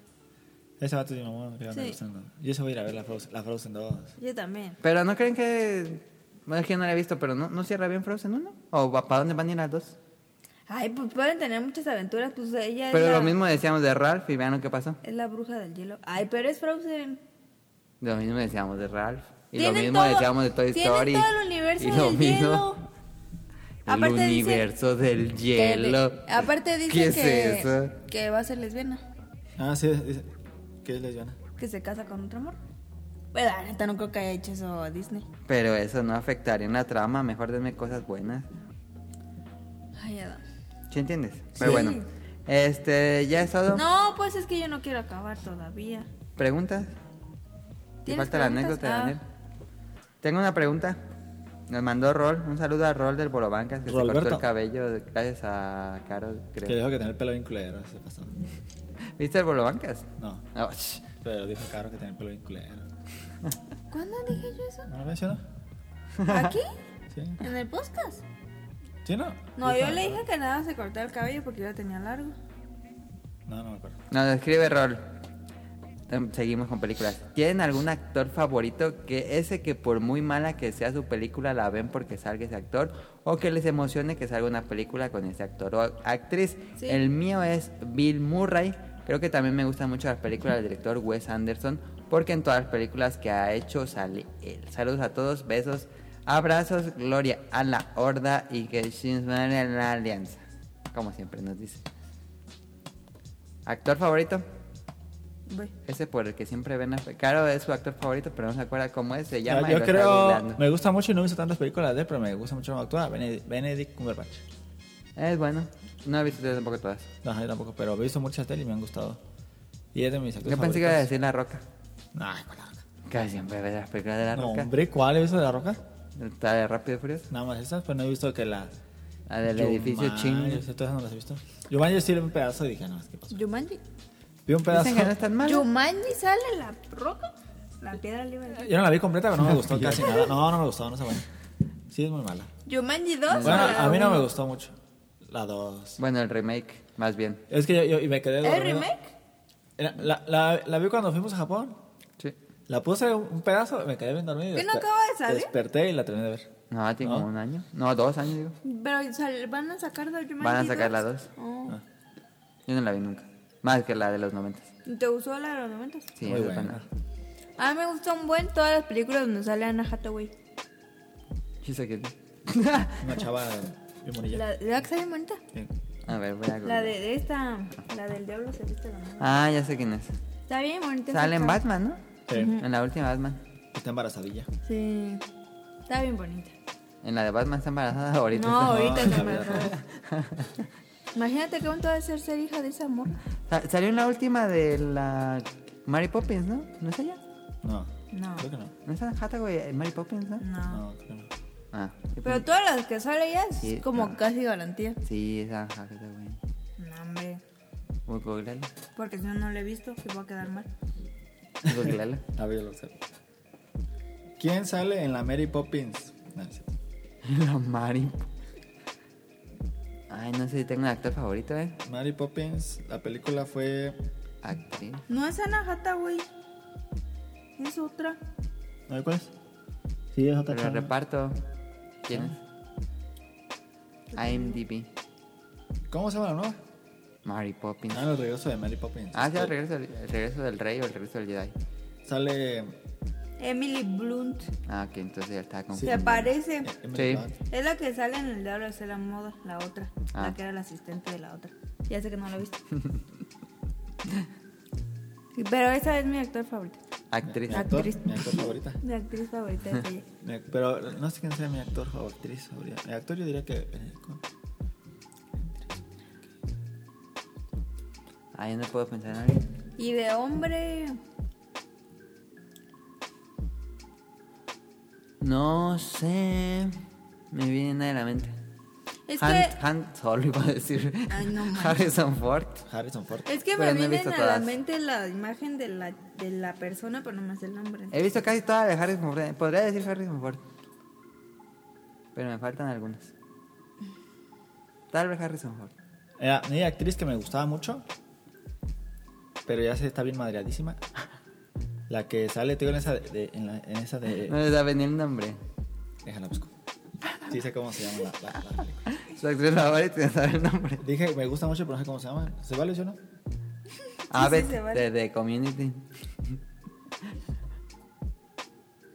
Ese vato de mi mamá me queda Sí. gustando. Yo se voy a ir a ver la Frozen, la Frozen 2. Yo también. Pero no creen que... Bueno, es que yo no la he visto, pero ¿no, no cierra bien Frozen 1? ¿O va- para dónde van a ir las dos? Ay, pues pueden tener muchas aventuras, pues ella es, Pero la, lo mismo decíamos de Ralph y vean lo que pasó. es la bruja del hielo. Ay, pero es Frozen. Lo mismo decíamos de Ralph. Y lo Tienen mismo todo- decíamos de Toy tienen Story. todo el universo y lo del mismo- hielo. El Aparte dice- universo del Que de- hielo. aparte dice ¿Qué es que, eso? que va a ser lesbiana. Ah, sí, dice que es lesbiana. que se casa con otro amor. Pero la neta no creo que haya hecho eso Disney. Pero eso no afectaría en la trama. Mejor denme cosas buenas. Ay, Adam. ¿Sí entiendes? Pero bueno. Este, ya es todo. No, pues es que yo no quiero acabar todavía. ¿Preguntas? ¿Te ¿Tienes falta la preguntas? anécdota, Ah. Daniel? Tengo una pregunta. Nos mandó Rol. Un saludo a Rol del Borobancas que se cortó Rolberto. el cabello de- gracias a Carol, Que creo. dijo que tenía el pelo bien culero, se pasó. ¿Viste el Borobancas? No, No, sh. pero dijo Caro que tenía el pelo bien culero. ¿Cuándo dije yo eso? ¿No lo mencionó? ¿Aquí? Sí. ¿En el podcast? ¿Sí no? No, Dijo- yo le dije que nada se cortaba el cabello porque yo lo tenía largo. No, no me acuerdo. Nos escribe Rol. Em, Seguimos con películas. ¿Tienen algún actor favorito que ese que por muy mala que sea su película la ven porque salga ese actor o que les emocione que salga una película con ese actor o actriz? Sí. El mío es Bill Murray. Creo que también me gustan mucho las películas del director Wes Anderson porque en todas las películas que ha hecho sale él. Saludos a todos, besos, abrazos, gloria a la horda y que Shinsmane la alianza. Como siempre nos dice. ¿Actor favorito? Voy. Ese por el que siempre ven a... Caro es su actor favorito, pero no se acuerda cómo es, se llama Ah, y yo lo está creo. googleando. Me gusta mucho y no he visto tantas películas de él, pero me gusta mucho cómo actúa. Benedi- Benedict Cumberbatch. Es bueno. No he visto tampoco todas. No, yo tampoco, pero he visto muchas de él y me han gustado. Y es de mis Yo actores pensé que iba a favoritos. decir La Roca. Ay, con la roca. Casi siempre ves las películas de La No, Roca. hombre, ¿cuál he visto de la roca? Está de Rápido y Furioso. Nada más esas, pues no he visto que la. La del edificio Jumanji, ching. sí, Todas no las he visto. Jumanji sí vi un pedazo y dije, no, es que pasó. ¿Yumanji? Vi un pedazo. Dicen que no es tan malo. ¿Yumanji sale la roca? La piedra libre. Yo no la vi completa, pero no me gustó casi nada. No, no me gustó, no sé bueno. Sí, es muy mala. ¿Yumanji 2? Bueno, a mí no me gustó mucho. La 2. Bueno, el remake, más bien. Es que yo, yo- y me quedé dormido. ¿El remake? Era- La, la- la vi cuando fuimos a Japón. Sí. La puse un un pedazo, me quedé bien dormido. y ¿Que no desper- acaba de salir? Desperté y la terminé de ver. No, tiene ¿No? como un año. No, dos años, digo. Pero sal- van a sacar de Yumanji Van a sacar la dos? dos. Oh. Yo no la vi nunca. Más que la de los noventas. ¿Te gustó la de los 90? Sí, Muy esa es buena. buena. A mí me gusta un buen todas las películas donde sale Anna Hathaway. Sí, sé que sí. Una chava bien bonita. La, la que sale bonita. Bien. A ver, voy a... La de, de esta, la del diablo se viste la mano. Ah, ya sé quién es. Está bien bonita. esa Sale en chava. Batman, ¿no? Sí. En la última Batman. Está embarazadilla. Sí. Está bien bonita. En la de Batman está embarazada ahorita. no, está- ahorita se no, la me verdad. Imagínate qué bonito va a ser ser hija de esa morra. Sa- Salió en la última de la Mary Poppins, ¿no? ¿No es ella? No, No. creo que no. ¿No es Anne Hathaway en Mary Poppins, no? No. No, creo que no. Ah. sí, Mm. Pero pues, todas las que sale ella es Sí, como no. casi garantía. Sí, es Anne Hathaway. No, hombre. Voy a googlearla. Porque si no, no la he visto, que va a quedar mal. Voy a googlearla. A ver, yo lo sé. ¿Quién sale en la Mary Poppins? No, no sé. la Mary Po- Ay, no sé si tengo un actor favorito, ¿eh? Mary Poppins, la película fue. Actriz. No es Anna Hathaway. Es otra. ¿A ver cuál es? Sí, es otra Pero el chamba. reparto. ¿Quién es? IMDb. ¿Cómo se llama la nueva? Mary Poppins. Ah, el regreso de Mary Poppins. Ah, sí, el regreso, el regreso del rey o el regreso del Jedi. Sale. Emily Blunt. Ah, ok, entonces ya estaba Se confundido. parece. eh, Emily Sí. Blunt. Es la que sale en el diablo de hacer la moda, la otra. Ah. La que era la asistente de la otra. Ya sé que no la viste. Pero esa es mi actor favorito. Actriz. Mi actor, Actriz. mi actor favorita. Mi actriz favorita es ella. Mi- Pero no sé quién sea mi actor o actriz. favorita. Mi actor yo diría que. eh, Benedict Ah, yo no puedo pensar en alguien. Y de hombre. No sé. Me viene nada de la mente. Es Han, que. Han Solo iba a decir. Ay, no manches. Harrison Ford. Harrison Ford. Es que me Pero no he viene visto a la todas. mente la imagen de la, de la persona, pero no me sé el nombre. He visto casi todas de Harrison Ford. Podría decir Harrison Ford. Pero me faltan algunas. Tal vez Harrison Ford. Era una actriz que me gustaba mucho. Pero ya se está bien madreadísima. La que sale, tío, en esa de. de- en, la- en esa No de. les da venir el nombre. Déjala busco. Sí sé cómo se llama la, la- la película. Su actriz favorita no sabe el nombre. Dije que me gusta mucho, pero no sé cómo se llama. ¿Se vale yo no? Abed se vale. de, de Community.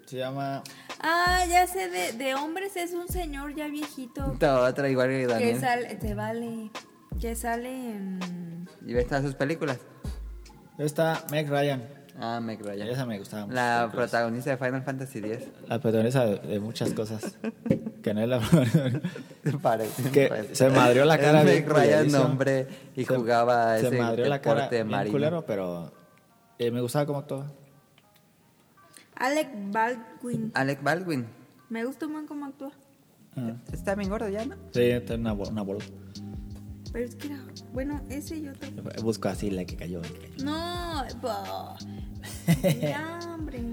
Se llama. Ah, ya sé, de, de hombres es un señor ya viejito. Todo otra igual que Que Daniel. sale. Te vale. Que sale en. Y ves todas sus películas. Está Meg Ryan. Ah, me creo ya. Esa me gustaba mucho. La protagonista de Final Fantasy X. La protagonista de, de muchas cosas. que no es la protagonista. Se parece, Que parece. se madrió la cara Es bien Meg Ryan culerizo. nombre y Se- jugaba se ese madrió la cara deporte bien marino. culero, pero eh, me gustaba como todo. Alec Baldwin. Alec Baldwin. Me gusta un man cómo actúa. Está bien gordo ya, ¿no? Sí, tenía una, bo- una bola. Pero es que era. Bueno, ese y otro. Eh, Busco así la que cayó. la que cayó. No, bo. Ya, hombre.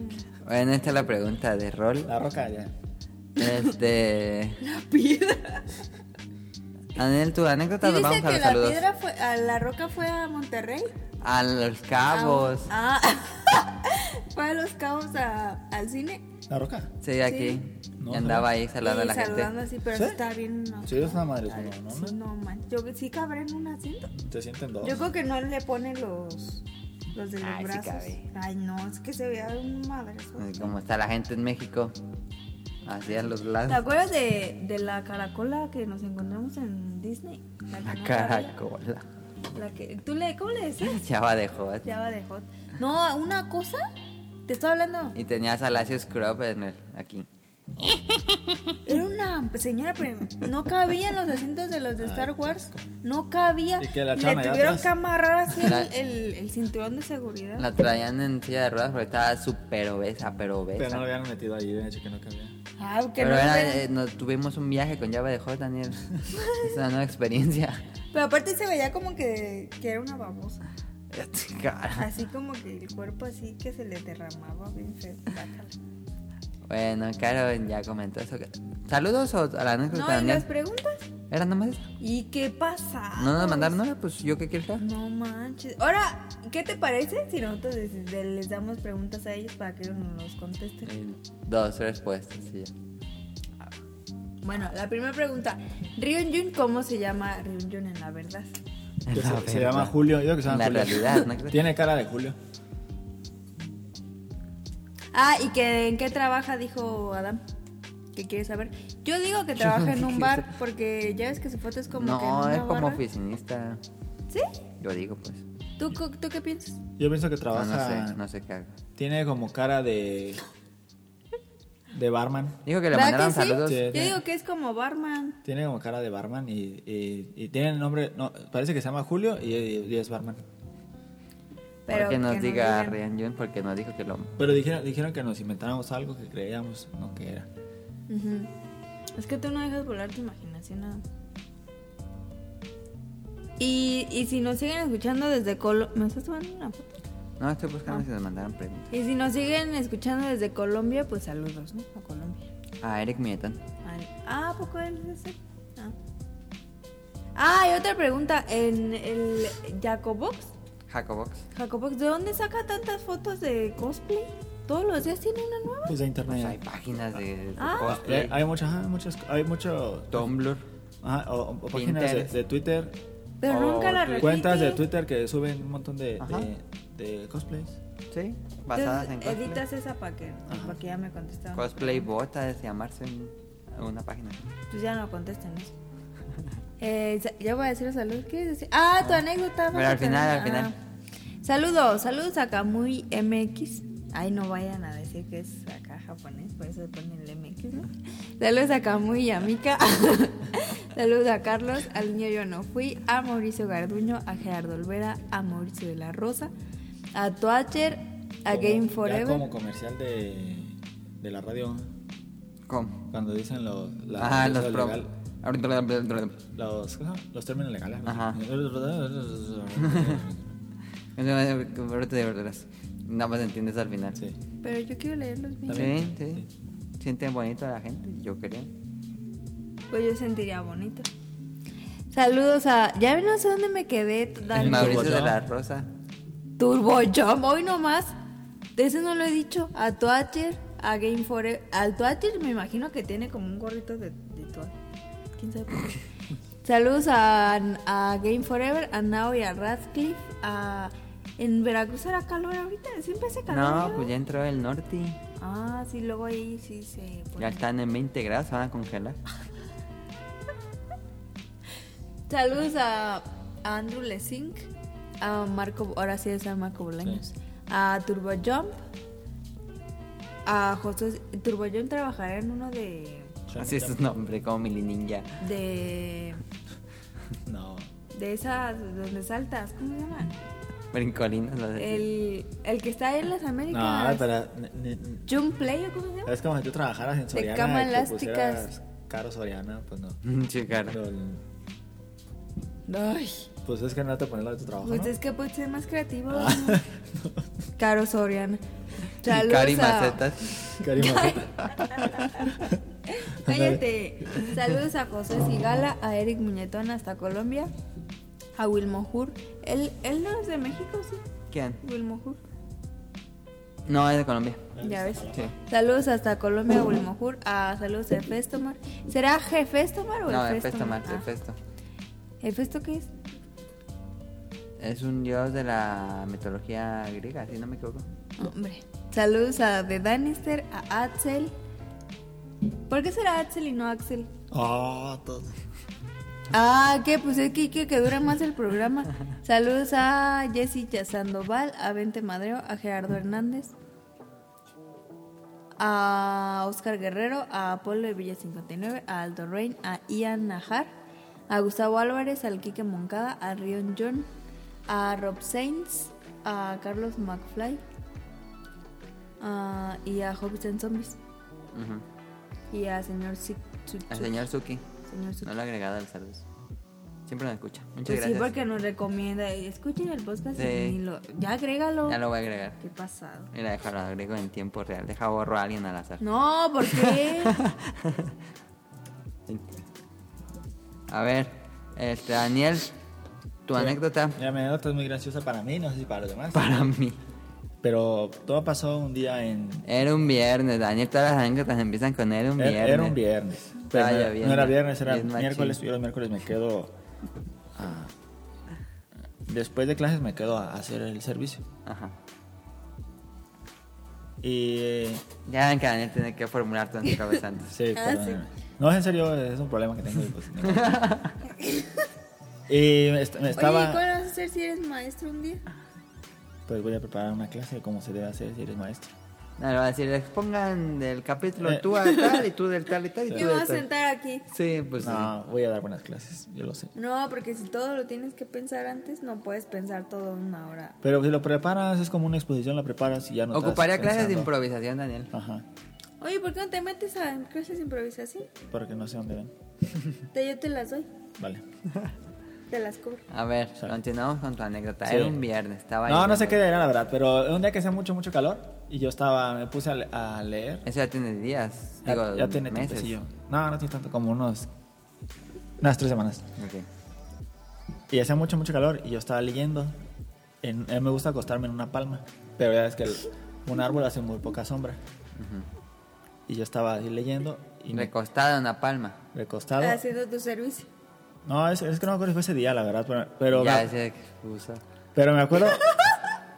Bueno, esta es la pregunta de rol. La roca ya. Este. La piedra. Daniel, tu anécdota ¿Sí nos viste vamos a que los la saludos. piedra fue. A la roca fue a Monterrey? A los cabos. Ah. fue a los cabos a- al cine. La roca. Sí, aquí. No, y andaba ahí Y saludando a la saludando gente. así, pero ¿Sí? está bien. No, Sí, es una madre. es una, ¿no? Sí, no man. Yo sí cabré en un asiento. Te sienten dos. Yo creo que no le pone los. Los de los Ay, sí brazos. cabe. Ay, no, es que se veía un madrazo. Así Como está la gente en México. Así a los ¿Te lados. acuerdas de, de la caracola que nos encontramos en Disney? La, que La no caracola. cabía, La que, ¿tú le, ¿Cómo le decías? Ya va de joder. Ya va de hot. No, una cosa. Te estoy hablando. Y tenía Salacio Scrub en el, aquí. Era una señora, pero no cabía en los asientos de los de Star Wars. No cabía. ¿Y que la Le echaban allá tuvieron atrás? que amarrar así el, La- el- el cinturón de seguridad. La traían en silla de ruedas porque estaba súper obesa, pero obesa. Pero no lo habían metido ahí, de hecho que no cabía. Ah, que Pero no era, era- eh, nos tuvimos un viaje con llave de J, Daniel. es una nueva experiencia. Pero aparte se veía como que, que era una babosa. Cara. Así como que el cuerpo así que se le derramaba bien feo. Guácala. bueno, Caro ya comentó eso. ¿Saludos o a la anécdota, No, y Daniel? las preguntas. ¿Era nomás eso? ¿Y qué pasa? ¿No nos mandaron nada? Pues yo qué quiero saber. No manches. Ahora, ¿qué te parece si nosotros les, les damos preguntas a ellos para que ellos nos los contesten? Eh, Dos respuestas, sí. ya. Bueno, la primera pregunta. Ryunjun, ¿cómo se llama Ryunjun en la verdad? Se, La se verdad. llama Julio. Yo creo que se llama La Julio. realidad, ¿no crees? Tiene cara de Julio. Ah, y que en qué trabaja, dijo Adam. ¿Qué quiere saber? Yo digo que trabaja en un bar porque ya ves que su foto es como que en No, una es como barra. oficinista. ¿Sí? Yo digo, pues. ¿Tú, cu- ¿Tú qué piensas? Yo pienso que No, trabaja. no sé, no sé qué hago. Tiene como cara de. de barman. Dijo que le ¿Verdad mandaron que sí? saludos. Sí. Yo digo que es como barman. Tiene como cara de barman y, y, y tiene el nombre. No, parece que se llama Julio y, y es barman. Pero porque nos que diga digan. Ryan Jun, porque nos dijo que lo. Pero dijeron, dijeron que nos inventáramos algo que creíamos no que era. Ujú. Es que tú no dejas volar tu imaginación nada. Y, y si nos siguen escuchando desde Colombia... ¿Me estás tomando una foto? No, estoy Ah. buscando si nos mandaron premios. Y si nos siguen escuchando desde Colombia, pues saludos, ¿no? A Colombia. A Eric Mietan. Al- Ah, ¿a poco él es ese? Ah. Ah, y otra pregunta. En el Jacobox, Jacobox. Jacobox, ¿de dónde saca tantas fotos de cosplay? Todos los días tiene una nueva. Pues de Pues hay internet. páginas de, de Ah. Y Hay, cosplay, Eh. Pues, hay muchas, ajá, muchas, hay mucho, Tumblr. ajá, o, o páginas de, Pinterest. de Twitter, Pero Oh, nunca la repite. cuentas de Twitter que suben un montón de, Ajá. de, de cosplays. Sí, basadas Entonces, en cosplay. editas esa para que, pa' que ya me contesten. Cosplay bota de llamarse en una página. Pues ya no contesten eso. Eh, sa- ya voy a decir salud. ¿Qué quieres decir? Ah, tu anécdota. Pero al final, al Ah. final. Saludos, saludos a Kamui MX. Ay, no vayan a decir que es acá japonés, por eso le ponen el MX, ¿no? Saludos a Kamui y a Mika. saludos a Carlos, al niño yo no fui, a Mauricio Garduño, a Gerardo Olvera, a Mauricio de la Rosa, a Toacher, a Como- Game ya Forever. como comercial de, de la radio, ¿Cómo? cuando dicen los, la- Ajá, eso Ah, los es prom. legal, Ahorita- los, ¿cómo se llama? los términos legales. Ajá. ahorita de verduras. Nada más entiendes al final. sí. Pero yo quiero leerlos bien. Sí, sí. Sienten bonito a la gente, yo creo. Pues yo sentiría bonito. Saludos a. Ya no sé dónde me quedé. El Dani. Mauricio Turbo de Jam. la Rosa. Turbo Jump, hoy nomás. De ese no lo he dicho. A Toacher, a Game Forever. Al Toacher me imagino que tiene como un gorrito de, de Toad. ¿Quién sabe por qué? Saludos a, a Game Forever, a Nao y a Radcliffe. A, en Veracruz era calor ahorita. Siempre hace calor. No, pues ya entró el norte. Ah, sí, luego ahí sí se. pone. Ya están en 20 grados, se van a congelar. Saludos a a Andrew Lessing, a Marco, ahora sí es a Marco Bolaños, a Turbo Jump, a José. Turbo Jump trabajará en uno de. Así es su nombre, como Mili Ninja. de. No. de esas donde saltas, ¿cómo se llama? Brincolinas, lo de. El, el que está en las No, Eh, ahora Américas. para. ni- ni- Jump Play, ¿o ¿cómo se llama? Es como si tú trabajaras en Soriana. cama y te elásticas. pusieras Caro Soriana, pues no. Sí, cara. Pero el- Ay, pues es que no te pones lo de tu trabajo. pues ¿no? es que puede ser más creativo. Ah, Caro Soriana. Y Saludos Cari a- Macetas. Karim, Cállate. Saludos a José Sigala, a Eric Muñetón hasta Colombia, a Wilmo Hur. Él, él no es de México, sí. ¿Quién? Wilmo Hur. No, es de Colombia. Ya ves. Sí. Saludos hasta Colombia, a Wilmo Hur. A saludos a Festomar. ¿Será Jefestomar o No, el ah. el festo, Festomar? Mar, el festo. ¿Hefesto qué es? Es un dios de la mitología griega, si no me equivoco. Hombre. Saludos a The Danister, a Axel. ¿Por qué será Axel y no Axel? Ah, todo. Ah, que pues es que, que, que dura más el programa. Saludos a Jessy Sandoval, a Vente Madreo, a Gerardo Hernández, a Oscar Guerrero, a Apolo de Villa 59, a Aldo Rein, a Ian Najar, a Gustavo Álvarez, al Quique Moncada, a Rion John, a Rob Sainz, a Carlos McFly a- y a Hobbits and Zombies Ujú. y a señor Sik- Tsu- Al Tsu- señor Suki. señor Tsu- No lo he agregado al saludos. Siempre nos escucha. Muchas Pues sí, gracias. porque nos recomienda. "Eh, Escuchen el podcast Sí. y lo, ya agrégalo. Ya lo voy a agregar. Qué pasado. Mira, déjalo, agrego en tiempo real. Deja borro a alguien al azar. No, ¿por qué? A ver, este, Daniel, tu anécdota Ya, mi anécdota es muy graciosa para mí, no sé si para los demás. para mí. Pero todo pasó un día en. er, Era un viernes, Daniel, todas las anécdotas empiezan con era un era- viernes. Era un viernes. Pero Ah, no, ya no viene. era viernes, era Es machín. miércoles. Yo los miércoles me quedo. a- después de clases me quedo a hacer el servicio. Ajá. Y. eh, Ya ven que Daniel tiene que formular todo en su cabeza antes. Sí, Ah, sí. perdónenme. No, es en serio, es un problema que tengo. y pues, no. y me, est- me estaba. Oye, ¿y ¿cómo lo vas a hacer si eres maestro un día? Pues voy a preparar una clase de cómo se debe hacer si eres maestro. No, le va a decir, expongan del capítulo Eh. tú al tal y tú del tal y tal y tú Yo me voy del a tal. sentar aquí. Sí, pues No, voy a dar buenas clases, yo lo sé. No, porque si todo lo tienes que pensar antes, no puedes pensar todo en una hora. Pero si lo preparas, es como una exposición, la preparas y ya sí. no estás Ocuparía clases de pensando. improvisación, Daniel. Ajá, Oye, ¿por qué no te metes a clases de improvisación? porque no sé dónde ven. Te, yo te las doy, Vale. te las cobro. A ver, Sale. continuamos con tu anécdota. Sí. Era un viernes, estaba No, ahí no sé cuando- qué era, la verdad, pero un día que hacía mucho, mucho calor y yo estaba, me puse a, le- a leer. Eso ya tiene días, Ya- digo, ya tiene meses. tiempecillo. No, no tiene tanto, como unos. Unas tres semanas. Ok. Y hacía mucho, mucho calor y yo estaba leyendo. En- a mí me gusta acostarme en una palma, pero ya es que el- un árbol hace muy poca sombra. Y yo estaba así leyendo y me Recostada en una palma. recostado. Haciendo tu servicio. No, es, es que no me acuerdo si fue ese día, la verdad. Pero, pero, ya, me, esa excusa. pero me acuerdo.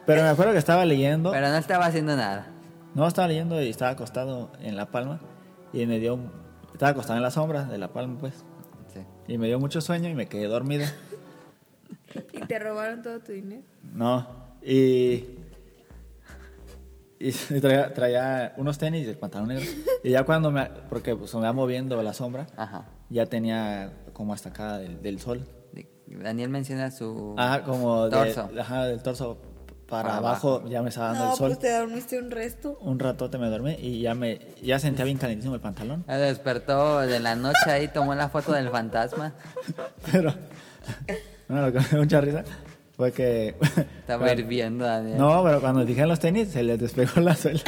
pero me acuerdo que estaba leyendo. Pero no estaba haciendo nada. No, estaba leyendo y estaba acostado en la palma. Y me dio. Estaba acostado en la sombra de la palma, pues. Sí. Y me dio mucho sueño y me quedé dormido. Y te robaron todo tu dinero. No. Y. Y traía, traía unos tenis y el pantalón negro. Y ya cuando me. Porque pues, me va moviendo la sombra. Ajá. Ya tenía como hasta acá del, del sol. Daniel menciona su Ajá, como de- torso. ajá, del Uh. torso para, Para abajo, ya me estaba dando No, Ah, el sol. pues te dormiste un resto. Un ratote me dormí y ya me ya sentía bien calentísimo el pantalón. Ah, Despertó de la noche ahí, tomó la foto del fantasma. Pero bueno, lo que me dio mucha risa fue que Estaba hirviendo Daniel. No, pero cuando fijé en los tenis se les despegó la suela.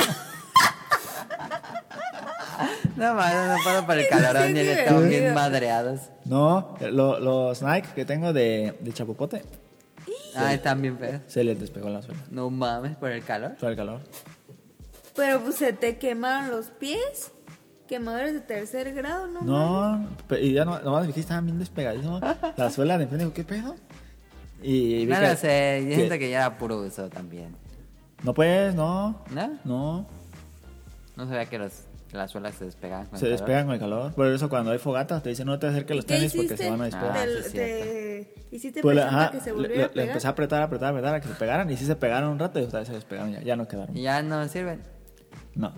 No, más, no puedo por el Sí, calor, sí, Daniel. Estamos bien divertido. madreados. No, lo- los Nike que tengo de, de chapupote Ah, están bien feos. se les despegó la suela. No mames, por el calor. Fue el calor. Pero pues se te quemaron los pies. Quemadores de tercer grado, ¿no? No, pe- y ya no, nomás me fijé, estaban bien despegadísimos. La suela de enfrente, digo, ¿qué pedo? Y vi No que- lo sé, yo siento que ya era puro uso también. No pues, no. ¿No? No, No sabía que los, que las suelas se despegaban con se el calor. despegan con el calor. Por eso cuando hay fogatas te dicen no te acerques a los ¿Qué tenis porque hiciste? se van a despegar. Ah, sí, Te- es te- Hiciste Pues, presión para ajá, que se le- volviera le- a le pegar. empecé a apretar, apretar, apretar a que se pegaran y sí se pegaron un rato y otra vez se despegaron ya, ya no quedaron. Y Ya no sirven. No.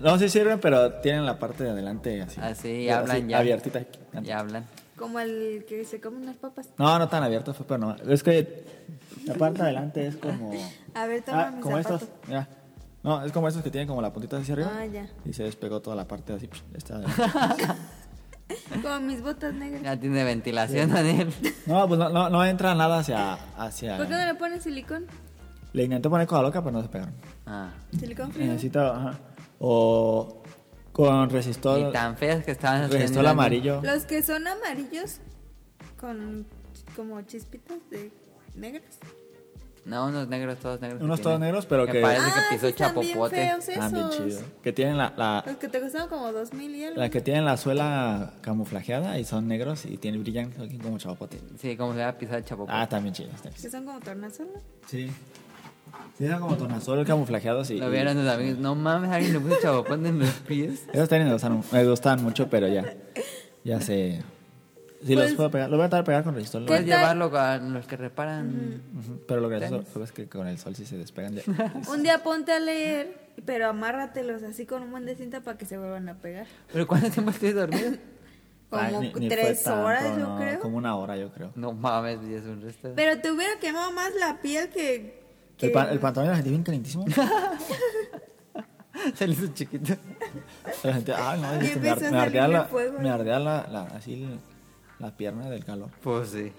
No, sí sirven, pero tienen la parte de adelante así. Así, y Ah, hablan ya. Abiertita. aquí. Ya hablan. Como el que se come unas papas. No, no tan abierto, fue, pero no. Es que la parte de adelante es como. A ver, toma Ah, mi como zapato. estos. Mira. No, es como estos que tienen como la puntita hacia arriba. Ah, ya. Y se despegó toda la parte así. psh, esta de- Como mis botas negras. Ya tiene ventilación, Daniel. No, pues no, no, no entra nada hacia. hacia ¿Por qué Pues no le ponen silicón? Le intenté poner cosa loca, pero no se pegaron. Ah. Silicón frío. Necesito. ajá. O con resistor. Y tan feas que estaban haciendo. Resistor amarillo. Los que son amarillos con ch- como chispitas de negras. No, unos negros, todos negros. que Unos tienen. todos negros, pero que- parece Ah, que pisó sí, están bien chapopote. feos Ah, bien esos. chido. Que tienen la, la, Los que te costaron como dos mil y algo. la que tienen la suela camuflajeada y son negros y tienen brillan aquí como chapopote. Sí, como se llama pisar chapopote. Ah, también chido. Está Que son como tornasola. Sí. Sí, eran como tornasol camuflajeados y. Lo vieron sus amigos. No mames, alguien le puso chapopote en los pies. Esos tenis me gustaron, me gustaban mucho, pero ya. Ya sé. Si los Pues- puedo pegar, los voy a tratar de pegar con resistor. Puedes tal? llevarlo a los que reparan. Ujú, Pero lo gracioso fue que con el sol sí se despegan. ya. Un día ponte a leer, pero amárratelos así con un buen de cinta para que se vuelvan a pegar. ¿Pero cuánto tiempo estoy dormido? Como Ay, ni- ni fue tres tanto, horas, yo no, creo. Como una hora, yo creo. No mames, ya es un resto. Pero te hubiera quemado más la piel que. que- El, pan- el pantalón lo sentí bien calentísimo. Se le hizo chiquito. La gente, ah, no, Y dice, me, ar- empezó a me ardea, salirle la, fuego. me ardea la, la- así el- la pierna del calor. Pues sí.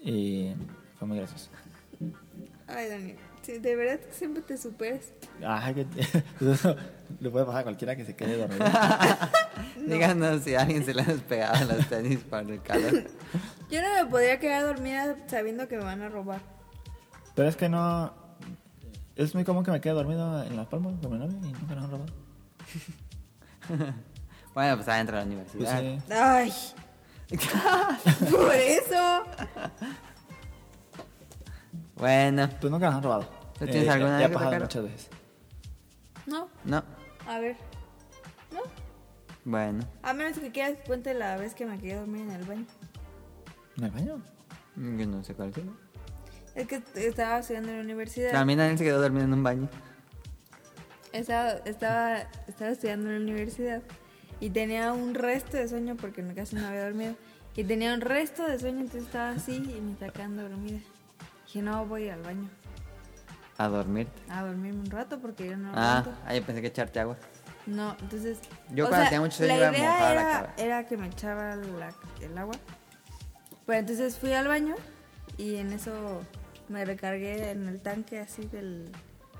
Y fue muy gracioso. Ay, Daniel. sí, de verdad que siempre te superas. Ajá, Ah, que eso le puede pasar a cualquiera que se quede dormido. Díganos si a alguien se le han despegado los tenis para el calor. Yo no me podría quedar dormida sabiendo que me van a robar. Pero es que no. Es muy común que me quede dormido en las palmas con mi novia y nunca nos han robado. Bueno, pues adentro de la Pues, universidad. sí. Ay. Pues Por eso. Bueno, Pues nunca nos han robado. Eh, ¿Tú tienes alguna ya ha anécdota, pasado Caro? muchas veces. No, no. a ver. No. Bueno, A menos que quieras que cuente la vez que me quedé dormida en el baño. ¿En el baño? yo no sé cuál es. Es que estaba estudiando en la universidad. También alguien se quedó dormido en un baño. Estaba, estaba, estaba estudiando en la universidad y tenía un resto de sueño porque no- casi no había dormido. Y tenía un resto de sueño, entonces estaba así y me estaba quedando dormida. Dije, no, voy al baño A dormirte. a dormirme un rato porque yo no Ah, aguanto". ah, yo pensé que echarte agua. No, entonces. Yo o cuando tenía mucho sueño la iba a idea mojar la era, cara. era que me echaba la- el agua. Pero entonces fui al baño y en eso me recargué en el tanque así del,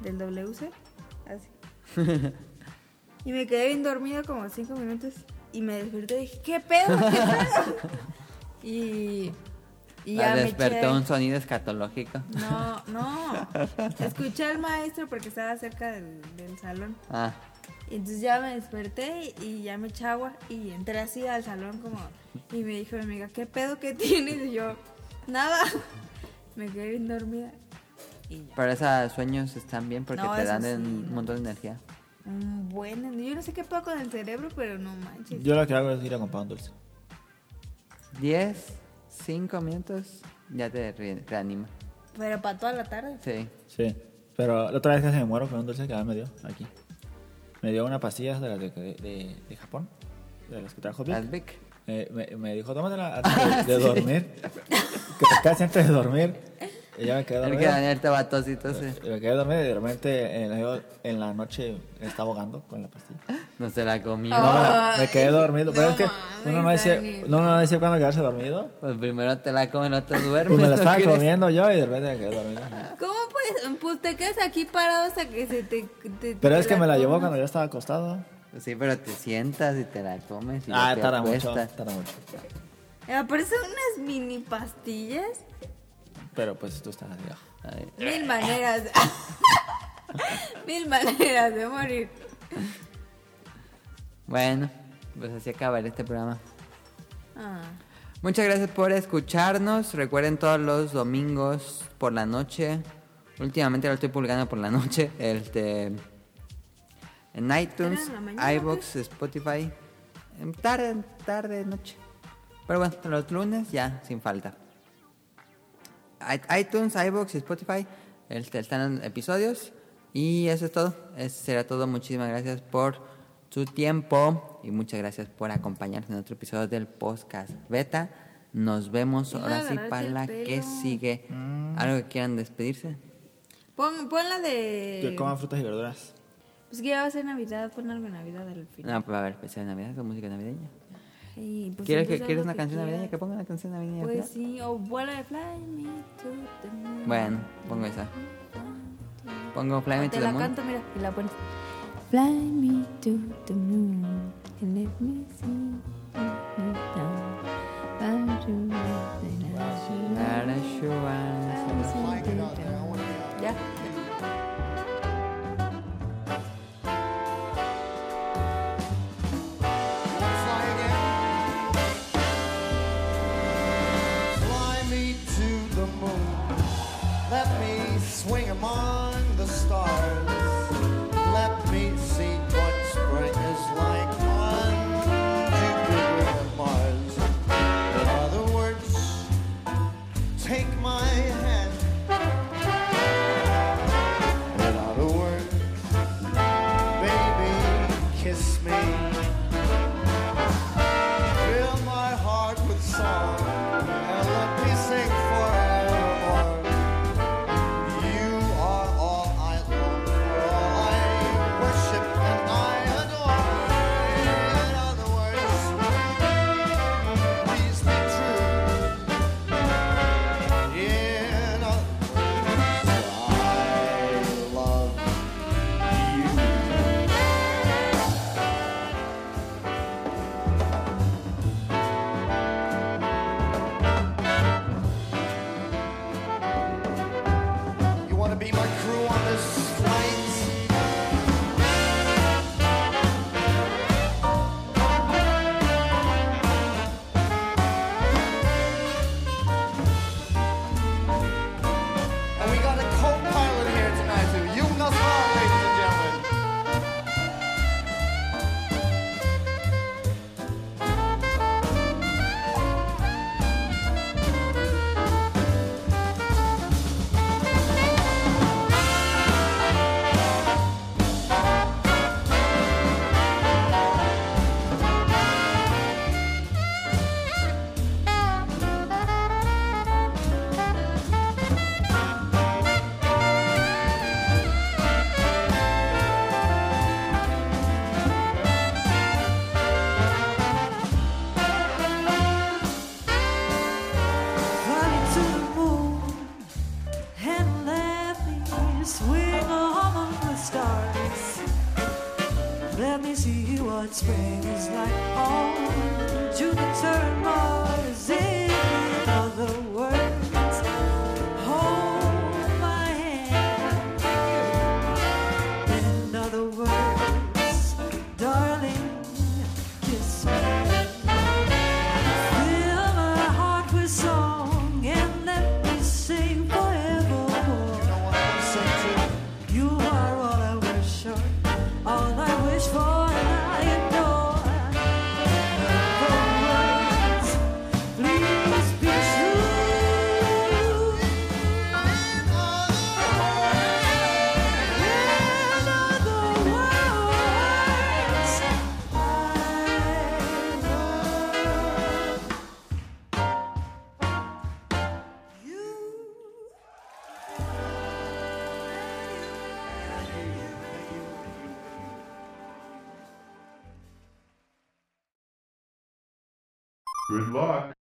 del WC. Así. y me quedé bien dormida como cinco minutos y me desperté y dije, ¿qué pedo? ¿Qué pedo?". y Y La ya me Ah, despertó eché- un sonido escatológico. No, no. Escuché al maestro porque estaba cerca del, del salón. Ah, Y entonces ya me desperté y ya me eché agua y entré así al salón como... Y me dijo mi amiga, ¿qué pedo que tienes? Y yo, nada. Me quedé bien dormida. Y ya. pero esos sueños están bien porque No, te eso dan sí, un no. montón de energía. Mm, Bueno, yo no sé qué puedo con el cerebro, pero no manches. Yo lo que hago es ir a comprar un dulce. 10, 5 minutos, ya te re- reanima. Pero para toda la tarde. Sí. Sí. Pero la otra vez que se me muero con un dulce que a me dio aquí. Me dio una pastilla de, la de, de, de Japón, de las que trajo Vic. Las Vic. Eh, me, me dijo, tómatela antes de, de dormir. Que te casi antes de dormir. Y ya me quedé El dormido. que Daniel te va a tos y tose. Y Me quedé dormido y de repente en la, en la noche me estaba ahogando con la pastilla. No se la comió. Ah. No, me- Ay, me quedé dormido. Pero no es que uno no mames, dice, Dani. uno no dice cuándo quedarse dormido. Pues primero te la comes, no te Pues duermes. me la ¿no estaba quieres? comiendo yo y de repente me quedé dormido. ¿Cómo puedes? Pues te quedas aquí parado hasta que se te... te- Pero te es que me la llevó comas. cuando yo estaba acostado. Sí, pero te sientas y te la comes. Y Ah, ya te tarda mucho, acuestas. tarda mucho. Me Eh, aparecen unas mini pastillas. Pero pues tú estás viejo. Ay, Eh. Mil maneras. Mil maneras de morir. Bueno, pues así acabaré este programa. Ah. Muchas gracias por escucharnos. Recuerden todos los domingos por la noche. Últimamente lo estoy publicando por la noche. Este, en iTunes, Era en la mañana, iBox, Spotify. En tarde, tarde, noche. Pero bueno, los lunes ya, sin falta. I- iTunes, iBox y Spotify este, están en episodios. Y eso es todo. Eso será todo. Muchísimas gracias por su tiempo. Y muchas gracias por acompañarnos en otro episodio del podcast beta. Nos vemos Iba a ahora sí agarrarte para el la que pelo. sigue. ¿Algo que quieran despedirse? Pon, pon la Que de. coman frutas y verduras. Pues que ya va a ser Navidad, pon algo de Navidad al final. No, pues a ver, especial de Navidad, con música navideña. Y, pues, Ah. ¿Quieres, que, entonces ¿quieres algo una canción navideña? Que quieras. ponga una canción navideña. al Pues final? sí, o vuela de Fly Me to the Moon. Bueno, pongo esa. Pongo Fly O Me to Ah, te the la Moon. canto, mira, y la pones. Fly me to the moon and let me see you now. Fly to the night. Para Shua. Ya. Fly me to the moon. Let me swing among the stars. Let me see what spring is like on Jupiter and Mars. In other words, take my hand. In other words, baby, kiss me. Fill my heart with song and let me sing forevermore. You are all I long for, all I worship and I adore. In other words, please be true. In other words, I love you. You want to be my crew on this flight? And we got a co-pilot here tonight, too. You must all, ladies and gentlemen. Fly to the moon and let me swing among the stars. Let me see what spring is like on Jupiter and Mars. In other words, Good luck.